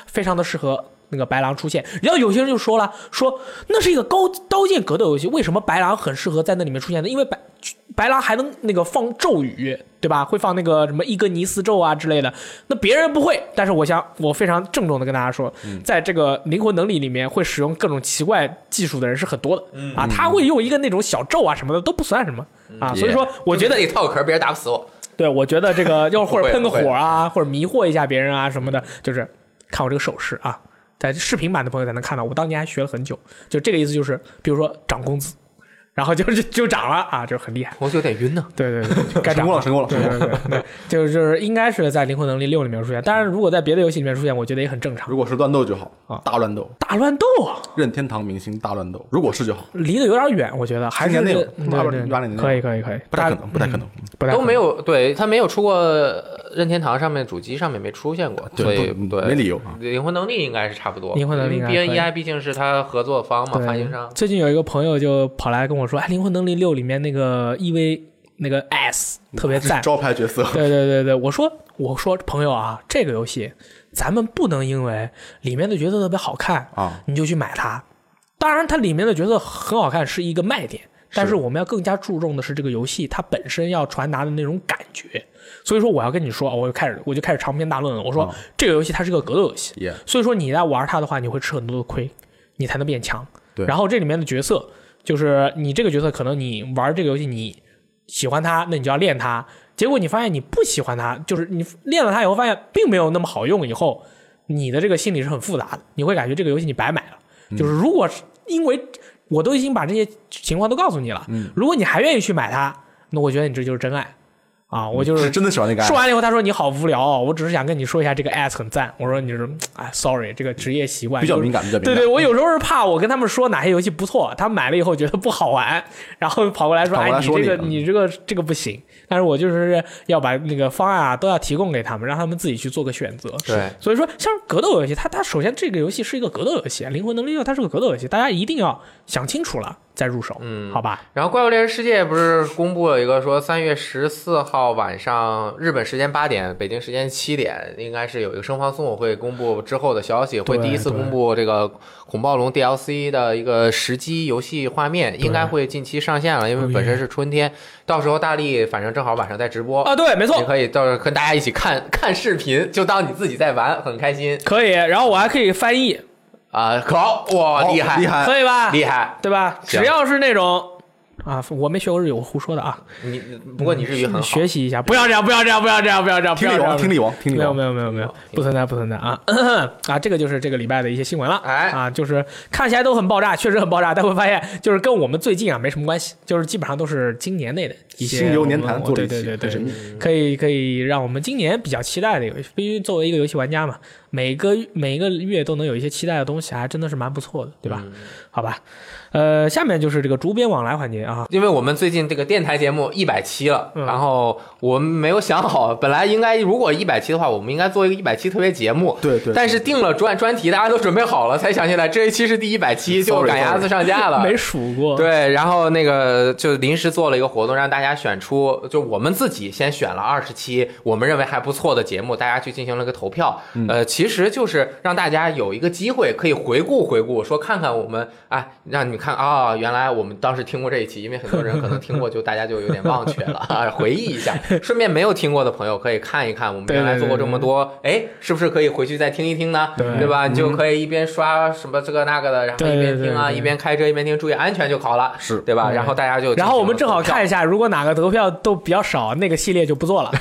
Speaker 3: 非常的适合。那个白狼出现，然后有些人就说了，说那是一个高刀剑格斗游戏，为什么白狼很适合在那里面出现呢？因为白白狼还能那个放咒语，对吧？会放那个什么伊格尼斯咒啊之类的。那别人不会，但是我想，我非常郑重的跟大家说，在这个灵魂能力里面，会使用各种奇怪技术的人是很多的、啊。他会用一个那种小咒啊什么的都不算什么
Speaker 2: 嗯
Speaker 3: 啊，所以说我觉得
Speaker 2: 你套个壳，别人打不死我。
Speaker 3: 对，我觉得 这个要或者喷个
Speaker 2: 不会
Speaker 3: 火啊，或者迷惑一下别人啊什么的，就是看我这个手势啊，在视频版的朋友才能看到，我当年还学了很久。就这个意思，就是比如说涨工资，然后就 就就涨了啊，就是很厉害。
Speaker 2: 我有点晕呢。
Speaker 3: 对对对，该
Speaker 1: 成
Speaker 3: 涨
Speaker 1: 功了，。成功了，
Speaker 3: 对
Speaker 1: 成功了。
Speaker 3: 对 对对，就是就是应该是在《灵魂能力六》里面出现，但是如果在别的游戏里面出现，我觉得也很正常。
Speaker 1: 如果是乱斗就好
Speaker 3: 啊，
Speaker 1: 大乱斗，
Speaker 3: 大乱斗啊，
Speaker 1: 任天堂明星大乱斗，如果是就好，
Speaker 3: 离得有点远，我觉得还是
Speaker 1: 今年内吧
Speaker 3: 嗯
Speaker 1: 18
Speaker 3: 对对
Speaker 1: 18年内
Speaker 3: 可以可以可以，
Speaker 1: 不太可
Speaker 3: 大嗯
Speaker 1: 能，不太可能。
Speaker 3: 不太可
Speaker 2: 都
Speaker 3: 能
Speaker 2: 没有，对他没有出过呃任天堂上面主机上面没出现过，
Speaker 1: 对
Speaker 2: 所以
Speaker 1: 不
Speaker 2: 对
Speaker 1: 没理由啊
Speaker 2: 灵魂能力应该是差不多，
Speaker 3: 灵魂能力
Speaker 2: 因为
Speaker 3: 应该可
Speaker 2: BNEI
Speaker 3: 以
Speaker 2: 毕竟是他合作方嘛，
Speaker 3: 对
Speaker 2: 发行商。
Speaker 3: 最近有一个朋友就跑来跟我说，哎，《灵魂能力六》里面那个 EV 那个 S 特别赞。
Speaker 1: 招牌角色，
Speaker 3: 对对对对，我说我说朋友啊，这个游戏咱们不能因为里面的角色特别好看
Speaker 1: 啊，
Speaker 3: 你就去买它。当然，它里面的角色很好看是一个卖点，但是我们要更加注重的是这个游戏它本身要传达的那种感觉。所以说，我要跟你说，哦我就开始我就开始长篇大论了。我说、
Speaker 1: 啊
Speaker 3: 这个游戏它是个格斗游戏，
Speaker 1: 也
Speaker 3: 所以说你在玩它的话，你会吃很多的亏，你才能变强。
Speaker 1: 对
Speaker 3: 然后这里面的角色，就是你这个角色，可能你玩这个游戏你喜欢它，那你就要练它。结果你发现你不喜欢它，就是你练了它以后发现并没有那么好用，以后你的这个心理是很复杂的，你会感觉这个游戏你白买了。就是如果是因为我都已经把这些情况都告诉你了，如果你还愿意去买它，那我觉得你这就是真爱。啊，我就是
Speaker 1: 是真的喜欢那个 app。
Speaker 3: 说完了以后，他说你好无聊哦，我只是想跟你说一下这个 ass 很赞。我说你是，哎，sorry，这个职业习惯
Speaker 1: 比较敏
Speaker 3: 感。
Speaker 1: 感，比较敏
Speaker 3: 对
Speaker 1: 感。
Speaker 3: 对，我有时候是怕我跟他们说哪些游戏不错，他们买了以后觉得不好玩，然后跑过来说：“
Speaker 1: 跑过来
Speaker 3: 哎，
Speaker 1: 说
Speaker 3: 你这个
Speaker 1: 你
Speaker 3: 你这个这个不行。”但是我就是要把那个方案啊都要提供给他们，让他们自己去做个选择。
Speaker 2: 对
Speaker 3: 所以说像格斗游戏，它它首先这个游戏是一个格斗游戏，《灵魂能力六》它是个格斗游戏，大家一定要想清楚了再入手，嗯，好吧？
Speaker 2: 然后《怪物猎人世界》不是公布了一个说三月十四号晚上日本时间八点，北京时间七点，应该是有一个生放送会公布之后的消息，会
Speaker 3: 对
Speaker 2: 第一次
Speaker 3: 对
Speaker 2: 公布这个恐暴龙 DLC 的一个实机游戏画面，应该会近期上线了，因为本身是春天，到时候大力反正正好晚上在直播，
Speaker 3: 啊，对，没错
Speaker 2: 你，可以到时候跟大家一起看看视频，就当你自己在玩，很开心
Speaker 3: 可以。然后我还可以翻译，
Speaker 2: 啊！好，哇，
Speaker 1: 哦
Speaker 2: 厉害
Speaker 1: 厉害！
Speaker 3: 可以吧？
Speaker 2: 厉害！
Speaker 3: 对吧？
Speaker 2: 行
Speaker 3: 只要是那种。啊，我没学过日语，我胡说的啊！
Speaker 2: 你不过你日语很好，
Speaker 3: 学习一下，不要这样，不要这样，不要这样，不要这样，不
Speaker 1: 听
Speaker 3: 要
Speaker 1: 力
Speaker 3: 这样
Speaker 1: 王，。听力王，听力
Speaker 3: 没有
Speaker 1: 王。
Speaker 3: 没有没有没有，不存在不存在啊啊！这个就是这个礼拜的一些新闻了，
Speaker 2: 哎
Speaker 3: 啊，就是看起来都很爆炸，确实很爆炸，但会发现就是跟我们最近啊没什么关系，就是基本上都是今年内的一些
Speaker 1: 新游年
Speaker 3: 我
Speaker 1: 谈
Speaker 3: 们
Speaker 1: 做了
Speaker 3: 对
Speaker 1: 一期，
Speaker 3: 对对
Speaker 1: 很神
Speaker 3: 对，
Speaker 1: 秘。
Speaker 3: 可以可以让我们今年比较期待的游戏，必须作为一个游戏玩家嘛，每个每一个月都能有一些期待的东西，还真的是蛮不错的，对吧？
Speaker 2: 嗯
Speaker 3: 好吧，呃，下面就是这个主编往来环节啊，
Speaker 2: 因为我们最近这个电台节目一百期了，
Speaker 3: 嗯
Speaker 2: 然后我们没有想好， 本来应该如果一百期的话，我们应该做一个一百期特别节目。
Speaker 1: 对对对
Speaker 2: 但是定了专专题，大家都准备好了，才想起来这一期是第一百期，就
Speaker 1: Sorry，
Speaker 2: 赶鸭子上架了。
Speaker 3: 没数过，
Speaker 2: 对，然后那个就临时做了一个活动，让大家选出，就我们自己先选了二十期我们认为还不错的节目，大家去进行了个投票。呃，其实就是让大家有一个机会可以回顾回顾，说看看我们，哎，让你们看啊、原来我们当时听过这一期，因为很多人可能听过，就大家就有点忘却了， 啊回忆一下。顺便没有听过的朋友可以看一看，我们
Speaker 3: 对
Speaker 2: 原来
Speaker 3: 对
Speaker 2: 做过这
Speaker 3: 对
Speaker 2: 么多，哎，是不是可以回去再听一听呢？
Speaker 3: 对
Speaker 2: 对吧？你就可以一边刷什么这个那个的，然后
Speaker 3: 对
Speaker 2: 一边
Speaker 3: 对
Speaker 2: 听啊，
Speaker 3: 对
Speaker 2: 一边开车一边听，注意安全就好了。
Speaker 1: 是
Speaker 2: 对吧？
Speaker 3: 对
Speaker 2: 然后大家就，
Speaker 3: 然后我们正好，看一下，如果哪个得票都比较少，那个系列就 不做了，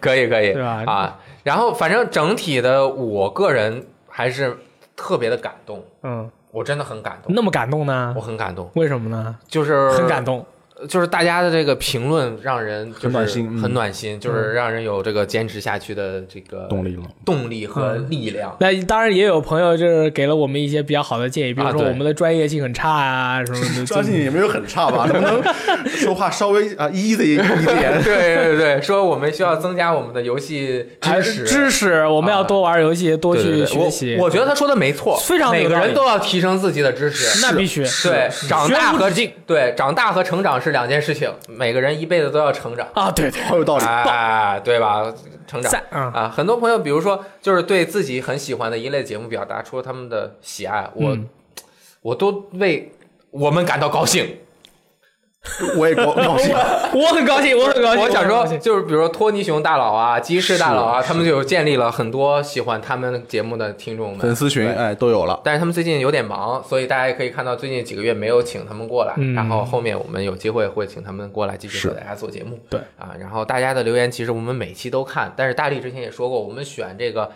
Speaker 2: 可以可以，
Speaker 3: 对吧
Speaker 2: 啊，然后反正整体的，我个人还是特别的感动，
Speaker 3: 嗯，
Speaker 2: 我真的很感动，
Speaker 3: 那么感动呢
Speaker 2: 我？呃很感动，
Speaker 3: 为什么呢？
Speaker 2: 就是
Speaker 3: 嗯很感，动，
Speaker 2: 就是大家的这个评论让人就是
Speaker 1: 很暖心嗯
Speaker 2: 很暖心，就是让人有这个坚持下去的这个
Speaker 1: 动力了，
Speaker 2: 动力和
Speaker 3: 嗯
Speaker 2: 力 量。
Speaker 3: 那当然也有朋友就是给了我们一些比较好的建议，比如
Speaker 2: 啊
Speaker 3: 说
Speaker 2: 对
Speaker 3: 我们的专业性很差啊什么的，
Speaker 1: 相信也没有很差 吧？能不能说话稍微啊 easy 一
Speaker 2: 对
Speaker 1: 点？
Speaker 2: 对对，说我们需要增加我们的游戏
Speaker 3: 还
Speaker 2: 知识，啊
Speaker 3: 知识，我们要多玩游戏，多
Speaker 2: 对对
Speaker 3: 去
Speaker 2: 对
Speaker 3: 学习。
Speaker 2: 我我觉得他说的没错，
Speaker 3: 非常有
Speaker 2: 每个
Speaker 3: 道
Speaker 2: 人
Speaker 3: 理
Speaker 2: 都要提升自己的知识。
Speaker 3: 那必须
Speaker 2: 对，长大
Speaker 3: 学无
Speaker 2: 和
Speaker 3: 止境
Speaker 2: 对长大和成长是两件事情，每个人一辈子都要成长，
Speaker 3: 啊，对对，
Speaker 1: 好有道 理。
Speaker 2: 哎，对吧？成长
Speaker 3: 赞啊，
Speaker 2: 啊，很多朋友，比如说，就是对自己很喜欢的一类节目表达出他们的喜爱，我、
Speaker 3: 嗯
Speaker 2: 我都为我们感到高兴。
Speaker 1: 我也高高 兴，
Speaker 3: 我很高兴，我很 高兴。
Speaker 2: 我想
Speaker 3: 很
Speaker 2: 说
Speaker 3: 高，兴
Speaker 2: 就是比如说托尼熊大佬啊、鸡翅大佬啊，
Speaker 1: 是
Speaker 2: 他们就有建立了很多喜欢他们节目的听众们
Speaker 1: 粉丝群
Speaker 2: 对
Speaker 1: 哎都有了。
Speaker 2: 但是他们最近有点忙，所以大家也可以看到最近几个月没有请他们过来，
Speaker 3: 嗯
Speaker 2: 然后后面我们有机会会请他们过来继续
Speaker 1: 是
Speaker 2: 给大家做节目。
Speaker 3: 对
Speaker 2: 啊，然后大家的留言其实我们每期都看，但是大力之前也说过，我们选这个。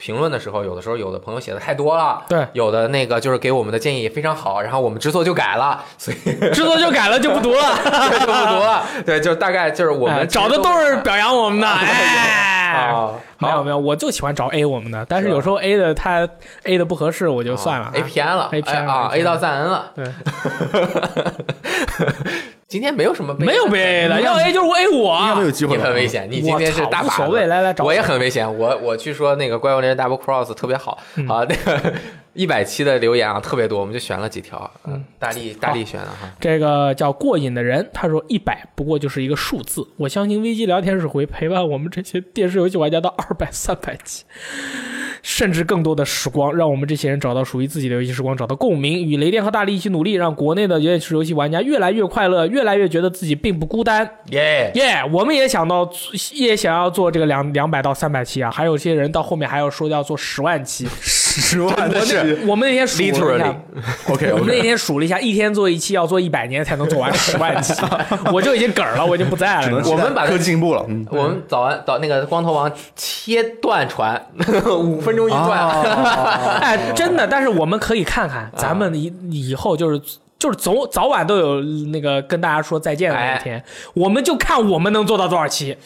Speaker 2: 评论的时候，有的时候有的朋友写的太多了，
Speaker 3: 对
Speaker 2: 有的那个就是给我们的建议也非常好，然后我们知错就改了，所以
Speaker 3: 制作就改了，就不读了。
Speaker 2: 就不读了。对，就大概就是我
Speaker 3: 哎
Speaker 2: 们其实
Speaker 3: 找的都是
Speaker 2: 看
Speaker 3: 表扬我们 的，哎。
Speaker 2: 啊，
Speaker 3: 没有
Speaker 2: 好
Speaker 3: 没有，我就喜欢找 A 我们的，但是有时候 A 的他 A 的不合适，我就算了。啊
Speaker 2: 啊，A 偏了
Speaker 3: A 偏了
Speaker 2: 啊
Speaker 3: A 偏了
Speaker 2: ，A 到赞恩了。
Speaker 3: 对，
Speaker 2: 今天没有什么被
Speaker 3: 没有
Speaker 2: 赞
Speaker 3: A 的，要 A 就是 A
Speaker 1: 应哎该没有
Speaker 3: 我。啊
Speaker 1: 机会
Speaker 2: 你
Speaker 1: 了。
Speaker 2: 很危险，你今天是大把
Speaker 3: 我操无所谓
Speaker 2: 的
Speaker 3: 来来找我
Speaker 2: 我也很危险。我我去说那个《怪物猎人 Double Cross》特别好、
Speaker 3: 嗯
Speaker 2: 啊，那个 一百期的留言啊特别多，我们就选了几条。嗯，大力大力选的啊哈，
Speaker 3: 这个叫过瘾的人，他说一百不过就是一个数字。我相信危机聊天室会陪伴我们这些电视游戏玩家到二百、三百集，甚至更多的时光，让我们这些人找到属于自己的游戏时光，找到共鸣。与雷电和大力一起努力，让国内的电视游戏玩家越来越快乐，越来越觉得自己并不孤单。
Speaker 2: 耶、
Speaker 3: 耶、我们也想到，也想要做这个两两百到三百期啊，还有些人到后面还要说要做十万期。
Speaker 1: 十万
Speaker 2: 真的是
Speaker 3: 我们那天数了一
Speaker 2: Literally
Speaker 3: 下，
Speaker 1: OK
Speaker 3: 我们那
Speaker 1: OK，
Speaker 3: 天数了一下，一天做一期要做一百年才能 做完十万期，我就已经梗儿了，我已经不在
Speaker 1: 只
Speaker 3: 了
Speaker 1: 能。期待
Speaker 2: 我们把它
Speaker 1: 科技进步了，嗯，
Speaker 2: 我们早安早那个光头王切断传， 五分钟
Speaker 3: 哦
Speaker 2: 一段。
Speaker 1: 啊
Speaker 3: 哎，真的，但是我们可以看看，咱们以以后就是就是总早晚都有那个跟大家说再见的那一
Speaker 1: 哎
Speaker 3: 天，我们就看我们能做到多少期，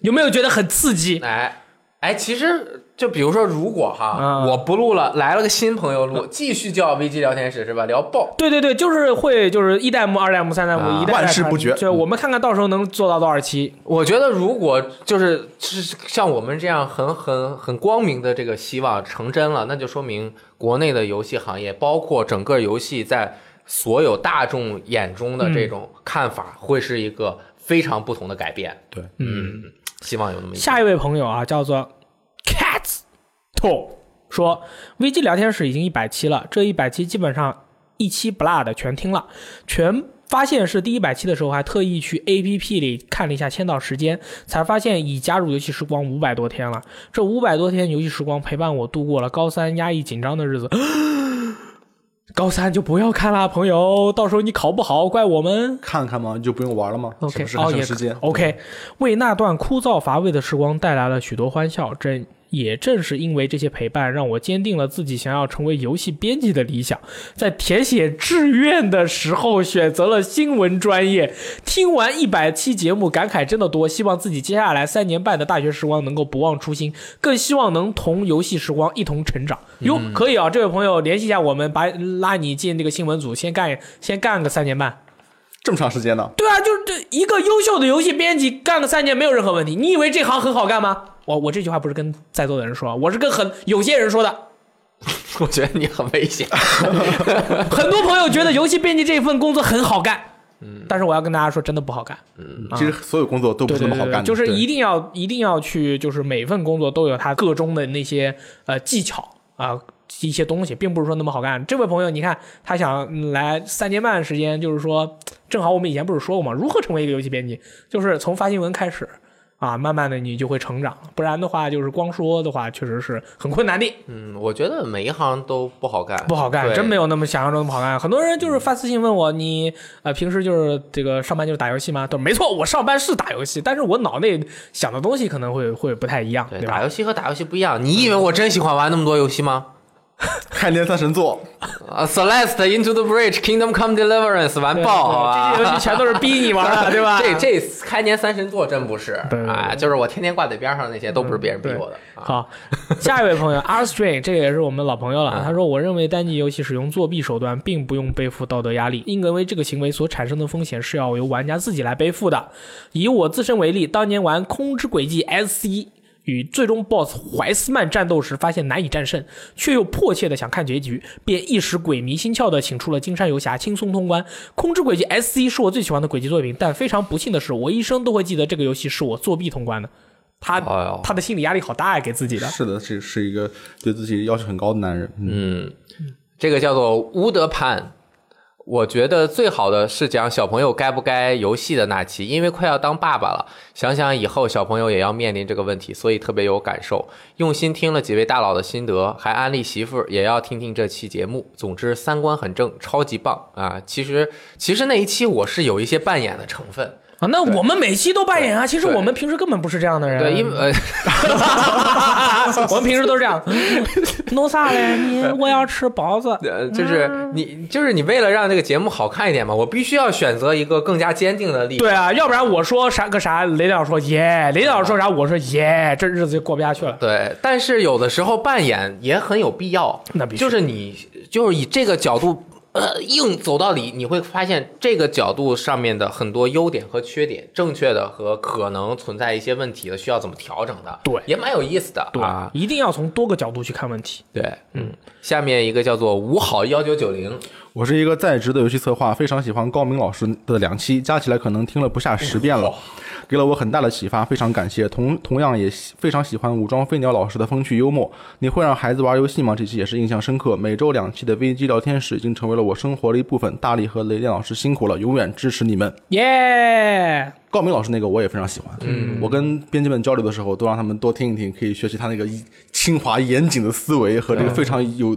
Speaker 3: 有没有觉得很刺激？
Speaker 2: 哎哎，其实就比如说，如果哈、
Speaker 3: 嗯
Speaker 2: 我不录了，来了个新朋友录，继续叫 VG 聊天室是吧？聊爆，
Speaker 3: 对对对，就是会就是一代目、二代目、三代目，
Speaker 2: 啊
Speaker 3: 一代
Speaker 1: 万事不绝
Speaker 3: 就我们看看到时候能做到多少期。
Speaker 2: 我觉得如果就是是像我们这样很很很光明的这个希望成真了，那就说明国内的游戏行业，包括整个游戏在所有大众眼中的
Speaker 3: 嗯
Speaker 2: 这种看法，会是一个非常不同的改变。
Speaker 1: 对，
Speaker 2: 嗯，希望有那么一天
Speaker 3: 下一位朋友啊，叫做 Cats To 说危机聊天室已经一百期了，这一百期基本上一期不落的全听了，全。发现是第一百期的时候，还特意去 A P P 里看了一下签到时间，才发现已加入游戏时光五百多天了。这五百多天游戏时光陪伴我度过了高三压抑紧张的日子。 高三就不要看啦，朋友，到时候你考不好怪我们。
Speaker 1: 看看嘛，你就不用玩了吗
Speaker 3: OK，
Speaker 1: 是不是
Speaker 3: 哦
Speaker 1: 还
Speaker 3: 也
Speaker 1: 省时间？
Speaker 3: OK，为那段枯燥乏味的时光带来了许多欢笑，正也正是因为这些陪伴，让我坚定了自己想要成为游戏编辑的理想。在填写志愿的时候，选择了新闻专业。听完一百期节目，感慨真的多，希望自己接下来三年半的大学时光能够不忘初心，更希望能同游戏时光一同成长。
Speaker 1: 嗯
Speaker 3: 哟，可以啊，这位朋友联系一下我们，把拉你进这个新闻组，先干先干个三年半。
Speaker 1: 这么长时间呢？
Speaker 3: 对啊，就是这一个优秀的游戏编辑干个三年没有任何问题。你以为这行很好干吗？我我这句话不是跟在座的人说啊，我是跟很有些人说的。
Speaker 2: 我觉得你很危 险。
Speaker 3: 很多朋友觉得游戏编辑这份工作很好干，嗯，但是我要跟大家说，真的不好干。啊
Speaker 1: 其实所有工作都不
Speaker 3: 对
Speaker 1: 是
Speaker 3: 对
Speaker 1: 那么
Speaker 3: 对
Speaker 1: 好
Speaker 3: 对
Speaker 1: 干的，
Speaker 3: 就是
Speaker 1: 对
Speaker 3: 一定要一定要去，就是每份工作都有它各中的那些呃技巧啊、一些东西，并不是说那么好干。这位朋友，你看他想嗯来三年半时间，就是说，正好我们以前不是说过吗？如何成为一个游戏编辑，就是从发新闻开始。啊，慢慢的你就会成长，不然的话就是光说的话，确实是很困难的，
Speaker 2: 嗯，我觉得每一行都不好干，
Speaker 3: 不好干，
Speaker 2: 对
Speaker 3: 真没有那么想象中那么好干。很多人就是发私信问我，你呃平时就是这个上班就是打游戏吗？对，没错，我上班是打游戏，但是我脑内想的东西可能会会不太一样，
Speaker 2: 对，
Speaker 3: 对
Speaker 2: 打
Speaker 3: 吧？
Speaker 2: 游戏和打游戏不一样。你以为我真喜欢玩那么多游戏吗？
Speaker 1: 看见三神作，
Speaker 2: 啊，Celeste、Into the Breach、Kingdom Come Deliverance 完
Speaker 3: 对
Speaker 2: 爆，好吧？
Speaker 3: 对这些游戏全都是逼你玩 的，对吧？
Speaker 2: 这这开年三神作真不是
Speaker 3: 对对对
Speaker 2: 啊，就是我天天挂在边上那些都不是别人逼我的啊。
Speaker 3: 好，下一位朋友 R String，这个也是我们老朋友了。他说：“我认为单机游戏使用作弊手段，并不用背负道德压力，因为这个行为所产生的风险是要由玩家自己来背负的。以我自身为例，当年玩《空之轨迹 SC》。”与最终 BOSS 怀斯曼战斗时，发现难以战胜，却又迫切的想看结局，便一时鬼迷心窍的请出了金山游侠，轻松通关。《空之轨迹 SC》是我最喜欢的轨迹作品，但非常不幸的是，我一生都会记得这个游戏是我作弊通关的。他、
Speaker 2: 哎呦
Speaker 3: 他的心理压力好大呀、给自己的。
Speaker 1: 是的，是是一个对自己要求很高的男人。嗯，
Speaker 2: 嗯，这个叫做乌德潘。我觉得最好的是讲小朋友该不该游戏的那期，因为快要当爸爸了，想想以后小朋友也要面临这个问题，所以特别有感受。用心听了几位大佬的心得，还安利媳妇儿也要听听这期节目。总之三观很正，超级棒啊！其实其实那一期我是有一些扮演的成分，
Speaker 3: 啊，那我们每期都扮演啊，其实
Speaker 2: 对
Speaker 3: 我们平时根本不是这样的人，
Speaker 2: 对，因为呃。
Speaker 3: 我们平时都是 这样，弄啥嘞？你我要吃包子，
Speaker 2: 呃，就是你，就是你为了让这个节目好看一点嘛，我必须要选择一个更加坚定的立场。
Speaker 3: 对啊，要不然我说啥个啥，雷导说
Speaker 2: 啊
Speaker 3: 耶，雷导说啥，我说耶，这日子就过不下去了。
Speaker 2: 对，但是有的时候扮演也很有必要，
Speaker 3: 那必须
Speaker 2: 就是你就是以这个角度，呃，硬走到底，你会发现这个角度上面的很多优点和缺点，正确的和可能存在一些问题的，需要怎么调整的，
Speaker 3: 对
Speaker 2: 也蛮有意思的
Speaker 3: 对
Speaker 2: 啊，。
Speaker 3: 一定要从多个角度去看问题。
Speaker 2: 对，嗯，下面一个叫做五好幺九九
Speaker 3: 嗯
Speaker 2: 零，
Speaker 1: 我是一个在职的游戏策划，非常喜欢高明老师的两期，加起来可能听了不下十遍了，给了我很大的启发，非常感谢。同同样也喜非常喜欢武装飞鸟老师的风趣幽默。你会让孩子玩游戏吗？这期也是印象深刻。每周两期的危机聊天室已经成为了我生活的一部分。大力和雷电老师辛苦了，永远支持你们。
Speaker 3: 耶，
Speaker 1: 高明老师那个我也非常喜欢，嗯，我跟编辑们交流的时候，都让他们多听一听，可以学习他那个一清华严谨的思维和这个非常有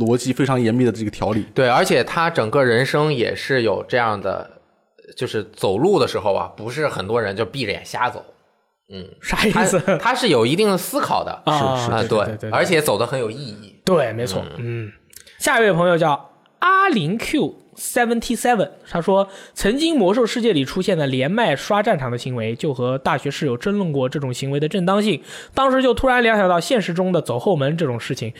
Speaker 1: 逻辑、非常严密的这个条理。
Speaker 2: 对，而且他整个人生也是有这样的，就是走路的时候啊，不是很多人就闭着眼瞎走，
Speaker 3: 啥意
Speaker 2: 他
Speaker 3: 思？
Speaker 2: 他是有一定的思考的，
Speaker 3: 啊
Speaker 2: 啊，
Speaker 3: 对对对对
Speaker 2: 而且走的很有意义。
Speaker 3: 对，没错，嗯。下一位朋友叫阿林 Q， Seventy Seven，他说曾经魔兽世界里出现的连麦刷战场的行为，就和大学室友争论过这种行为的正当性。当时就突然联想到现实中的走后门这种事情。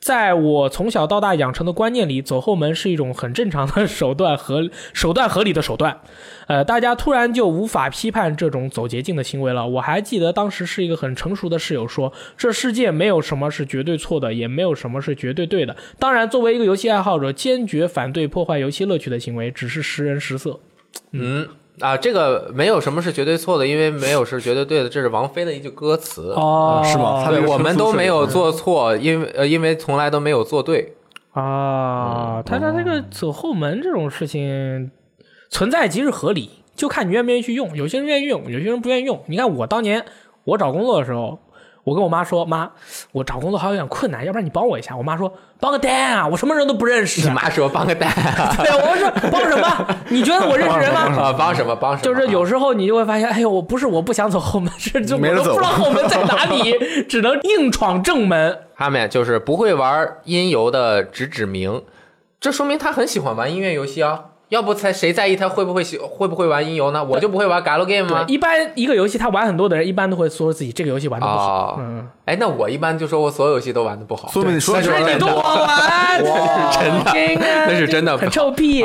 Speaker 3: 在我从小到大养成的观念里，走后门是一种很正常的手段和手段合理的手段。呃，大家突然就无法批判这种走捷径的行为了。我还记得当时是一个很成熟的室友说，这世界没有什么是绝对错的，也没有什么是绝对对的。当然，作为一个游戏爱好者，坚决反对破坏游戏乐趣的行为，只是识人识色。
Speaker 2: 嗯啊，这个没有什么是绝对错的，因为没有是绝对对的，这是王菲的一句歌词。
Speaker 3: 哦
Speaker 1: 是吗他
Speaker 2: 对，
Speaker 1: 那个
Speaker 2: 我们都没有
Speaker 1: 是
Speaker 2: 做错，
Speaker 3: 嗯
Speaker 2: 因为呃，因为从来都没有做对。
Speaker 3: 啊，他他这
Speaker 2: 哦
Speaker 3: 个走后门这种事情存在即是合理，就看你愿不愿意去用。有些人愿意用，有些人不愿意用。你看我当年我找工作的时候，我跟我妈说：“妈，我找工作好像有点困难，要不然你帮我一下。”我妈说：“帮个蛋啊，我什么人都不认识。
Speaker 2: 你”妈说帮个蛋 啊，
Speaker 3: 对，我说帮什么？你觉得我认 识人吗？
Speaker 2: 帮什么帮什么？啊
Speaker 3: 就是有时候你就会发现，哎呦，我不是我不想走后门，是就我
Speaker 1: 没人
Speaker 3: 都不
Speaker 1: 走
Speaker 3: 知道后门在哪里，只能硬闯正门。
Speaker 2: 他们就是不会玩音游的直指明，这说明他很喜欢玩音乐游戏啊。要不才谁在意他会不会喜会不会玩音游呢？我就不会玩 Galo Game 啊。
Speaker 3: 一般一个游戏他玩很多的人，一般都会说自己这个游戏玩的不好。
Speaker 2: 哦，
Speaker 3: 嗯，
Speaker 2: 哎，那我一般就说我所有游戏都玩的不好。
Speaker 1: 说明你说的
Speaker 2: 那
Speaker 1: 是
Speaker 2: 是
Speaker 1: 玩
Speaker 2: 真
Speaker 1: 得
Speaker 2: 的
Speaker 3: 你都我玩，真的，
Speaker 2: 那是真的
Speaker 3: 很臭屁。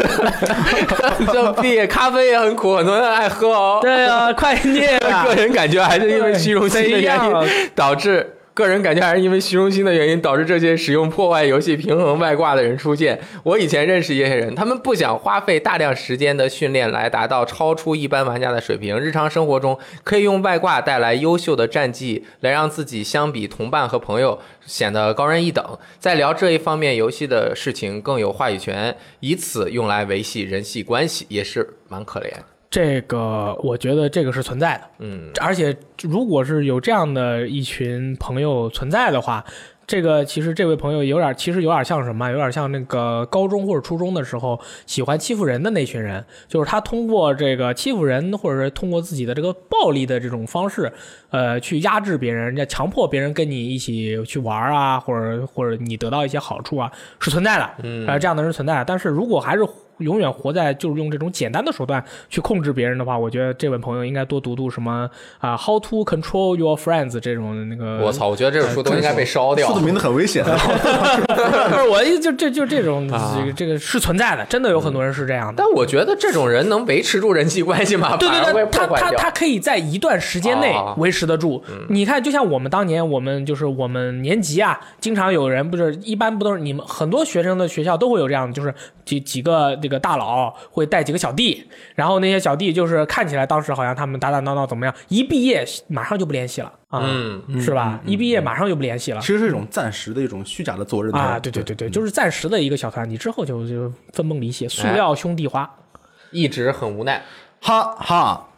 Speaker 2: 这屁，咖啡也很苦，很多人爱喝哦。
Speaker 3: 对啊，快念吧
Speaker 2: 个。人感觉还是因为虚荣心的原
Speaker 3: 对
Speaker 2: 因导致。个人感觉还是因为虚荣心的原因，导致这些使用破坏游戏平衡外挂的人出现。我以前认识一些人，他们不想花费大量时间的训练来达到超出一般玩家的水平，日常生活中可以用外挂带来优秀的战绩，来让自己相比同伴和朋友显得高人一等。在聊这一方面游戏的事情更有话语权，以此用来维系人际关系，也是蛮可怜。
Speaker 3: 这个我觉得这个是存在的，
Speaker 2: 嗯，
Speaker 3: 而且如果是有这样的一群朋友存在的话，这个其实这位朋友有点，其实有点像什么啊，有点像那个高中或者初中的时候喜欢欺负人的那群人，就是他通过这个欺负人，或者是通过自己的这个暴力的这种方式，呃，去压制别人，人家强迫别人跟你一起去玩儿啊，或者或者你得到一些好处啊，是存在的，嗯，呃，这样的人是存在的。但是如果还是永远活在就是用这种简单的手段去控制别人的话，我觉得这位朋友应该多读读什么啊、h o w to Control Your Friends》这种那个。
Speaker 2: 我！操，我觉得这本书都
Speaker 3: 哎
Speaker 2: 应该被烧掉。
Speaker 1: 说的名字很危险，
Speaker 3: 不是，我一就这就这种
Speaker 2: 啊
Speaker 3: 这个这个是存在的，真的有很多人是这样的。
Speaker 2: 但我觉得这种人能维持住人际关系吗？
Speaker 3: 对
Speaker 2: 反而
Speaker 3: 对
Speaker 2: 会
Speaker 3: 对，他
Speaker 2: 破坏
Speaker 3: 他
Speaker 2: 掉
Speaker 3: 他可以在一段时间内
Speaker 2: 哦
Speaker 3: 维持得住。你看，就像我们当年，我们就是我们年级啊，经常有人不是一般不都是你们很多学生的学校都会有这样的，就是几几个那个大佬会带几个小弟，然后那些小弟就是看起来当时好像他们打打闹闹怎么样，一毕业马上就不联系了啊，
Speaker 2: 嗯
Speaker 3: 是吧？一毕业马上就不联系了。
Speaker 1: 其实是一种暂时的一种虚假的自我认同
Speaker 2: 哎
Speaker 3: 啊，对对对
Speaker 2: 嗯
Speaker 3: 对，就是暂时的一个小团体，之后就就分崩离析，塑
Speaker 2: 哎
Speaker 3: 料兄弟花。
Speaker 2: 一直很无奈。
Speaker 1: 哈哈，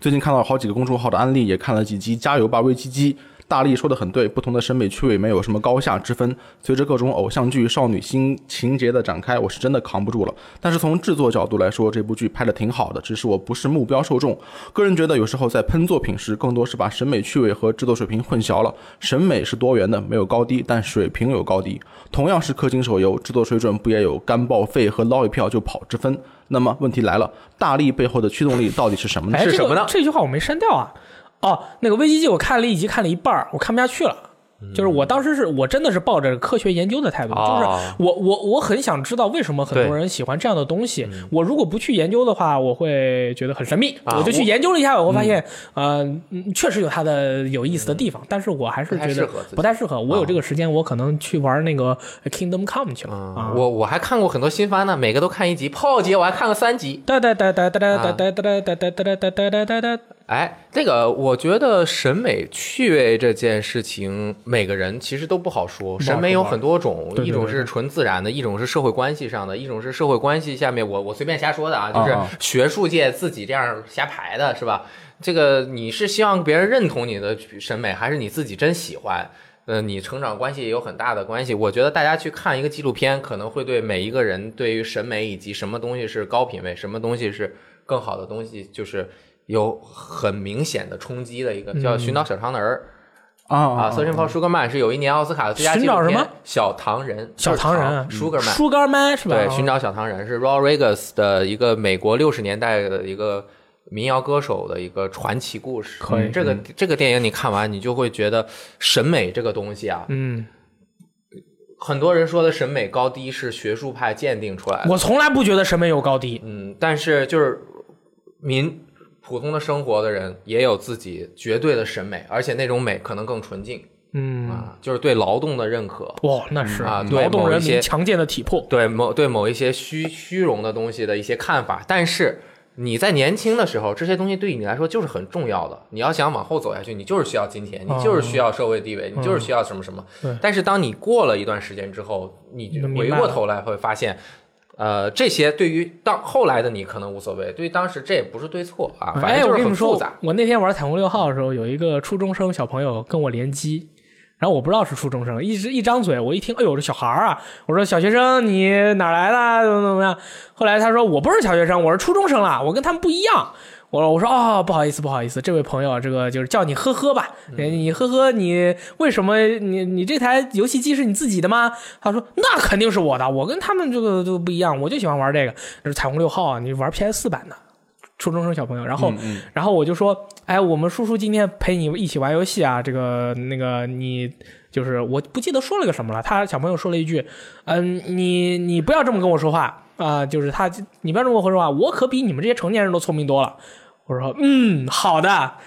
Speaker 1: 最近看到好几个公众号的案例，也看了几集《加油吧危机机》。大力说的很对，不同的审美趣味没有什么高下之分。随着各种偶像剧、少女心情节的展开，我是真的扛不住了。但是从制作角度来说，这部剧拍的挺好的，只是我不是目标受众。个人觉得，有时候在喷作品时，更多是把审美趣味和制作水平混淆了。审美是多元的，没有高低，但水平有高低。同样是氪金手游，制作水准不也有干报废和捞一票就跑之分？那么问题来了，大力背后的驱动力到底是什么呢？
Speaker 3: 哎，
Speaker 2: 是
Speaker 3: 这
Speaker 2: 什么呢
Speaker 3: 个这句话我没删掉啊。哦，那个危机记我看了一集，看了一半儿，我看不下去了。
Speaker 2: 嗯
Speaker 3: 就是我当时是我真的是抱着科学研究的态度，就是
Speaker 2: 哦
Speaker 3: 我我我很想知道为什么很多
Speaker 2: 对嗯
Speaker 3: 人喜欢这样的东西。我如果不去研究的话，我会觉得很神秘。
Speaker 2: 啊
Speaker 3: 我就去
Speaker 2: 我
Speaker 3: 研究了一下，我会发现，呃，嗯确实有它的有意思的地方，但是我还是
Speaker 2: 不太
Speaker 3: 觉
Speaker 2: 适
Speaker 3: 得
Speaker 2: 合自己啊
Speaker 3: 不太适合。我有这个时间，我可能去玩那个 Kingdom Come 去了啊
Speaker 2: 嗯，。我我还看过很多新番呢，每个都看一集。炮姐我还看了三集。
Speaker 3: 哒哒哒哒哒哒哒哒哒哒哒哒哒哒哒哒哒。
Speaker 2: 哎，这个我觉得审美趣味这件事情，每个人其实都不好说。审美有很多种，
Speaker 3: 对对
Speaker 2: 一种是纯自然的，一种是社会关系上的，一种是社会关系下面我我随便瞎说的啊，就是
Speaker 1: 啊啊
Speaker 2: 学术界自己这样瞎排的，是吧？这个你是希望别人认同你的审美，还是你自己真喜欢？呃，你成长关系也有很大的关系。我觉得大家去看一个纪录片，可能会对每一个人对于审美以及什么东西是高品位，什么东西是更好的
Speaker 3: 嗯
Speaker 2: 东西，就是有很明显的冲击的一个叫《寻找小嫦娥》
Speaker 1: 啊
Speaker 2: 啊，Searching for Sugarman 是有一年奥斯卡的最佳纪
Speaker 3: 寻
Speaker 2: 录
Speaker 3: 找什
Speaker 2: 片
Speaker 3: 么
Speaker 2: 小唐人，
Speaker 3: 小唐人
Speaker 2: 就是唐 Sugarman，
Speaker 3: Sugar Man 是吧？啊哦
Speaker 2: 对，寻找小唐人是 Raw Regas 的一个美国六十年代的一个民谣歌手的一个传奇故事。
Speaker 3: 可以
Speaker 2: 嗯这个这个电影你看完，你就会觉得审美这个东西啊，
Speaker 3: 嗯，
Speaker 2: 很多人说的审美高低是学术派鉴定出来的，
Speaker 3: 我从来不觉得审美有高低。
Speaker 2: 嗯，但是就是民普通的生活的人也有自己绝对的审美，而且那种美可能更纯净
Speaker 3: 嗯，
Speaker 2: 啊，就是对劳动的认可。
Speaker 3: 哇，那是
Speaker 2: 啊对
Speaker 3: 劳动人
Speaker 2: 某一些
Speaker 3: 民强健的体魄。
Speaker 2: 对某对某一些虚虚荣的东西的一些看法，但是你在年轻的时候，这些东西对你来说就是很重要的。你要想往后走下去，你就是需要金钱，你就是需要社会地位，你就是需要什么什么。
Speaker 3: 哦嗯对
Speaker 2: 但是当你过了一段时间之后，你就
Speaker 3: 明白
Speaker 2: 回
Speaker 3: 了
Speaker 2: 过头来会发现。呃，这些对于当后来的你可能无所谓，对于当时这也不是对错啊，反
Speaker 3: 哎，
Speaker 2: 正
Speaker 3: 我
Speaker 2: 就是
Speaker 3: 跟你
Speaker 2: 很
Speaker 3: 们说
Speaker 2: 复杂。，
Speaker 3: 我那天玩彩虹六号的时候，有一个初中生小朋友跟我联机，然后我不知道是初中生，一直一张嘴，我一听，哎呦，这小孩儿啊！我说小学生你哪来的？怎么怎么样？后来他说我不是小学生，我是初中生啦，我跟他们不一样。我我说哦，不好意思，不好意思，这位朋友，啊这个就是叫你呵呵吧，
Speaker 2: 嗯
Speaker 3: 哎你呵呵，你为什么你你这台游戏机是你自己的吗？他说那肯定是我的，我跟他们这个都不一样，我就喜欢玩这个，就是彩虹六号啊，你玩 PS 四版的。初中生小朋友，然后，然后我就说，哎，我们叔叔今天陪你一起玩游戏啊，这个那个你就是我不记得说了个什么了，他小朋友说了一句，嗯，你你不要这么跟我说话啊、就是他你不要这么跟我说话，我可比你们这些成年人都聪明多了。我说，嗯，好的啊、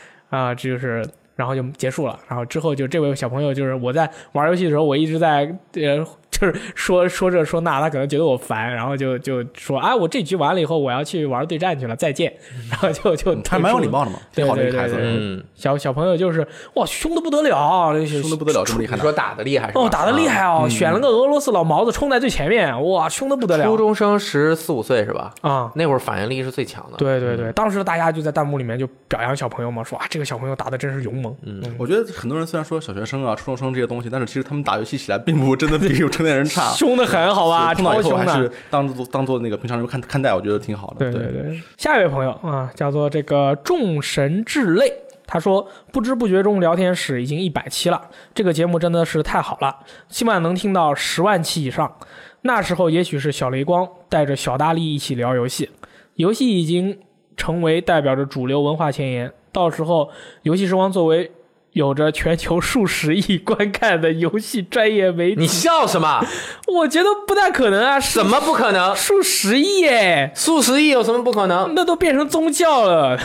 Speaker 3: 这就是。然后就结束了，然后之后就这位小朋友，就是我在玩游戏的时候，我一直在呃，就是说说这说那，他可能觉得我烦，然后就就说啊，我这局完了以后，我要去玩对战去了，再见。然后就嗯就
Speaker 1: 还蛮有礼貌的嘛，挺好的一个孩子
Speaker 3: 对，对对
Speaker 2: 嗯，
Speaker 3: 小小朋友就是哇，凶的不得了，啊
Speaker 1: 凶
Speaker 3: 凶
Speaker 1: 的不得了，这么厉害
Speaker 2: 你
Speaker 1: 呢
Speaker 2: 说打的厉
Speaker 1: 哎
Speaker 2: 害是吧？
Speaker 3: 哦，打的厉
Speaker 2: 啊。
Speaker 3: 害
Speaker 1: 嗯
Speaker 3: 哦，选了个俄罗斯老毛子冲在最前面，哇，凶的不得了
Speaker 2: 初中生十四五岁是吧？
Speaker 3: 啊、
Speaker 2: 那会儿反应力是最强
Speaker 1: 嗯
Speaker 2: 的。
Speaker 3: 对对对，当时大家就在弹幕里面就表扬小朋友嘛，说啊，这个小朋友打的真是勇猛。嗯，
Speaker 1: 我觉得很多人虽然说小学生啊、初中生这些东西，但是其实他们打游戏起来并不真的比成年人差。
Speaker 3: 凶的很，好吧，
Speaker 1: 碰到
Speaker 3: 超
Speaker 1: 以后
Speaker 3: 凶
Speaker 1: 还是
Speaker 3: 的。
Speaker 1: 当做当做那个平常人看看待，我觉得挺好的。
Speaker 3: 对
Speaker 1: 对
Speaker 3: 对对，下一位朋友啊，叫做这个众神之泪。他说：“不知不觉中，聊天室已经一百期了，这个节目真的是太好了，起码能听到十万期以上。那时候也许是小雷光带着小大力一起聊游戏，游戏已经成为代表着主流文化前沿。到时候，游戏时光作为有着全球数十亿观看的游戏专业媒体
Speaker 2: 你，笑什么？
Speaker 3: 我觉得不太可能啊，是
Speaker 2: 怎么不可能？
Speaker 3: 数十亿哎，
Speaker 2: 数十亿有什么不可能？
Speaker 3: 那都变成宗教了。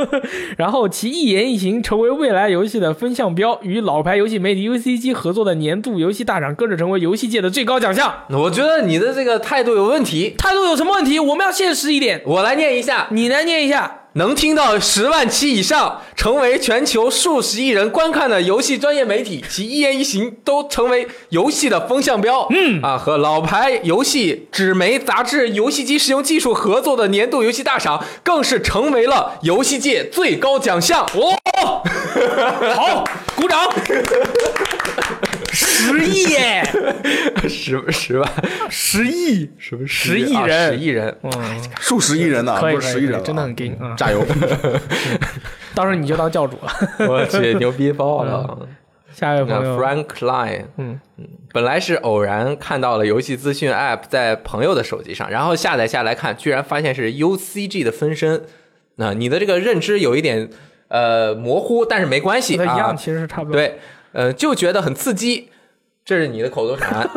Speaker 3: 然后其一言一行成为未来游戏的风向标，与老牌游戏媒体 UCG 合作的年度游戏大赏更是成为游戏界的最高奖项。
Speaker 2: 我觉得你的这个态度有问题。
Speaker 3: 态度有什么问题？我们要现实一点。
Speaker 2: 我来念一下：
Speaker 3: 你来念一下。
Speaker 2: 能听到十万期以上，成为全球数十亿人观看的游戏专业媒体，其一言一行都成为游戏的风向标。嗯啊，和老牌游戏纸媒杂志《游戏机使用技术》合作的年度游戏大赏，更是成为了游戏界最高奖项。哦，
Speaker 3: 好，鼓掌。十亿 耶，
Speaker 2: 十十万，
Speaker 3: 十亿，
Speaker 2: 什么
Speaker 3: 十亿
Speaker 2: 啊
Speaker 3: 人
Speaker 2: 十亿人，
Speaker 3: 嗯，
Speaker 1: 数十亿人呢，啊
Speaker 3: 可以，
Speaker 1: 不
Speaker 3: 可
Speaker 1: 是
Speaker 3: 以
Speaker 1: 十亿人
Speaker 3: 可
Speaker 1: 了
Speaker 3: 以真的很劲
Speaker 2: 嗯
Speaker 3: 啊！
Speaker 1: 加油！
Speaker 3: 到时候你就当教主了。
Speaker 2: 我去，牛逼爆了！
Speaker 3: 下一位
Speaker 2: 那
Speaker 3: 嗯朋友，
Speaker 2: Frank Klein，
Speaker 3: 嗯
Speaker 2: 本来是偶然看到了游戏资讯 App 在朋友的手机上，然后下载下来看，居然发现是 UCG 的分身。那、你的这个认知有一点呃模糊，但是没关系
Speaker 3: 和他一样，
Speaker 2: 啊。
Speaker 3: 其实是差不多。
Speaker 2: 对，呃，就觉得很刺激。这是你的口头 禅，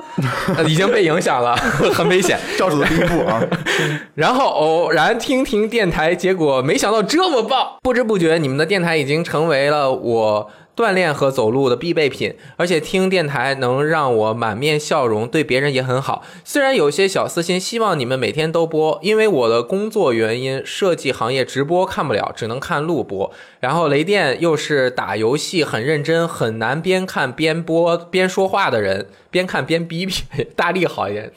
Speaker 2: 呃已经被影响了， 很危险。
Speaker 1: 教主的第一步啊，
Speaker 2: 然后偶然听听电台，结果没想到这么棒！不知不觉，你们的电台已经成为了我锻炼和走路的必备品，而且听电台能让我满面笑容，对别人也很好。虽然有些小私心，希望你们每天都播，因为我的工作原因，设计行业直播看不了，只能看录播。然后雷电又是打游戏很认真，很难边看边播边说话的人，边看边 逼逼。大力好一点，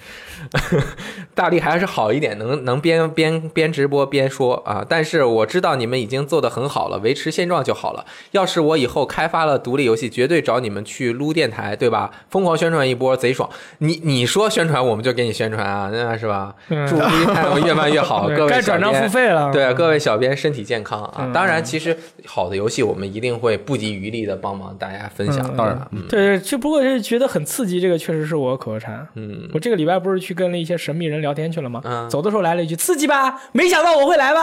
Speaker 2: 大力还是好一点，能能边边边直播边说啊。但是我知道你们已经做得很好了，维持现状就好了。要是我以后开开发了独立游戏，绝对找你们去撸电台，对吧？疯狂宣传一波，贼爽。你你说宣传，我们就给你宣传啊，那是吧？
Speaker 3: 嗯
Speaker 2: 祝第一太阳越办越好，
Speaker 3: 对
Speaker 2: 各位
Speaker 3: 该
Speaker 2: 小
Speaker 3: 转账
Speaker 2: 编
Speaker 3: 付费了。嗯
Speaker 2: 对，各位小编身体健康啊！当然，其实好的游戏我们一定会不遗余力的帮忙大家分享。
Speaker 3: 嗯
Speaker 1: 当然，
Speaker 2: 嗯
Speaker 3: 对对，就不过就是觉得很刺激，这个确实是我口头禅。
Speaker 2: 嗯，
Speaker 3: 我这个礼拜不是去跟了一些神秘人聊天去了吗？
Speaker 2: 嗯
Speaker 3: 走的时候来了一句“刺激吧”，没想到我会来吧，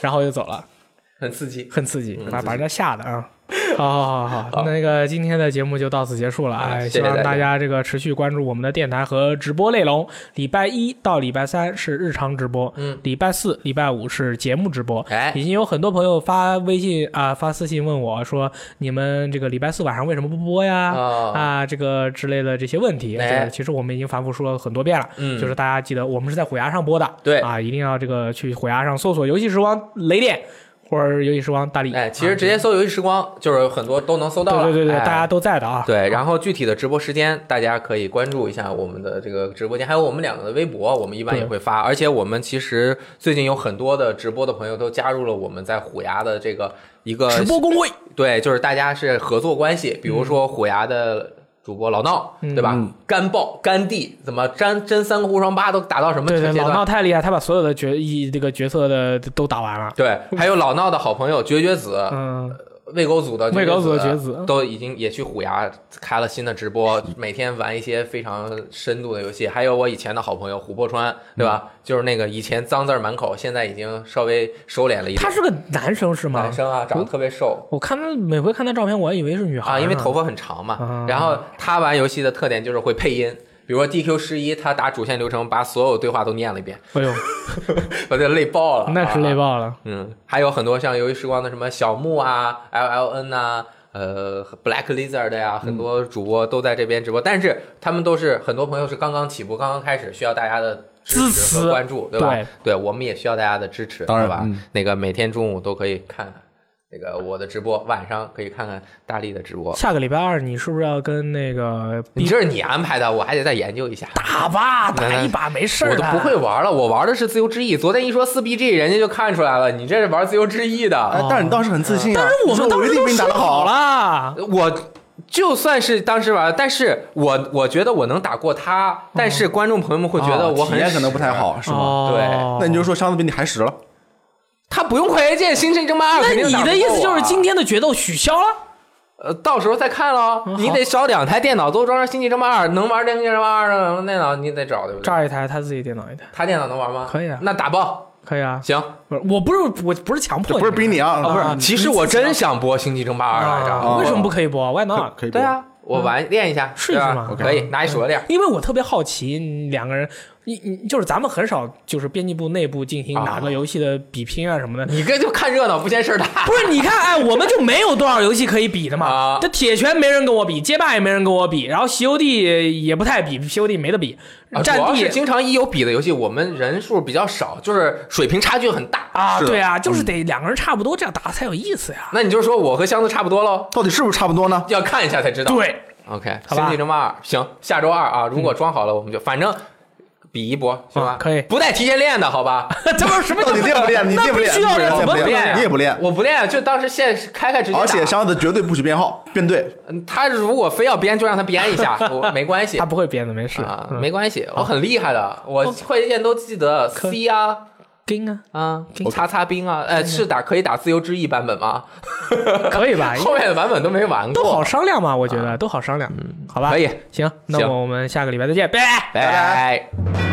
Speaker 3: 然后我就走了，
Speaker 2: 很刺激。
Speaker 3: 很刺激，
Speaker 2: 嗯
Speaker 3: 把
Speaker 2: 刺激
Speaker 3: 把人家吓的啊。好好好好，
Speaker 2: 好
Speaker 3: 那个今天的节目就到此结束了
Speaker 2: 啊
Speaker 3: 哎，
Speaker 2: 谢谢
Speaker 3: 希
Speaker 2: 大
Speaker 3: 望
Speaker 2: 家
Speaker 3: 大家这个持续关注我们的电台和直播内容。礼拜一到礼拜三是日常直播，
Speaker 2: 嗯，
Speaker 3: 礼拜四、礼拜五是节目直播。
Speaker 2: 哎
Speaker 3: 已经有很多朋友发微信啊、发私信问我说，你们这个礼拜四晚上为什么不播呀？
Speaker 2: 哦
Speaker 3: 啊，这个之类的这些问题，
Speaker 2: 哎
Speaker 3: 这个其实我们已经反复说了很多遍了。
Speaker 2: 嗯
Speaker 3: 就是大家记得我们是在虎牙上播的，
Speaker 2: 对
Speaker 3: 啊，一定要这个去虎牙上搜索“游戏时光雷电”或者“游戏时光大力”。
Speaker 2: 哎，其实直接搜“游戏时光”就是很多都能搜到
Speaker 3: 对
Speaker 2: 了。
Speaker 3: 对对对，
Speaker 2: 哎
Speaker 3: 大家都在的啊。
Speaker 2: 对。然后具体的直播时间，大家可以关注一下我们的这个直播间，还有我们两个的微博，我们一般也会发。而且我们其实最近有很多的直播的朋友都加入了我们在虎牙的这个一个
Speaker 3: 直播嗯工会，
Speaker 2: 对，就是大家是合作关系，比如说虎牙的主播老闹，
Speaker 3: 嗯
Speaker 2: 对吧？干爆、干地，怎么粘真三呼双八都打到什么
Speaker 3: 对对，
Speaker 2: 阶
Speaker 3: 老
Speaker 2: 段
Speaker 3: 闹？太厉害，他把所有的角一这个角色的都打完了。
Speaker 2: 对，还有老闹的好朋友绝绝子，
Speaker 3: 嗯，
Speaker 2: 喂狗组的
Speaker 3: 喂狗组的
Speaker 2: 绝
Speaker 3: 绝子
Speaker 2: 都已经也去虎牙开了新的直播，每天玩一些非常深度的游戏。还有我以前的好朋友琥珀川，对
Speaker 3: 嗯
Speaker 2: 吧？就是那个以前脏字儿满口，现在已经稍微收敛了一点。
Speaker 3: 他是个男生是吗
Speaker 2: 男？生啊，长得特别瘦，
Speaker 3: 我看他每回看他照片，我还以为是女孩
Speaker 2: 啊，
Speaker 3: 呢
Speaker 2: 因为头发很长嘛
Speaker 3: 啊。
Speaker 2: 然后他玩游戏的特点就是会配音，比如说 DQ 十一，他打主线流程把所有对话都念了一遍，
Speaker 3: 哎呦，
Speaker 2: 啊把他累爆了，
Speaker 3: 那是累
Speaker 2: 啊。
Speaker 3: 爆了。
Speaker 2: 嗯，还有很多像《游戏时光》的什么小木啊、LLN 呐、呃 Black Lizard 呀、很多主播都在这边直播，但是他们都是很多朋友是刚刚起步、刚刚开始，需要大家的。支
Speaker 3: 支
Speaker 2: 持和
Speaker 3: 持
Speaker 2: 关注，对吧？
Speaker 3: 对
Speaker 2: 我们也需要大家的支持，
Speaker 1: 当然
Speaker 2: 对吧？
Speaker 1: 嗯
Speaker 2: 那个每天中午都可以看看那个我的直播，晚上可以看看大力的直播。
Speaker 3: 下个礼拜二你是不是要跟那个
Speaker 2: 你这是你安排的，我还得再研究一下。
Speaker 3: 打吧，
Speaker 2: 来来
Speaker 3: 打一把没事
Speaker 2: 我
Speaker 3: 儿
Speaker 2: 都
Speaker 3: 的，
Speaker 2: 不会玩了，我玩的是自由之翼。昨天一说四 BG，人家就看出来了，你这是玩自由之翼
Speaker 1: 哎
Speaker 2: 的。，
Speaker 1: 但是你倒是很自信啊！
Speaker 3: 但是我们
Speaker 1: 你说
Speaker 3: 哦当
Speaker 1: 我
Speaker 3: 时
Speaker 1: 一定
Speaker 3: 都
Speaker 1: 比你打
Speaker 3: 说
Speaker 1: 得
Speaker 3: 好了。
Speaker 2: 我就算是当时玩，但是我我觉得我能打过
Speaker 3: 嗯
Speaker 2: 他，但是观众朋友们会觉得我
Speaker 1: 啊体
Speaker 2: 很
Speaker 1: 验可能不太
Speaker 2: 屎。
Speaker 1: 好，是吗？
Speaker 3: 哦
Speaker 2: 对
Speaker 1: 那你就说箱子比你还实了。
Speaker 2: 他不用快捷键，星辰争霸二
Speaker 3: 那
Speaker 2: 肯定
Speaker 3: 你
Speaker 2: 打不
Speaker 3: 的意
Speaker 2: 过
Speaker 3: 思就是
Speaker 2: 我
Speaker 3: 今天的决斗取消了？
Speaker 2: 呃，到时候再看喽。
Speaker 3: 嗯 好
Speaker 2: 你得找两台电脑都装上星际争霸二，能玩星际争霸二的电脑你得找对不
Speaker 3: 这
Speaker 2: 对？
Speaker 3: 儿一台，他自己电脑一台，
Speaker 2: 他电脑能玩吗？
Speaker 3: 可以啊
Speaker 2: 那打爆
Speaker 3: 可以啊。
Speaker 2: 行。
Speaker 3: 不是，我不是，我不是强迫
Speaker 1: 这
Speaker 3: 你，
Speaker 1: 不是逼你啊，
Speaker 3: 啊
Speaker 2: 不是，其实我真想播《星际争霸二》来着。
Speaker 3: 啊，
Speaker 1: 哦
Speaker 3: 为什么不可以播？Why not？
Speaker 1: 可以
Speaker 2: 对，啊，我玩练一下，
Speaker 3: 试一
Speaker 2: 对
Speaker 3: 试
Speaker 2: 吧啊
Speaker 3: 嘛
Speaker 2: 可以拿一手榴弹。
Speaker 3: 因为我特别好奇，嗯两个人，你你就是咱们很少就是编辑部内部进行
Speaker 2: 啊
Speaker 3: 哪个游戏的比拼啊什么的。
Speaker 2: 你这就看热闹不嫌事儿大。
Speaker 3: 不是，你看，哎，我们就没有多少游戏可以比的
Speaker 2: 啊
Speaker 3: 嘛。这铁拳没人跟我比，街霸也没人跟我比，然后 COD 也不太比，COD 没得比
Speaker 2: 啊，主
Speaker 3: 战
Speaker 2: 要
Speaker 3: 地
Speaker 2: 是经常一有比的游戏，我们人数比较少，就是水平差距很大。
Speaker 3: 啊，
Speaker 1: 是的嗯
Speaker 3: 对啊，就是得两个人差不多这样打才有意思呀。
Speaker 2: 那你就说我和箱子差不多喽，
Speaker 1: 到底是不是差不多呢？
Speaker 2: 要看一下才知道。
Speaker 3: 对，
Speaker 2: ，OK，《
Speaker 3: 好吧嗯
Speaker 2: 星际争霸二》行，下周二啊，如果装好了，我们就反正比一波，行吧
Speaker 3: 啊？可以
Speaker 2: 不带提前练的 好吧？
Speaker 3: 这不是什么
Speaker 1: 到底练不 练？你
Speaker 3: 那
Speaker 1: 练不练？
Speaker 3: 必须要练，
Speaker 1: 你
Speaker 3: 怎
Speaker 1: 不
Speaker 3: 么
Speaker 1: 练
Speaker 3: 可能
Speaker 2: 练呀
Speaker 1: 你也不练。
Speaker 2: 我不练，就当时现实开开直接打。
Speaker 1: 而且箱子绝对不许编号，编队。
Speaker 2: 嗯他如果非要编，就让他编一 下，我没关系
Speaker 3: 他。不会编的，没事
Speaker 2: 啊，
Speaker 3: 嗯
Speaker 2: 没关系，我很厉害的，我快捷键都记得 C 啊
Speaker 3: 跟啊，
Speaker 2: 啊
Speaker 3: 可以，
Speaker 2: 擦擦冰啊，呃，是打可以打自由之翼版本吗？
Speaker 3: 可以吧？
Speaker 2: 后面的版本都没玩
Speaker 3: 都好
Speaker 2: 过，
Speaker 3: 商量嘛，
Speaker 1: 啊嗯
Speaker 3: 我觉得都好商量，好吧？
Speaker 2: 可以，
Speaker 3: 行，那
Speaker 2: 行
Speaker 3: 么我们下个礼拜再见，拜拜。
Speaker 2: 拜拜。